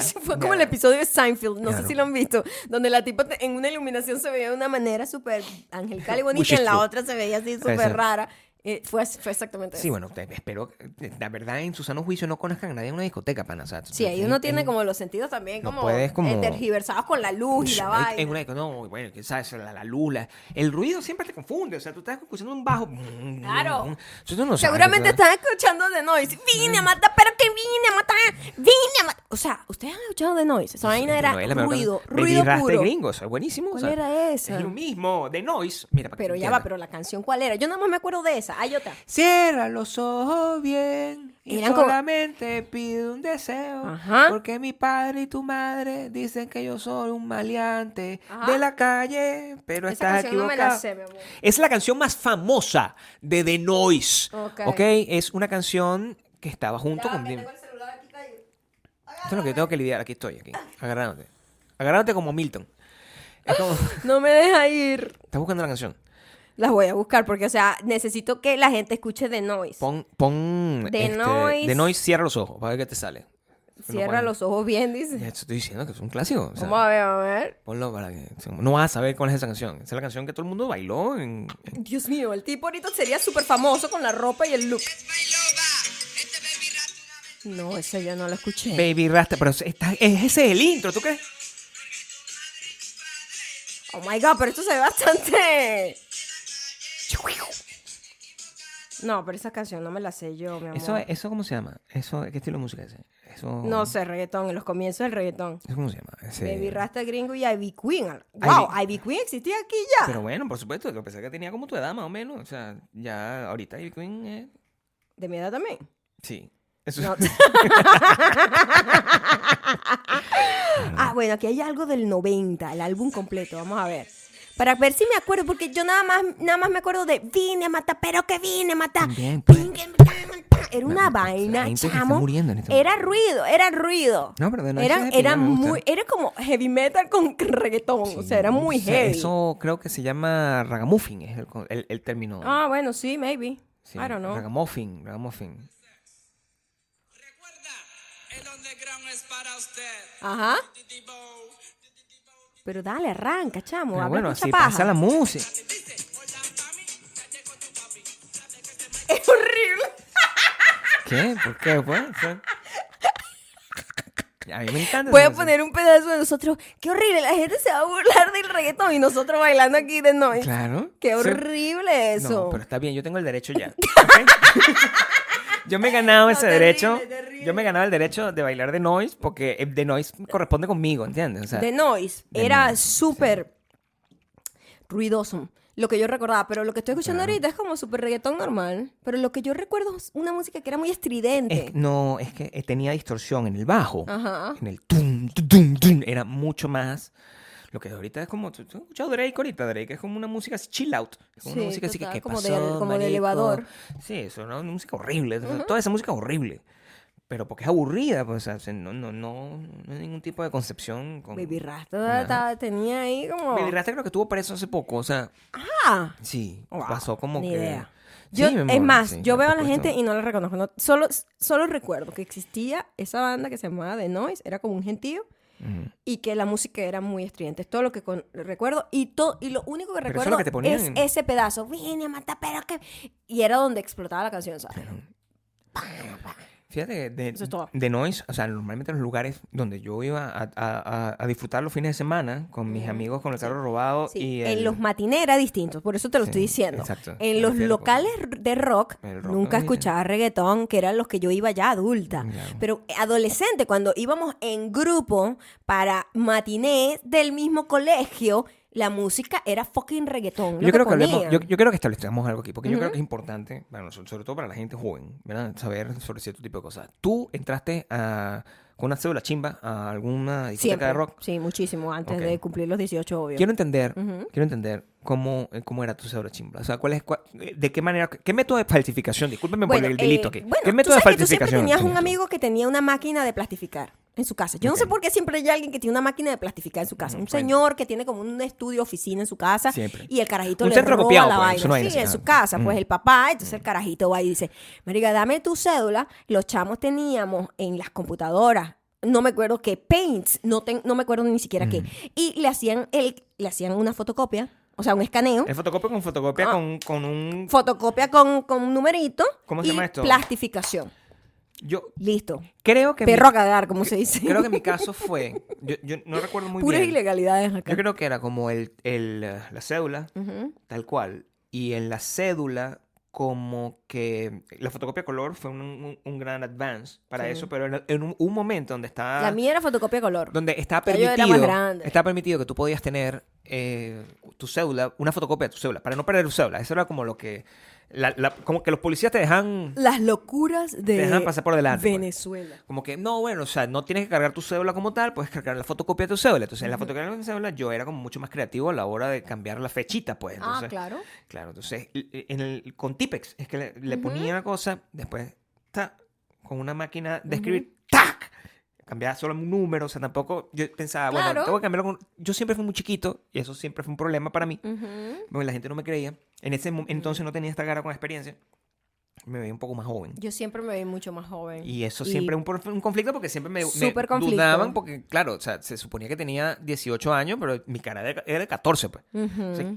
Speaker 1: Sí, fue como
Speaker 2: Ya.
Speaker 1: el episodio de Seinfeld, no
Speaker 2: Claro.
Speaker 1: sé si lo han visto, donde la tipa te- en una iluminación se veía de una manera súper angelical y bonita,
Speaker 2: Which
Speaker 1: y
Speaker 2: is
Speaker 1: en la
Speaker 2: true.
Speaker 1: otra se veía así
Speaker 2: sí.
Speaker 1: súper rara. Eh, fue, as- fue exactamente
Speaker 2: Sí,
Speaker 1: eso.
Speaker 2: bueno, te- espero... que- La verdad, en su sano juicio no conozcan a nadie en una discoteca, pana. O sea,
Speaker 1: Sí, ahí
Speaker 2: es-
Speaker 1: uno tiene
Speaker 2: es-
Speaker 1: como los sentidos también
Speaker 2: no
Speaker 1: como,
Speaker 2: puedes como-
Speaker 1: eh, tergiversados con la luz y la
Speaker 2: Ay,
Speaker 1: vaina.
Speaker 2: en una disco- no, bueno, que sabes, la, la lula. El ruido siempre te confunde. O sea, tú estás escuchando un bajo.
Speaker 1: Claro.
Speaker 2: Entonces, tú no sabes,
Speaker 1: Seguramente
Speaker 2: ¿verdad?
Speaker 1: estás escuchando de noise. Vine a matar, pero que vine a matar, vine a matar. O sea, ¿ustedes han escuchado The Noise? Esa vaina era
Speaker 2: Novela, me acuerdo.
Speaker 1: ruido,
Speaker 2: Baby
Speaker 1: ruido
Speaker 2: Rasta y
Speaker 1: puro.
Speaker 2: gringo, eso es buenísimo. o
Speaker 1: ¿Cuál
Speaker 2: sea,
Speaker 1: era
Speaker 2: Es
Speaker 1: esa?
Speaker 2: lo mismo, The Noise. Mira, para que
Speaker 1: Pero ya
Speaker 2: entiendas.
Speaker 1: va, pero la canción, ¿cuál era? Yo nada más me acuerdo de esa. Hay otra.
Speaker 2: Cierra los ojos bien y
Speaker 1: Eran como-
Speaker 2: solamente pide un deseo.
Speaker 1: Ajá.
Speaker 2: Porque mi padre y tu madre dicen que yo soy un maleante
Speaker 1: Ajá.
Speaker 2: de la calle, pero
Speaker 1: Esa
Speaker 2: estás
Speaker 1: canción no me la
Speaker 2: equivocado.
Speaker 1: sé, mi amor.
Speaker 2: Es la canción más famosa de The Noise.
Speaker 1: Ok.
Speaker 2: ok, es una canción que estaba junto con. Esto es lo que tengo que lidiar. Aquí estoy, aquí. Agarrándote. Agarrándote como Milton. Es como-
Speaker 1: No me deja ir.
Speaker 2: Estás buscando la canción.
Speaker 1: Las voy a buscar porque, o sea, necesito que la gente escuche The Noise.
Speaker 2: Pon, pon
Speaker 1: The
Speaker 2: este,
Speaker 1: Noise.
Speaker 2: The Noise, cierra los ojos para ver qué te sale.
Speaker 1: Cierra los ojos bien, dice.
Speaker 2: Ya te estoy diciendo que es un clásico. o sea,
Speaker 1: Vamos a ver, vamos a ver.
Speaker 2: ponlo para que- No vas a saber cuál es esa canción. Esa es la canción que todo el mundo bailó. en-
Speaker 1: Dios mío, el tipo ahorita sería súper famoso con la ropa y el look. No, eso yo no lo escuché.
Speaker 2: Baby Rasta. Pero es- está- es- ese es el intro, ¿tú crees?
Speaker 1: Oh my god, pero esto se ve bastante. No, pero esa canción no me la sé yo, mi amor.
Speaker 2: Eso, ¿Eso cómo se llama? Eso, ¿Qué estilo de música es ese? Eso,
Speaker 1: No sé, reggaetón, en los comienzos del reggaetón.
Speaker 2: ¿Eso cómo se llama? Ese-
Speaker 1: Baby Rasta Gringo y Ivy Queen. Wow, Ivy Queen existía aquí ya.
Speaker 2: Pero bueno, por supuesto. Lo pensé que tenía como tu edad, más o menos. O sea, ya ahorita Ivy Queen es...
Speaker 1: De mi edad también.
Speaker 2: Sí. Eso
Speaker 1: No. ah, bueno, aquí hay algo del 90, el álbum completo, vamos a ver. Para ver si me acuerdo, porque yo nada más, nada más me acuerdo de vine a matar, pero que vine a matar.
Speaker 2: También, pues.
Speaker 1: Vine a matar. Era
Speaker 2: La-
Speaker 1: una
Speaker 2: la
Speaker 1: vaina,
Speaker 2: gente se está
Speaker 1: chamo.
Speaker 2: muriendo en este
Speaker 1: era
Speaker 2: momento.
Speaker 1: ruido, era ruido.
Speaker 2: No, pero de noche
Speaker 1: era,
Speaker 2: es genial,
Speaker 1: era
Speaker 2: me gusta.
Speaker 1: muy, era como heavy metal con reggaetón. o sea, era muy
Speaker 2: O sea,
Speaker 1: heavy.
Speaker 2: Eso creo que se llama ragamuffin, es el, co- el- el término.
Speaker 1: Ah, bueno, sí, maybe.
Speaker 2: Sí,
Speaker 1: I don't know.
Speaker 2: Ragamuffin, ragamuffin.
Speaker 4: Recuerda, el underground es para usted.
Speaker 1: Ajá. Pero dale, arranca, chamo.
Speaker 2: Pero
Speaker 1: habla
Speaker 2: bueno,
Speaker 1: mucha
Speaker 2: así
Speaker 1: paja.
Speaker 2: pasa la música.
Speaker 1: Es horrible.
Speaker 2: ¿Qué? ¿Por qué? Pues, o sea, A mí me encanta.
Speaker 1: Voy
Speaker 2: esa
Speaker 1: a
Speaker 2: canción.
Speaker 1: poner un pedazo de nosotros. Qué horrible, la gente se va a burlar del reggaetón y nosotros bailando aquí de noche.
Speaker 2: Claro.
Speaker 1: Qué
Speaker 2: Sí.
Speaker 1: horrible eso.
Speaker 2: No, pero está bien, yo tengo el derecho ya. ¿ok? yo me he ganado
Speaker 1: No,
Speaker 2: ese
Speaker 1: terrible,
Speaker 2: derecho.
Speaker 1: terrible.
Speaker 2: Yo me he ganado el derecho de bailar de noise porque eh, de noise corresponde conmigo, ¿entiendes? O sea,
Speaker 1: The Noise
Speaker 2: The
Speaker 1: era
Speaker 2: Noise,
Speaker 1: súper ruidoso, lo que yo recordaba, pero lo que estoy escuchando ahorita es como súper reggaetón normal, pero lo que yo recuerdo es una música que era muy estridente.
Speaker 2: Es- no, es que eh, tenía distorsión en el bajo.
Speaker 1: Ajá.
Speaker 2: En el tum, tu, tum, tum. Era mucho más. Lo que ahorita es como. ¿Tú, tú has escuchado Drake ahorita? Drake es como una música así chill out. Es como
Speaker 1: Sí,
Speaker 2: una música así que.
Speaker 1: total,
Speaker 2: ¿qué
Speaker 1: como de-
Speaker 2: pasó,
Speaker 1: como de
Speaker 2: marico?
Speaker 1: elevador.
Speaker 2: Sí, eso era una música horrible. o sea, Toda esa música es horrible. Pero porque es aburrida, pues, o sea, no, no, no, no hay ningún tipo de concepción. Con...
Speaker 1: Baby Rasta
Speaker 2: Ajá.
Speaker 1: ta- tenía ahí como...
Speaker 2: Baby Rasta creo que estuvo preso hace poco, o sea,
Speaker 1: Ah.
Speaker 2: sí,
Speaker 1: Wow,
Speaker 2: pasó como
Speaker 1: ni
Speaker 2: que...
Speaker 1: idea.
Speaker 2: Sí,
Speaker 1: Yo,
Speaker 2: mi
Speaker 1: es
Speaker 2: amor,
Speaker 1: más,
Speaker 2: sí,
Speaker 1: yo
Speaker 2: por
Speaker 1: veo a la
Speaker 2: supuesto.
Speaker 1: gente y no la reconozco. no- solo, solo recuerdo que existía esa banda que se llamaba The Noise, era como un gentío, y que la música era muy estridente. Es todo lo que con- recuerdo. Y, to- y lo único que
Speaker 2: Pero eso es
Speaker 1: recuerdo
Speaker 2: lo que te ponían
Speaker 1: es
Speaker 2: en-
Speaker 1: ese pedazo. Vine a matar, pero que. Y era donde explotaba la canción, ¿sabes?
Speaker 2: Fíjate, que de,
Speaker 1: Eso es todo.
Speaker 2: de Noise, o sea, normalmente los lugares donde yo iba a, a- a- a disfrutar los fines de semana con mis amigos con el carro robado
Speaker 1: Sí,
Speaker 2: y
Speaker 1: En
Speaker 2: el-
Speaker 1: los matinés era distinto, por eso te lo estoy diciendo.
Speaker 2: exacto.
Speaker 1: En
Speaker 2: Me
Speaker 1: los
Speaker 2: refiero como-
Speaker 1: locales de rock,
Speaker 2: El rock
Speaker 1: nunca
Speaker 2: también.
Speaker 1: escuchaba reggaetón, que eran los que yo iba ya adulta.
Speaker 2: Claro.
Speaker 1: Pero adolescente, cuando íbamos en grupo para matinés del mismo colegio, la música era fucking reggaetón. lo
Speaker 2: Yo creo, que hablemos-
Speaker 1: ponían.
Speaker 2: yo, yo creo que establezcamos algo aquí, porque yo creo que es importante, para nosotros, sobre todo para la gente joven, ¿verdad? saber sobre cierto tipo de cosas. Tú entraste a- con una cédula chimba a alguna discoteca
Speaker 1: Siempre.
Speaker 2: de rock.
Speaker 1: Sí, muchísimo, antes
Speaker 2: Ok.
Speaker 1: de cumplir los 18, obvio.
Speaker 2: Quiero entender, quiero entender cómo, eh, cómo era tu cédula chimba. O sea, cuál es, cuál- eh, de qué manera, qué método de falsificación, discúlpenme por el
Speaker 1: eh,
Speaker 2: delito aquí.
Speaker 1: bueno,
Speaker 2: ¿Qué
Speaker 1: tú
Speaker 2: método de
Speaker 1: sabes que tú siempre
Speaker 2: falsificación?
Speaker 1: tenías un
Speaker 2: tenías tú?
Speaker 1: amigo que tenía una máquina de plastificar en su casa. Yo no sé
Speaker 2: Ok. Mm,
Speaker 1: por qué siempre hay alguien que tiene una máquina de plastificar en su casa. Un señor que tiene como un estudio, oficina en su casa.
Speaker 2: Siempre.
Speaker 1: Y el carajito
Speaker 2: Un
Speaker 1: le
Speaker 2: centro
Speaker 1: roba
Speaker 2: copiado,
Speaker 1: la
Speaker 2: pues,
Speaker 1: vaina.
Speaker 2: es una vaina
Speaker 1: sí,
Speaker 2: así,
Speaker 1: en
Speaker 2: ajá.
Speaker 1: su casa.
Speaker 2: Mm.
Speaker 1: Pues el papá, entonces el carajito va y dice, marica, dame tu cédula. Los chamos teníamos en las computadoras, no me acuerdo qué, paints, no, ten- no me acuerdo ni siquiera
Speaker 2: Mm.
Speaker 1: qué. Y le hacían, el, le hacían una fotocopia, o sea, un escaneo
Speaker 2: Es fotocopia con fotocopia
Speaker 1: Ah.
Speaker 2: con, con un...
Speaker 1: fotocopia con, con un numerito
Speaker 2: ¿Cómo
Speaker 1: y
Speaker 2: se llama esto?
Speaker 1: plastificación.
Speaker 2: Yo
Speaker 1: Listo.
Speaker 2: creo que... mi-
Speaker 1: Perro a cagar, como se dice.
Speaker 2: creo que mi caso fue... Yo, yo no recuerdo muy
Speaker 1: Puras
Speaker 2: bien.
Speaker 1: ilegalidades acá.
Speaker 2: Yo creo que era como el, el, eh, la cédula, tal cual. Y en la cédula como que la fotocopia a color fue un, un- un gran advance para
Speaker 1: Sí.
Speaker 2: eso, pero en, en un, un momento donde estaba,
Speaker 1: La mía era fotocopia de color.
Speaker 2: donde estaba
Speaker 1: Ya yo era más
Speaker 2: permitido,
Speaker 1: grande.
Speaker 2: estaba permitido que tú podías tener eh, tu cédula, una fotocopia de tu cédula, para no perder tu cédula. Eso era como lo que, la- la- como que los policías te dejan
Speaker 1: Las locuras de
Speaker 2: Te dejan pasar por delante, pues.
Speaker 1: Venezuela.
Speaker 2: como que, no, bueno, o sea, no tienes que cargar tu cédula como tal, puedes cargar la fotocopia de tu cédula. Entonces, en la fotocopia de mi cédula yo era como mucho más creativo a la hora de cambiar la fechita, pues.
Speaker 1: ah,
Speaker 2: Entonces,
Speaker 1: claro.
Speaker 2: Claro, entonces, l- en el, con Tipex es que le, le ponía la cosa, después, ta, con una máquina de escribir, ¡tac! Cambiaba solo un número, o sea, tampoco, yo pensaba,
Speaker 1: Claro.
Speaker 2: bueno, tengo que cambiarlo con... Yo siempre fui muy chiquito, y eso siempre fue un problema para mí, porque la gente no me creía. En ese mo- entonces no tenía esta cara con experiencia, me veía un poco más joven.
Speaker 1: Yo siempre me vi mucho más joven.
Speaker 2: Y eso siempre es un, prof- un conflicto porque siempre me, me
Speaker 1: Súper conflicto.
Speaker 2: dudaban porque, claro, o sea, se suponía que tenía 18 años, pero mi cara era- era de pues. 14, pues. O sea,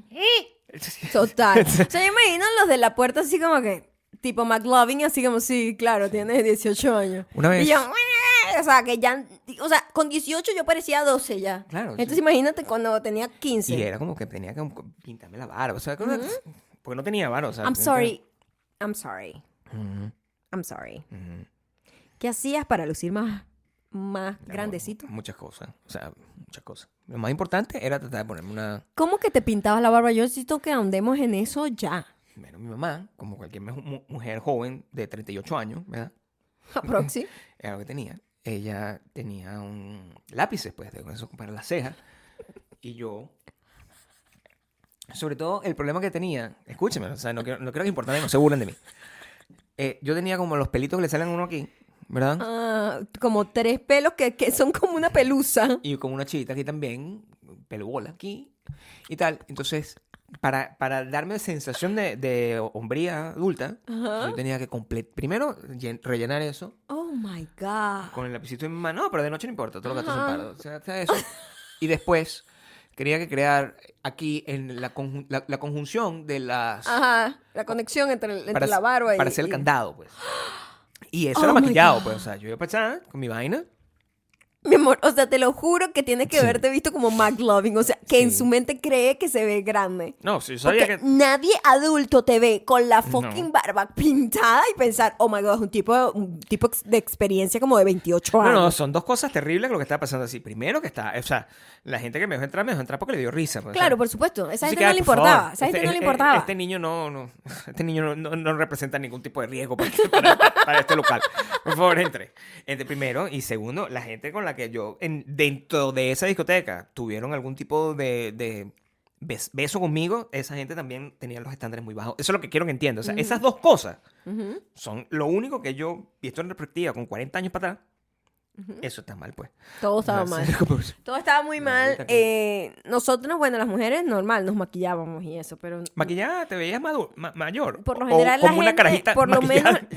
Speaker 1: Total. o sea, yo me imagino los de la puerta así como que, tipo McLovin, así como, sí, claro, tienes 18 años.
Speaker 2: Una vez-
Speaker 1: Y yo, "Ué", o sea, que ya, o sea, con 18 yo parecía 12 ya.
Speaker 2: Claro,
Speaker 1: Entonces
Speaker 2: sí.
Speaker 1: imagínate cuando tenía 15.
Speaker 2: Y era como que tenía que como pintarme la barba. O sea, como- porque no tenía barba. O sea,
Speaker 1: I'm
Speaker 2: tenía que-
Speaker 1: sorry. I'm sorry. I'm sorry. ¿Qué hacías para lucir más, más grandecito?
Speaker 2: Muchas cosas. O sea, muchas cosas. Lo más importante era tratar de ponerme una.
Speaker 1: ¿Cómo que te pintabas la barba? Yo necesito que ahondemos en eso ya.
Speaker 2: Bueno, mi mamá, como cualquier mu- mu- mujer joven de 38 años, ¿verdad?
Speaker 1: Proxy.
Speaker 2: Era lo que tenía. Ella tenía un lápices, pues, de con eso para las cejas. Y yo. Sobre todo, el problema que tenía. Escúcheme, o sea, no quiero, no quiero que importante, no se burlen de mí. Eh, yo tenía como los pelitos que le salen a uno aquí, ¿verdad?
Speaker 1: Ah, como tres pelos que, que son como una pelusa.
Speaker 2: Y con una chivita aquí también, pelubola aquí y tal. Entonces, para, para darme sensación de, de hombría adulta, yo tenía que comple- primero llen- rellenar eso
Speaker 1: Oh my God.
Speaker 2: con el lapicito en mi mano. No, pero de noche no importa, todos los gatos son
Speaker 1: Ajá.
Speaker 2: pardos. O sea, sea eso. Y después, quería que crear aquí en la, conjun- la, la conjunción de las.
Speaker 1: Ajá, la conexión entre, Ah, entre la barba y...
Speaker 2: para hacer el
Speaker 1: y-
Speaker 2: candado, pues. Y eso
Speaker 1: Oh
Speaker 2: era
Speaker 1: my
Speaker 2: maquillado,
Speaker 1: God.
Speaker 2: pues. O sea, yo iba a pasar con mi vaina.
Speaker 1: Mi amor, o sea, te lo juro que tienes que
Speaker 2: Sí.
Speaker 1: verte visto como McLovin. O sea, que en
Speaker 2: Sí.
Speaker 1: su mente cree que se ve grande.
Speaker 2: No, sí, sabía
Speaker 1: Porque
Speaker 2: que.
Speaker 1: nadie adulto te ve con la fucking barba pintada y pensar, oh my god, es un tipo, un tipo ex- de experiencia como de 28
Speaker 2: No,
Speaker 1: años.
Speaker 2: no, son dos cosas terribles lo que estaba pasando así. Primero que está, o sea, la gente que me dejó entrar, me dejó entrar porque le dio risa. pues, o sea,
Speaker 1: Claro, por supuesto. Esa
Speaker 2: así
Speaker 1: gente
Speaker 2: que,
Speaker 1: no
Speaker 2: ah,
Speaker 1: le
Speaker 2: por favor,
Speaker 1: importaba. Esa gente
Speaker 2: este-
Speaker 1: no le
Speaker 2: este-
Speaker 1: importaba.
Speaker 2: Este niño no, no, este niño no, no- no representa ningún tipo de riesgo para, para- para este local. Por favor, entre. Entre primero. Y segundo, la gente con la que yo, en- dentro de esa discoteca, tuvieron algún tipo de... de bes- Beso conmigo, esa gente también tenía los estándares muy bajos. Eso es lo que quiero que entiendan. O sea, esas dos cosas son lo único que yo, y esto en perspectiva, con 40 años para atrás, eso está mal, pues.
Speaker 1: Todo estaba mal. Todo estaba muy
Speaker 2: No,
Speaker 1: mal.
Speaker 2: ahorita
Speaker 1: Eh, nosotros, bueno, las mujeres, normal, nos maquillábamos y eso, pero...
Speaker 2: Maquillada, te veías madu- ma- mayor.
Speaker 1: Por lo
Speaker 2: O
Speaker 1: general, la
Speaker 2: como una
Speaker 1: gente,
Speaker 2: carajita
Speaker 1: por lo menos,
Speaker 2: maquillada.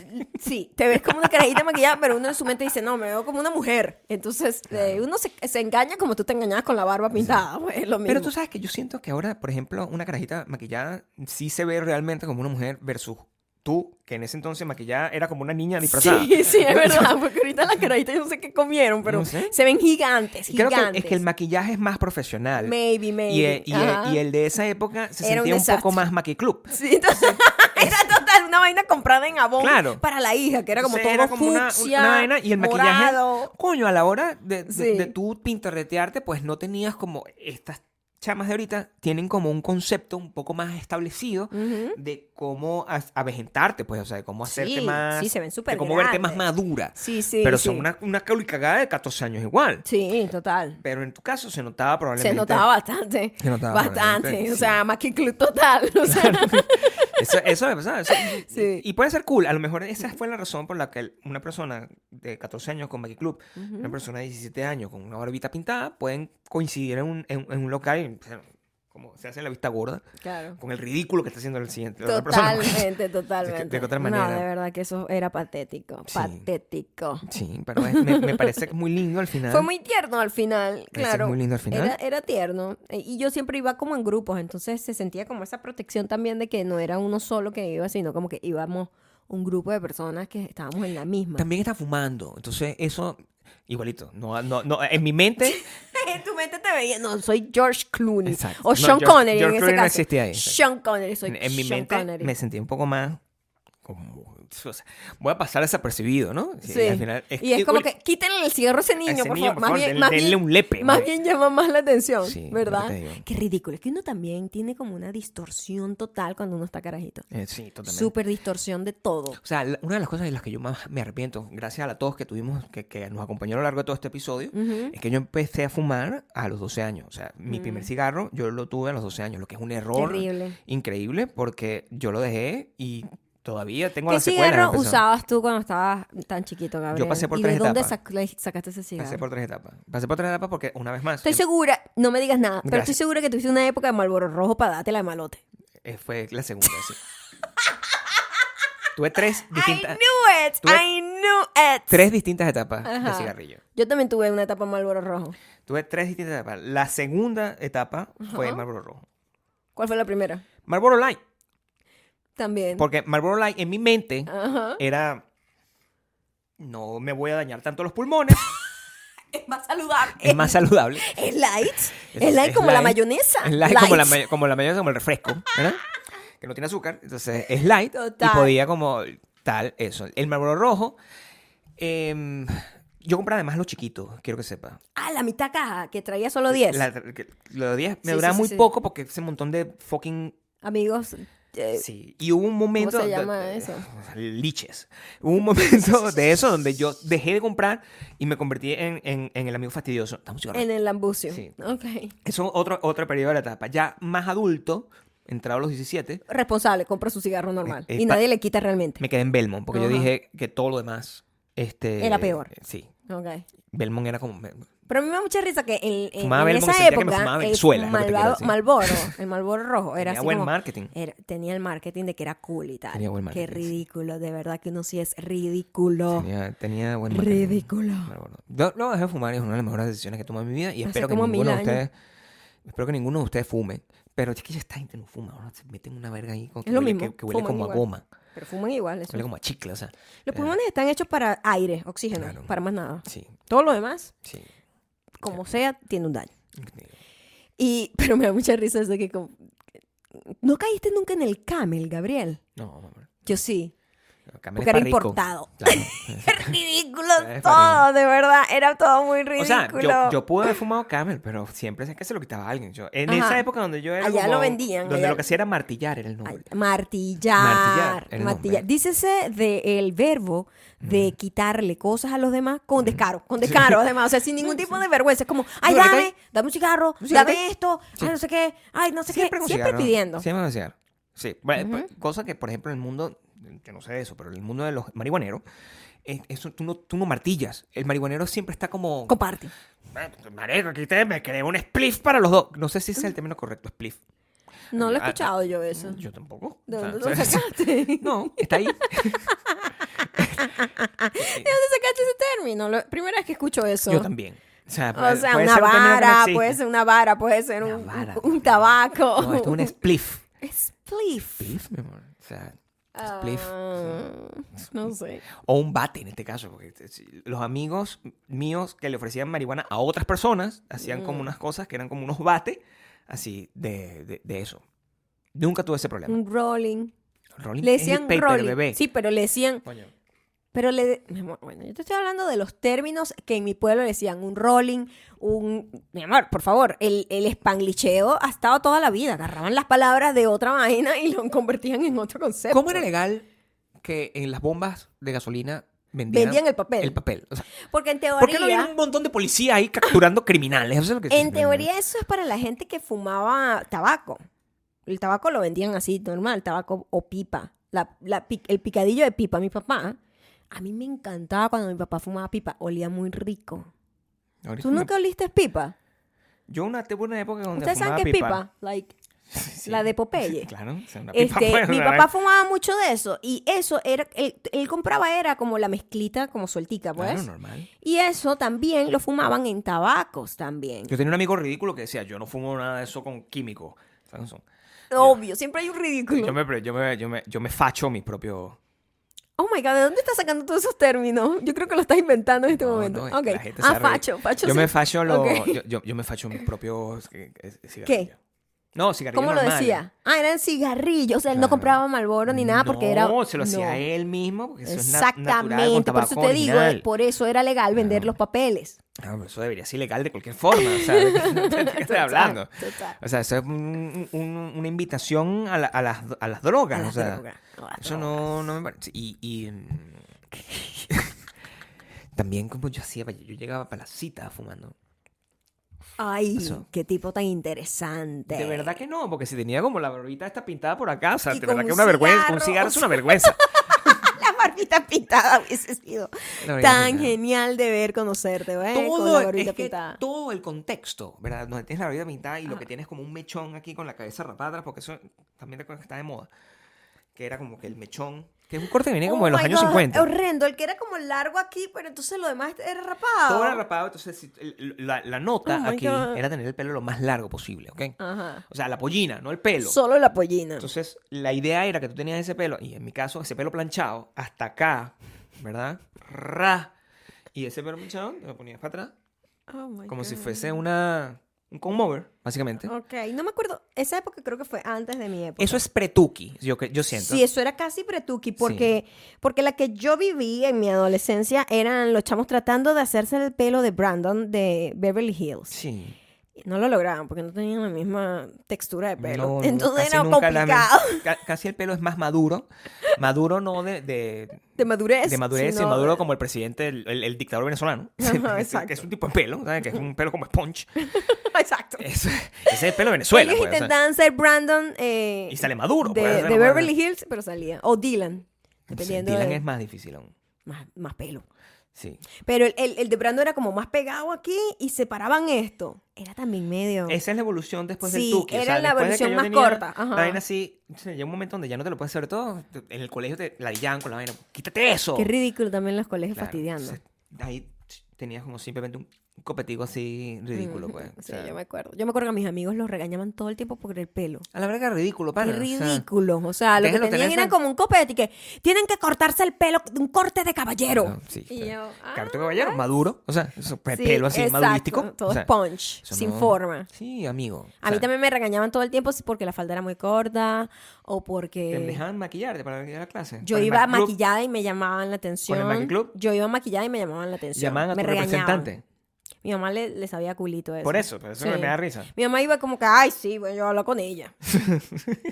Speaker 1: sí, te ves como una carajita maquillada, pero uno en su mente dice, no, me veo como una mujer. Entonces, eh, uno se, se engaña como tú te engañabas con la barba pintada, pues, es lo mismo.
Speaker 2: Pero tú sabes que yo siento que ahora, por ejemplo, una carajita maquillada sí se ve realmente como una mujer versus tú, que en ese entonces maquillada era como una niña disfrazada.
Speaker 1: Sí, sí, es verdad, porque ahorita las carajitas yo no sé qué comieron, pero
Speaker 2: No sé.
Speaker 1: se ven gigantes,
Speaker 2: Y Creo
Speaker 1: gigantes.
Speaker 2: que es que el maquillaje es más profesional.
Speaker 1: Maybe, maybe.
Speaker 2: Y el, y eh, el-
Speaker 1: Ajá.
Speaker 2: y el de esa época se
Speaker 1: Era un
Speaker 2: sentía un, poco
Speaker 1: desastre.
Speaker 2: más maquiclub.
Speaker 1: Sí, entonces, era total una vaina comprada en abón
Speaker 2: Claro.
Speaker 1: para la hija, que era como
Speaker 2: Entonces,
Speaker 1: todo
Speaker 2: era como una,
Speaker 1: fucsia,
Speaker 2: una vaina y el maquillaje.
Speaker 1: morado.
Speaker 2: Coño, a la hora de, de,
Speaker 1: Sí.
Speaker 2: de tú pintarretearte, pues no tenías como estas chamas de ahorita tienen como un concepto un poco más establecido de cómo as- avejentarte, pues, o sea, de cómo hacerte
Speaker 1: Sí,
Speaker 2: más,
Speaker 1: sí, se ven súper
Speaker 2: de cómo verte más
Speaker 1: grandes.
Speaker 2: madura.
Speaker 1: Sí, sí,
Speaker 2: Pero
Speaker 1: sí.
Speaker 2: son una una cagada de 14 años igual.
Speaker 1: Sí, total.
Speaker 2: Pero en tu caso se notaba probablemente.
Speaker 1: Se notaba bastante.
Speaker 2: Se notaba
Speaker 1: bastante.
Speaker 2: probablemente,
Speaker 1: O
Speaker 2: sí.
Speaker 1: sea, más que club total. O sea,
Speaker 2: Eso, eso me pasaba. eso-
Speaker 1: Sí.
Speaker 2: Y puede ser cool. A lo mejor esa fue la razón por la que una persona de 14 años con Magic Club, una persona de 17 años con una barbita pintada, pueden coincidir en un, en, en un local y, o sea, como se hace la vista gorda
Speaker 1: claro.
Speaker 2: con el ridículo que está haciendo el siguiente. la otra persona.
Speaker 1: Totalmente,
Speaker 2: Es que
Speaker 1: totalmente.
Speaker 2: de otra
Speaker 1: No,
Speaker 2: manera.
Speaker 1: de verdad que eso era patético.
Speaker 2: Sí.
Speaker 1: Patético.
Speaker 2: Sí, pero es- me, me parece que es muy lindo al final.
Speaker 1: Fue muy tierno al final,
Speaker 2: Ese es
Speaker 1: claro.
Speaker 2: muy lindo al final.
Speaker 1: Era, era tierno. Eh, Y yo siempre iba como en grupos, entonces se sentía como esa protección también de que no era uno solo que iba, sino como que íbamos un grupo de personas que estábamos en la misma.
Speaker 2: También está fumando. Entonces, eso, igualito. No, no, no, en mi mente.
Speaker 1: En tu mente te veía, no, soy George Clooney.
Speaker 2: Exacto.
Speaker 1: O
Speaker 2: No,
Speaker 1: Sean
Speaker 2: George-
Speaker 1: Connery en
Speaker 2: George
Speaker 1: ese
Speaker 2: Clooney no
Speaker 1: caso.
Speaker 2: existía ahí, sí.
Speaker 1: Sean Connery, soy
Speaker 2: en, en mi
Speaker 1: Sean
Speaker 2: mente
Speaker 1: Connery.
Speaker 2: me sentí un poco más como- o sea, voy a pasar desapercibido, ¿no? Sí,
Speaker 1: Sí.
Speaker 2: al final
Speaker 1: y es como
Speaker 2: igual-
Speaker 1: que quítenle el cigarro a ese niño,
Speaker 2: ese
Speaker 1: por
Speaker 2: niño,
Speaker 1: favor.
Speaker 2: por
Speaker 1: más
Speaker 2: favor,
Speaker 1: bien,
Speaker 2: den-
Speaker 1: más
Speaker 2: denle
Speaker 1: bien,
Speaker 2: un lepe,
Speaker 1: Más
Speaker 2: man.
Speaker 1: bien llama más la atención,
Speaker 2: Sí,
Speaker 1: ¿verdad?
Speaker 2: ahorita digo.
Speaker 1: Qué ridículo. Es que uno también tiene como una distorsión total cuando uno está carajito.
Speaker 2: Eh, sí, totalmente.
Speaker 1: Súper distorsión de todo.
Speaker 2: O sea, la- una de las cosas de las que yo más me arrepiento, gracias a todos que tuvimos, que, que nos acompañó a lo largo de todo este episodio, es que yo empecé a fumar a los 12 años. O sea, mi primer cigarro yo lo tuve a los 12 años, lo que es un error
Speaker 1: Mm. Terrible.
Speaker 2: increíble porque yo lo dejé y todavía tengo
Speaker 1: ¿Qué
Speaker 2: la secuela.
Speaker 1: cigarro usabas tú cuando estabas tan chiquito, Gabriel?
Speaker 2: pasé por
Speaker 1: ¿Y
Speaker 2: tres
Speaker 1: de dónde
Speaker 2: etapas.
Speaker 1: sac- le sacaste ese cigarro?
Speaker 2: Pasé por tres etapas. Pasé por tres etapas porque, una vez más, em,
Speaker 1: Estoy segura, no me digas nada, pero estoy
Speaker 2: Gracias.
Speaker 1: segura que tuviste una época de Malboro Rojo para darte la de malote.
Speaker 2: eh, fue la segunda. sí. tuve tres distintas,
Speaker 1: knew it!
Speaker 2: Tú-
Speaker 1: I knew it!
Speaker 2: tres distintas etapas de
Speaker 1: Ajá.
Speaker 2: cigarrillo.
Speaker 1: Yo también tuve una etapa Malboro Rojo.
Speaker 2: Tuve tres distintas etapas. La segunda etapa fue Marlboro Rojo.
Speaker 1: ¿Cuál fue la primera?
Speaker 2: Marlboro Light.
Speaker 1: También.
Speaker 2: Porque Marlboro Light en mi mente
Speaker 1: Ajá.
Speaker 2: era no me voy a dañar tanto los pulmones,
Speaker 1: Es más saludable.
Speaker 2: es más saludable.
Speaker 1: Es light. Es,
Speaker 2: Entonces,
Speaker 1: light como la
Speaker 2: light.
Speaker 1: mayonesa.
Speaker 2: Es light, Como, la,
Speaker 1: Light.
Speaker 2: may- como la mayonesa, como el refresco, ¿verdad? que no tiene azúcar, entonces es light
Speaker 1: Total.
Speaker 2: y podía como tal eso. El Marlboro rojo em, yo compraba además los chiquitos, quiero que sepa.
Speaker 1: Ah, la mitad caja que traía solo 10.
Speaker 2: La- que- los 10 me
Speaker 1: Sí,
Speaker 2: duraba
Speaker 1: sí, sí,
Speaker 2: muy
Speaker 1: sí.
Speaker 2: poco porque ese montón de fucking
Speaker 1: Amigos, eh,
Speaker 2: Sí, y hubo un momento...
Speaker 1: se
Speaker 2: do-
Speaker 1: llama
Speaker 2: eh,
Speaker 1: eso?
Speaker 2: Liches. Hubo un momento de eso donde yo dejé de comprar y me convertí en, en- en el amigo fastidioso. Dame un cigarro.
Speaker 1: en el ambucio.
Speaker 2: Sí.
Speaker 1: Ok.
Speaker 2: Eso es otro, otro periodo de la etapa. Ya más adulto, entrado a los 17,
Speaker 1: Responsable, compra su cigarro normal.
Speaker 2: Eh, eh,
Speaker 1: y
Speaker 2: pa-
Speaker 1: nadie le quita realmente.
Speaker 2: me quedé en Belmont porque
Speaker 1: Ajá.
Speaker 2: yo dije que todo lo demás... Este,
Speaker 1: Era peor.
Speaker 2: Sí.
Speaker 1: Ok.
Speaker 2: Belmont era como...
Speaker 1: Pero a mí me da mucha risa que en, en-
Speaker 2: Fumaba
Speaker 1: en
Speaker 2: Belmont,
Speaker 1: esa
Speaker 2: sentía que me
Speaker 1: época
Speaker 2: fumaba
Speaker 1: el
Speaker 2: Venezuela, es lo que te quiero
Speaker 1: malvado-
Speaker 2: decir.
Speaker 1: Malboro, el Malboro rojo era
Speaker 2: Tenía
Speaker 1: así
Speaker 2: buen
Speaker 1: como-
Speaker 2: marketing.
Speaker 1: era- tenía el marketing de que era cool y tal.
Speaker 2: Tenía buen
Speaker 1: Qué
Speaker 2: marketing, sí.
Speaker 1: ridículo, de verdad que uno sí es ridículo.
Speaker 2: Tenía, tenía buen marketing.
Speaker 1: ridículo.
Speaker 2: Pero bueno, yo lo dejé de fumar y es una de las mejores decisiones que tomé en mi vida y espero que
Speaker 1: como
Speaker 2: ninguno de
Speaker 1: mil años.
Speaker 2: ustedes espero que ninguno de ustedes fume pero es que ya esta gente no fuma ahora se meten una verga ahí con que
Speaker 1: Es lo
Speaker 2: huele,
Speaker 1: mismo.
Speaker 2: que, que huele
Speaker 1: fuman
Speaker 2: como a
Speaker 1: igual.
Speaker 2: goma
Speaker 1: Pero fuman igual. eso.
Speaker 2: huele como a chicle o sea
Speaker 1: Los
Speaker 2: eh,
Speaker 1: pulmones están hechos para aire, oxígeno,
Speaker 2: Claro.
Speaker 1: para más nada.
Speaker 2: sí
Speaker 1: Todo lo demás,
Speaker 2: sí
Speaker 1: como sea, tiene un daño.
Speaker 2: increíble.
Speaker 1: Y, pero me da mucha risa eso que como- no caíste nunca en el camel, Gabriel.
Speaker 2: no mamá
Speaker 1: Yo sí.
Speaker 2: no, Camel
Speaker 1: Porque
Speaker 2: es
Speaker 1: era
Speaker 2: pa' rico.
Speaker 1: importado.
Speaker 2: Claro.
Speaker 1: Qué ridículo
Speaker 2: Es
Speaker 1: todo, de verdad. Era todo muy ridículo.
Speaker 2: o sea yo, yo pude haber fumado camel pero siempre sé que se lo quitaba a alguien yo en
Speaker 1: Ajá.
Speaker 2: esa época donde yo era
Speaker 1: Allá
Speaker 2: como-
Speaker 1: lo vendían,
Speaker 2: donde
Speaker 1: allá-
Speaker 2: lo que hacía era martillar era el
Speaker 1: Ay,
Speaker 2: nombre
Speaker 1: Martillar.
Speaker 2: Martillar, el
Speaker 1: Martillar.
Speaker 2: nombre. Mm.
Speaker 1: Dícese del verbo de quitarle cosas a los demás con descaro, con descaro además, o sea, sin ningún tipo de vergüenza. Es como, ay,
Speaker 2: Cigarrito
Speaker 1: dame,
Speaker 2: ahí.
Speaker 1: dame un cigarro,
Speaker 2: Un cigarrito
Speaker 1: dame
Speaker 2: ahí.
Speaker 1: esto, ay, no sé qué, ay, no sé qué.
Speaker 2: con
Speaker 1: Siempre
Speaker 2: cigarro.
Speaker 1: pidiendo.
Speaker 2: Siempre con cigarro. Sí. Bueno, pues, Cosa que, por ejemplo, en el mundo, yo no sé de eso, pero en el mundo de los marihuaneros, es- eso, tú, no, tú no martillas. El marihuanero siempre está como. "Eh, pues,
Speaker 1: Comparte.
Speaker 2: Marico, aquí te, me creé un spliff para los dos. No sé si ese es el término correcto, spliff.
Speaker 1: No lo he
Speaker 2: Ah,
Speaker 1: escuchado yo eso.
Speaker 2: Yo tampoco.
Speaker 1: ¿De
Speaker 2: O sea,
Speaker 1: dónde lo
Speaker 2: o sea,
Speaker 1: sacaste?
Speaker 2: No, está ahí.
Speaker 1: ¿De dónde sacaste ese término? Lo- primera vez que escucho eso.
Speaker 2: Yo también. O sea,
Speaker 1: O
Speaker 2: puede-
Speaker 1: sea,
Speaker 2: puede
Speaker 1: una
Speaker 2: ser un término que no
Speaker 1: vara,
Speaker 2: existe.
Speaker 1: puede ser una vara, puede ser
Speaker 2: Una
Speaker 1: un,
Speaker 2: vara,
Speaker 1: un
Speaker 2: Gabriel.
Speaker 1: tabaco.
Speaker 2: No, esto es un spliff.
Speaker 1: Spliff.
Speaker 2: Spliff, mi amor. O sea,
Speaker 1: Ah,
Speaker 2: spliff.
Speaker 1: no sé.
Speaker 2: O un bate en este caso, porque t- si- los amigos míos que le ofrecían marihuana a otras personas hacían
Speaker 1: Mm.
Speaker 2: como unas cosas que eran como unos bates, así, de, de- de eso. Nunca tuve ese problema.
Speaker 1: Un rolling.
Speaker 2: Rolling
Speaker 1: Mm. Le
Speaker 2: es el
Speaker 1: decían
Speaker 2: paper,
Speaker 1: rolling.
Speaker 2: bebé.
Speaker 1: Sí, pero le decían.
Speaker 2: Coño.
Speaker 1: Pero le. mi amor, Bueno, yo te estoy hablando de los términos que en mi pueblo le decían un rolling, un. Mi amor, por favor, el, el spanglicheo ha estado toda la vida. Agarraban las palabras de otra vaina y lo convertían en otro concepto.
Speaker 2: ¿Cómo era legal que en las bombas de gasolina vendían,
Speaker 1: Vendían el papel.
Speaker 2: El papel. O sea,
Speaker 1: Porque en teoría.
Speaker 2: ¿Por qué no había un montón de policía ahí capturando criminales? Eso es lo que
Speaker 1: En teoría eso es para la gente que fumaba tabaco. El tabaco lo vendían así, normal, tabaco o pipa. La- la pi- el picadillo de pipa, mi papá. A mí me encantaba cuando mi papá fumaba pipa, olía muy rico.
Speaker 2: Ahorita
Speaker 1: ¿Tú
Speaker 2: me-
Speaker 1: nunca oliste pipa?
Speaker 2: Yo una, tuve una época donde
Speaker 1: ¿Ustedes saben
Speaker 2: fumaba
Speaker 1: qué es pipa? Like,
Speaker 2: Sí.
Speaker 1: La de Popeye.
Speaker 2: claro. o sea, una pipa,
Speaker 1: este,
Speaker 2: pues,
Speaker 1: mi
Speaker 2: una
Speaker 1: papá
Speaker 2: vaina.
Speaker 1: fumaba mucho de eso y eso era, él, él compraba era como la mezclita, como sueltica, pues.
Speaker 2: Claro, normal.
Speaker 1: Y eso también lo fumaban en tabacos también.
Speaker 2: Yo tenía un amigo ridículo que decía, yo no fumo nada de eso con químico. Samson.
Speaker 1: Obvio, siempre hay un ridículo.
Speaker 2: Yo me, pre- yo, me, yo, me, yo me facho mis propios...
Speaker 1: Oh my god, ¿de dónde estás sacando todos esos términos? Yo creo que lo estás inventando en este
Speaker 2: No,
Speaker 1: momento.
Speaker 2: no, es que
Speaker 1: Ok.
Speaker 2: la gente se
Speaker 1: Ah,
Speaker 2: arre-
Speaker 1: facho, facho.
Speaker 2: Yo
Speaker 1: sí.
Speaker 2: me facho lo-
Speaker 1: Ok.
Speaker 2: yo, yo- yo me facho mis propios eh, eh, cigarrillos.
Speaker 1: ¿Qué?
Speaker 2: No, cigarrillo
Speaker 1: ¿Cómo lo
Speaker 2: normal.
Speaker 1: decía? Ah, eran cigarrillos. O sea, él no
Speaker 2: Claro.
Speaker 1: compraba Malboro ni nada porque era.
Speaker 2: No, se lo hacía
Speaker 1: No.
Speaker 2: a él mismo. Porque eso es na- natural con
Speaker 1: Exactamente. Por eso
Speaker 2: tabaco
Speaker 1: te digo,
Speaker 2: original.
Speaker 1: eh, por eso era legal vender los papeles.
Speaker 2: Ah, pero eso debería ser ilegal de cualquier forma. O sea, ¿de qué- de qué estás
Speaker 1: Total,
Speaker 2: hablando?
Speaker 1: total.
Speaker 2: O sea, eso es un- un- una invitación a, la- a las, a las drogas.
Speaker 1: A
Speaker 2: o
Speaker 1: las
Speaker 2: sea,
Speaker 1: drogas, a las
Speaker 2: eso no, no me parece. Y, y, mm, también como yo hacía, yo llegaba para las citas fumando.
Speaker 1: Ay,
Speaker 2: Eso.
Speaker 1: qué tipo tan interesante.
Speaker 2: De verdad que no, porque si tenía como la barbita esta pintada por acá, o sea,
Speaker 1: Y
Speaker 2: de
Speaker 1: con
Speaker 2: verdad que
Speaker 1: un
Speaker 2: una vergüenza, un
Speaker 1: cigarro.
Speaker 2: cigarro es una vergüenza.
Speaker 1: La barbita pintada hubiese sido
Speaker 2: La barbita
Speaker 1: tan
Speaker 2: pintada.
Speaker 1: genial de ver conocerte, ¿eh? Con la
Speaker 2: todo,
Speaker 1: barbita
Speaker 2: es que
Speaker 1: pintada.
Speaker 2: todo el contexto, ¿verdad? Donde tienes la barbita pintada y lo que tienes como un mechón aquí con la cabeza rapada, porque eso también recuerdo que está de moda, que era como que el mechón, que es un corte que viene
Speaker 1: Oh
Speaker 2: como de los
Speaker 1: my
Speaker 2: años
Speaker 1: God,
Speaker 2: 50.
Speaker 1: Horrendo, el que era como largo aquí, pero entonces lo demás era rapado.
Speaker 2: Todo era rapado, entonces si- el- la, la nota
Speaker 1: Oh my
Speaker 2: aquí
Speaker 1: God.
Speaker 2: era tener el pelo lo más largo posible, ¿ok?
Speaker 1: Ajá.
Speaker 2: O sea, la pollina, no el pelo.
Speaker 1: Solo la pollina.
Speaker 2: Entonces, la idea era que tú tenías ese pelo, y en mi caso, ese pelo planchado, hasta acá, ¿verdad? Ra. Y ese pelo planchado te lo ponías para atrás,
Speaker 1: Oh my
Speaker 2: como si
Speaker 1: God.
Speaker 2: fuese una, un comb-over, básicamente.
Speaker 1: Ok, Oh, no me acuerdo. Esa época creo que fue antes de mi época.
Speaker 2: Eso es pretuki, yo, que- yo siento.
Speaker 1: Sí, eso era casi pretuki, porque, porque la que yo viví en mi adolescencia eran los chamos tratando de hacerse el pelo de Brandon de Beverly Hills.
Speaker 2: Sí.
Speaker 1: No lo lograban porque no tenían la misma textura de pelo.
Speaker 2: No, no,
Speaker 1: Entonces
Speaker 2: casi
Speaker 1: era
Speaker 2: nunca la-
Speaker 1: complicado.
Speaker 2: ca- casi el pelo es más maduro. Maduro no de, de,
Speaker 1: De madurez.
Speaker 2: de madurez, sino
Speaker 1: sino-
Speaker 2: maduro como el presidente, el, el- el dictador venezolano.
Speaker 1: Ajá,
Speaker 2: que es
Speaker 1: exacto.
Speaker 2: un tipo de pelo, ¿sabes? Que es un pelo como sponge.
Speaker 1: Exacto.
Speaker 2: Eso- ese es el pelo de Venezuela.
Speaker 1: Ellos
Speaker 2: pues, o sea,
Speaker 1: intentaban ser Brandon. eh,
Speaker 2: y sale maduro.
Speaker 1: de,
Speaker 2: pues, o sea,
Speaker 1: de
Speaker 2: no puede-
Speaker 1: Beverly Hills, pero salía. O Dylan. Dependiendo
Speaker 2: Sí, Dylan
Speaker 1: de-
Speaker 2: es más difícil aún.
Speaker 1: más, más pelo.
Speaker 2: Sí.
Speaker 1: Pero el, el, el de Brando era como más pegado aquí y separaban esto. Era también medio.
Speaker 2: Esa es la evolución después
Speaker 1: Sí,
Speaker 2: del tuki. o
Speaker 1: era
Speaker 2: sea,
Speaker 1: la
Speaker 2: después de que
Speaker 1: evolución
Speaker 2: yo
Speaker 1: más
Speaker 2: tenía
Speaker 1: corta, ajá.
Speaker 2: La vaina así, o sea, llega un momento donde ya no te lo puedes hacer todo. te- En el colegio te ladillan con la vaina. ¡Quítate eso!
Speaker 1: Qué ridículo también los colegios
Speaker 2: Claro,
Speaker 1: fastidiando.
Speaker 2: entonces, ahí ch, tenías como simplemente un un copetico así ridículo, pues. o
Speaker 1: Mm, Sí,
Speaker 2: sea,
Speaker 1: yo me acuerdo. Yo me acuerdo que a mis amigos los regañaban todo el tiempo por el pelo.
Speaker 2: A la verga ridículo, pana.
Speaker 1: Qué
Speaker 2: o sea,
Speaker 1: ridículo. O sea, lo que
Speaker 2: déjenlo
Speaker 1: tenían
Speaker 2: tener
Speaker 1: era
Speaker 2: esa-
Speaker 1: como un copete y que tienen que cortarse el pelo de un corte de caballero.
Speaker 2: no, sí,
Speaker 1: Y
Speaker 2: claro.
Speaker 1: yo, "Ah,
Speaker 2: Claro, tú caballero, maduro, o sea, eso, pe-
Speaker 1: Sí,
Speaker 2: pelo así
Speaker 1: exacto,
Speaker 2: madurístico. o
Speaker 1: Todo
Speaker 2: sea,
Speaker 1: sponge,
Speaker 2: eso
Speaker 1: sin
Speaker 2: no-
Speaker 1: forma.
Speaker 2: Sí, amigo.
Speaker 1: A mí también me regañaban todo el tiempo si porque la falda era muy corta o porque...
Speaker 2: Te dejaban maquillarte para venir a la clase.
Speaker 1: Yo
Speaker 2: Con el
Speaker 1: iba
Speaker 2: Mac Club,
Speaker 1: maquillada y me llamaban la atención.
Speaker 2: Magic Club?
Speaker 1: Yo iba maquillada y me llamaban la atención.
Speaker 2: Llamaban a tu
Speaker 1: me regañaban. pues,
Speaker 2: representante.
Speaker 1: Mi mamá le, le sabía culito eso.
Speaker 2: Por eso, por eso me- me da risa.
Speaker 1: Mi mamá iba como que, ay, sí, bueno, yo hablo con ella.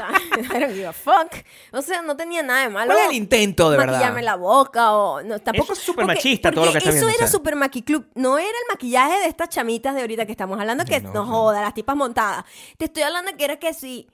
Speaker 1: I don't give a fuck. O sea, no tenía nada de malo.
Speaker 2: ¿Cuál es el intento, de verdad?
Speaker 1: Maquillarme la boca o... No, tampoco,
Speaker 2: Eso es súper
Speaker 1: porque-
Speaker 2: machista todo lo
Speaker 1: porque
Speaker 2: que está
Speaker 1: Eso
Speaker 2: viendo,
Speaker 1: era
Speaker 2: o sea.
Speaker 1: súper maquiclub. No era el maquillaje de estas chamitas de ahorita que estamos hablando que
Speaker 2: No,
Speaker 1: no,
Speaker 2: no.
Speaker 1: joda, las tipas montadas. Te estoy hablando que era que sí...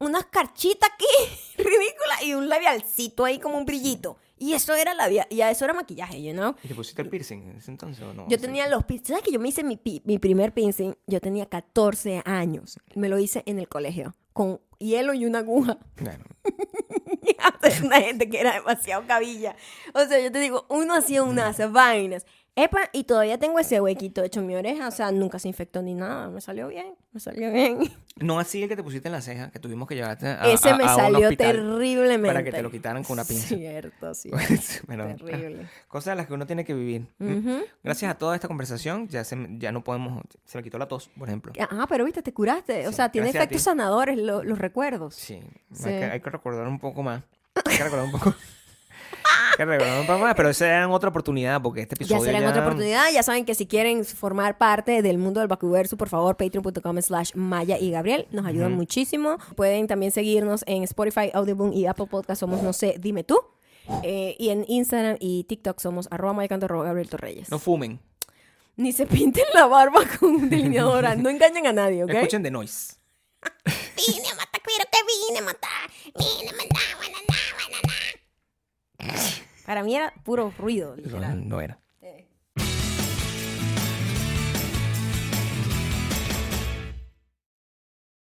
Speaker 1: Unas carchitas aquí, ridícula, y un labialcito ahí como un brillito. Y eso era labial, y a eso era maquillaje, you know?
Speaker 2: ¿Y te pusiste el piercing en ese entonces o no?
Speaker 1: Yo
Speaker 2: Sí.
Speaker 1: tenía los piercings. ¿Sabes que yo me hice mi, pi- mi primer piercing? Yo tenía 14 años. Me lo hice en el colegio con hielo y una aguja.
Speaker 2: Bueno,
Speaker 1: una gente que era demasiado cabilla. O sea, yo te digo, uno hacía unas
Speaker 2: Mm.
Speaker 1: vainas. Epa, y todavía tengo ese huequito hecho en mi oreja. O sea, nunca se infectó ni nada. Me salió bien. Me salió bien.
Speaker 2: No así el que te pusiste en la ceja, que tuvimos que llevarte a,
Speaker 1: ese
Speaker 2: a-
Speaker 1: me
Speaker 2: a un
Speaker 1: salió
Speaker 2: hospital
Speaker 1: terriblemente.
Speaker 2: Para que te lo quitaran con una pinza. Pues,
Speaker 1: Cierto, sí.
Speaker 2: Bueno,
Speaker 1: Terrible.
Speaker 2: Cosas de las que uno tiene que vivir. Gracias a toda esta conversación, ya, se, me- ya no podemos. Se me quitó la tos, por ejemplo.
Speaker 1: Ah, pero viste, te curaste. O
Speaker 2: Sí,
Speaker 1: sea, tiene
Speaker 2: gracias a
Speaker 1: efectos
Speaker 2: ti.
Speaker 1: sanadores lo- los recuerdos.
Speaker 2: Sí,
Speaker 1: Sí.
Speaker 2: Hay, que, hay que recordar un poco más. Hay que recordar un poco. hay que recordar un poco más, pero esa era en otra oportunidad, porque este
Speaker 1: Ya
Speaker 2: episodio.
Speaker 1: será en otra oportunidad. Ya saben que si quieren formar parte del mundo del Bacuverso, por favor, patreon.com slash Maya y Gabriel. Nos ayudan muchísimo. Pueden también seguirnos en Spotify, Audioboom y Apple Podcast. Somos, no sé, dime tú. Eh, y en Instagram y TikTok somos arroba maycanto arroba Gabriel Torreyes.
Speaker 2: No fumen.
Speaker 1: Ni se pinten la barba con un delineador. no engañen a nadie, ¿ok?
Speaker 2: Escuchen The Noise.
Speaker 3: Vine a matar, cuero, te vine a matar. Vine a matar, guananá, guananá.
Speaker 1: Para mí era puro ruido, literal.
Speaker 2: No era.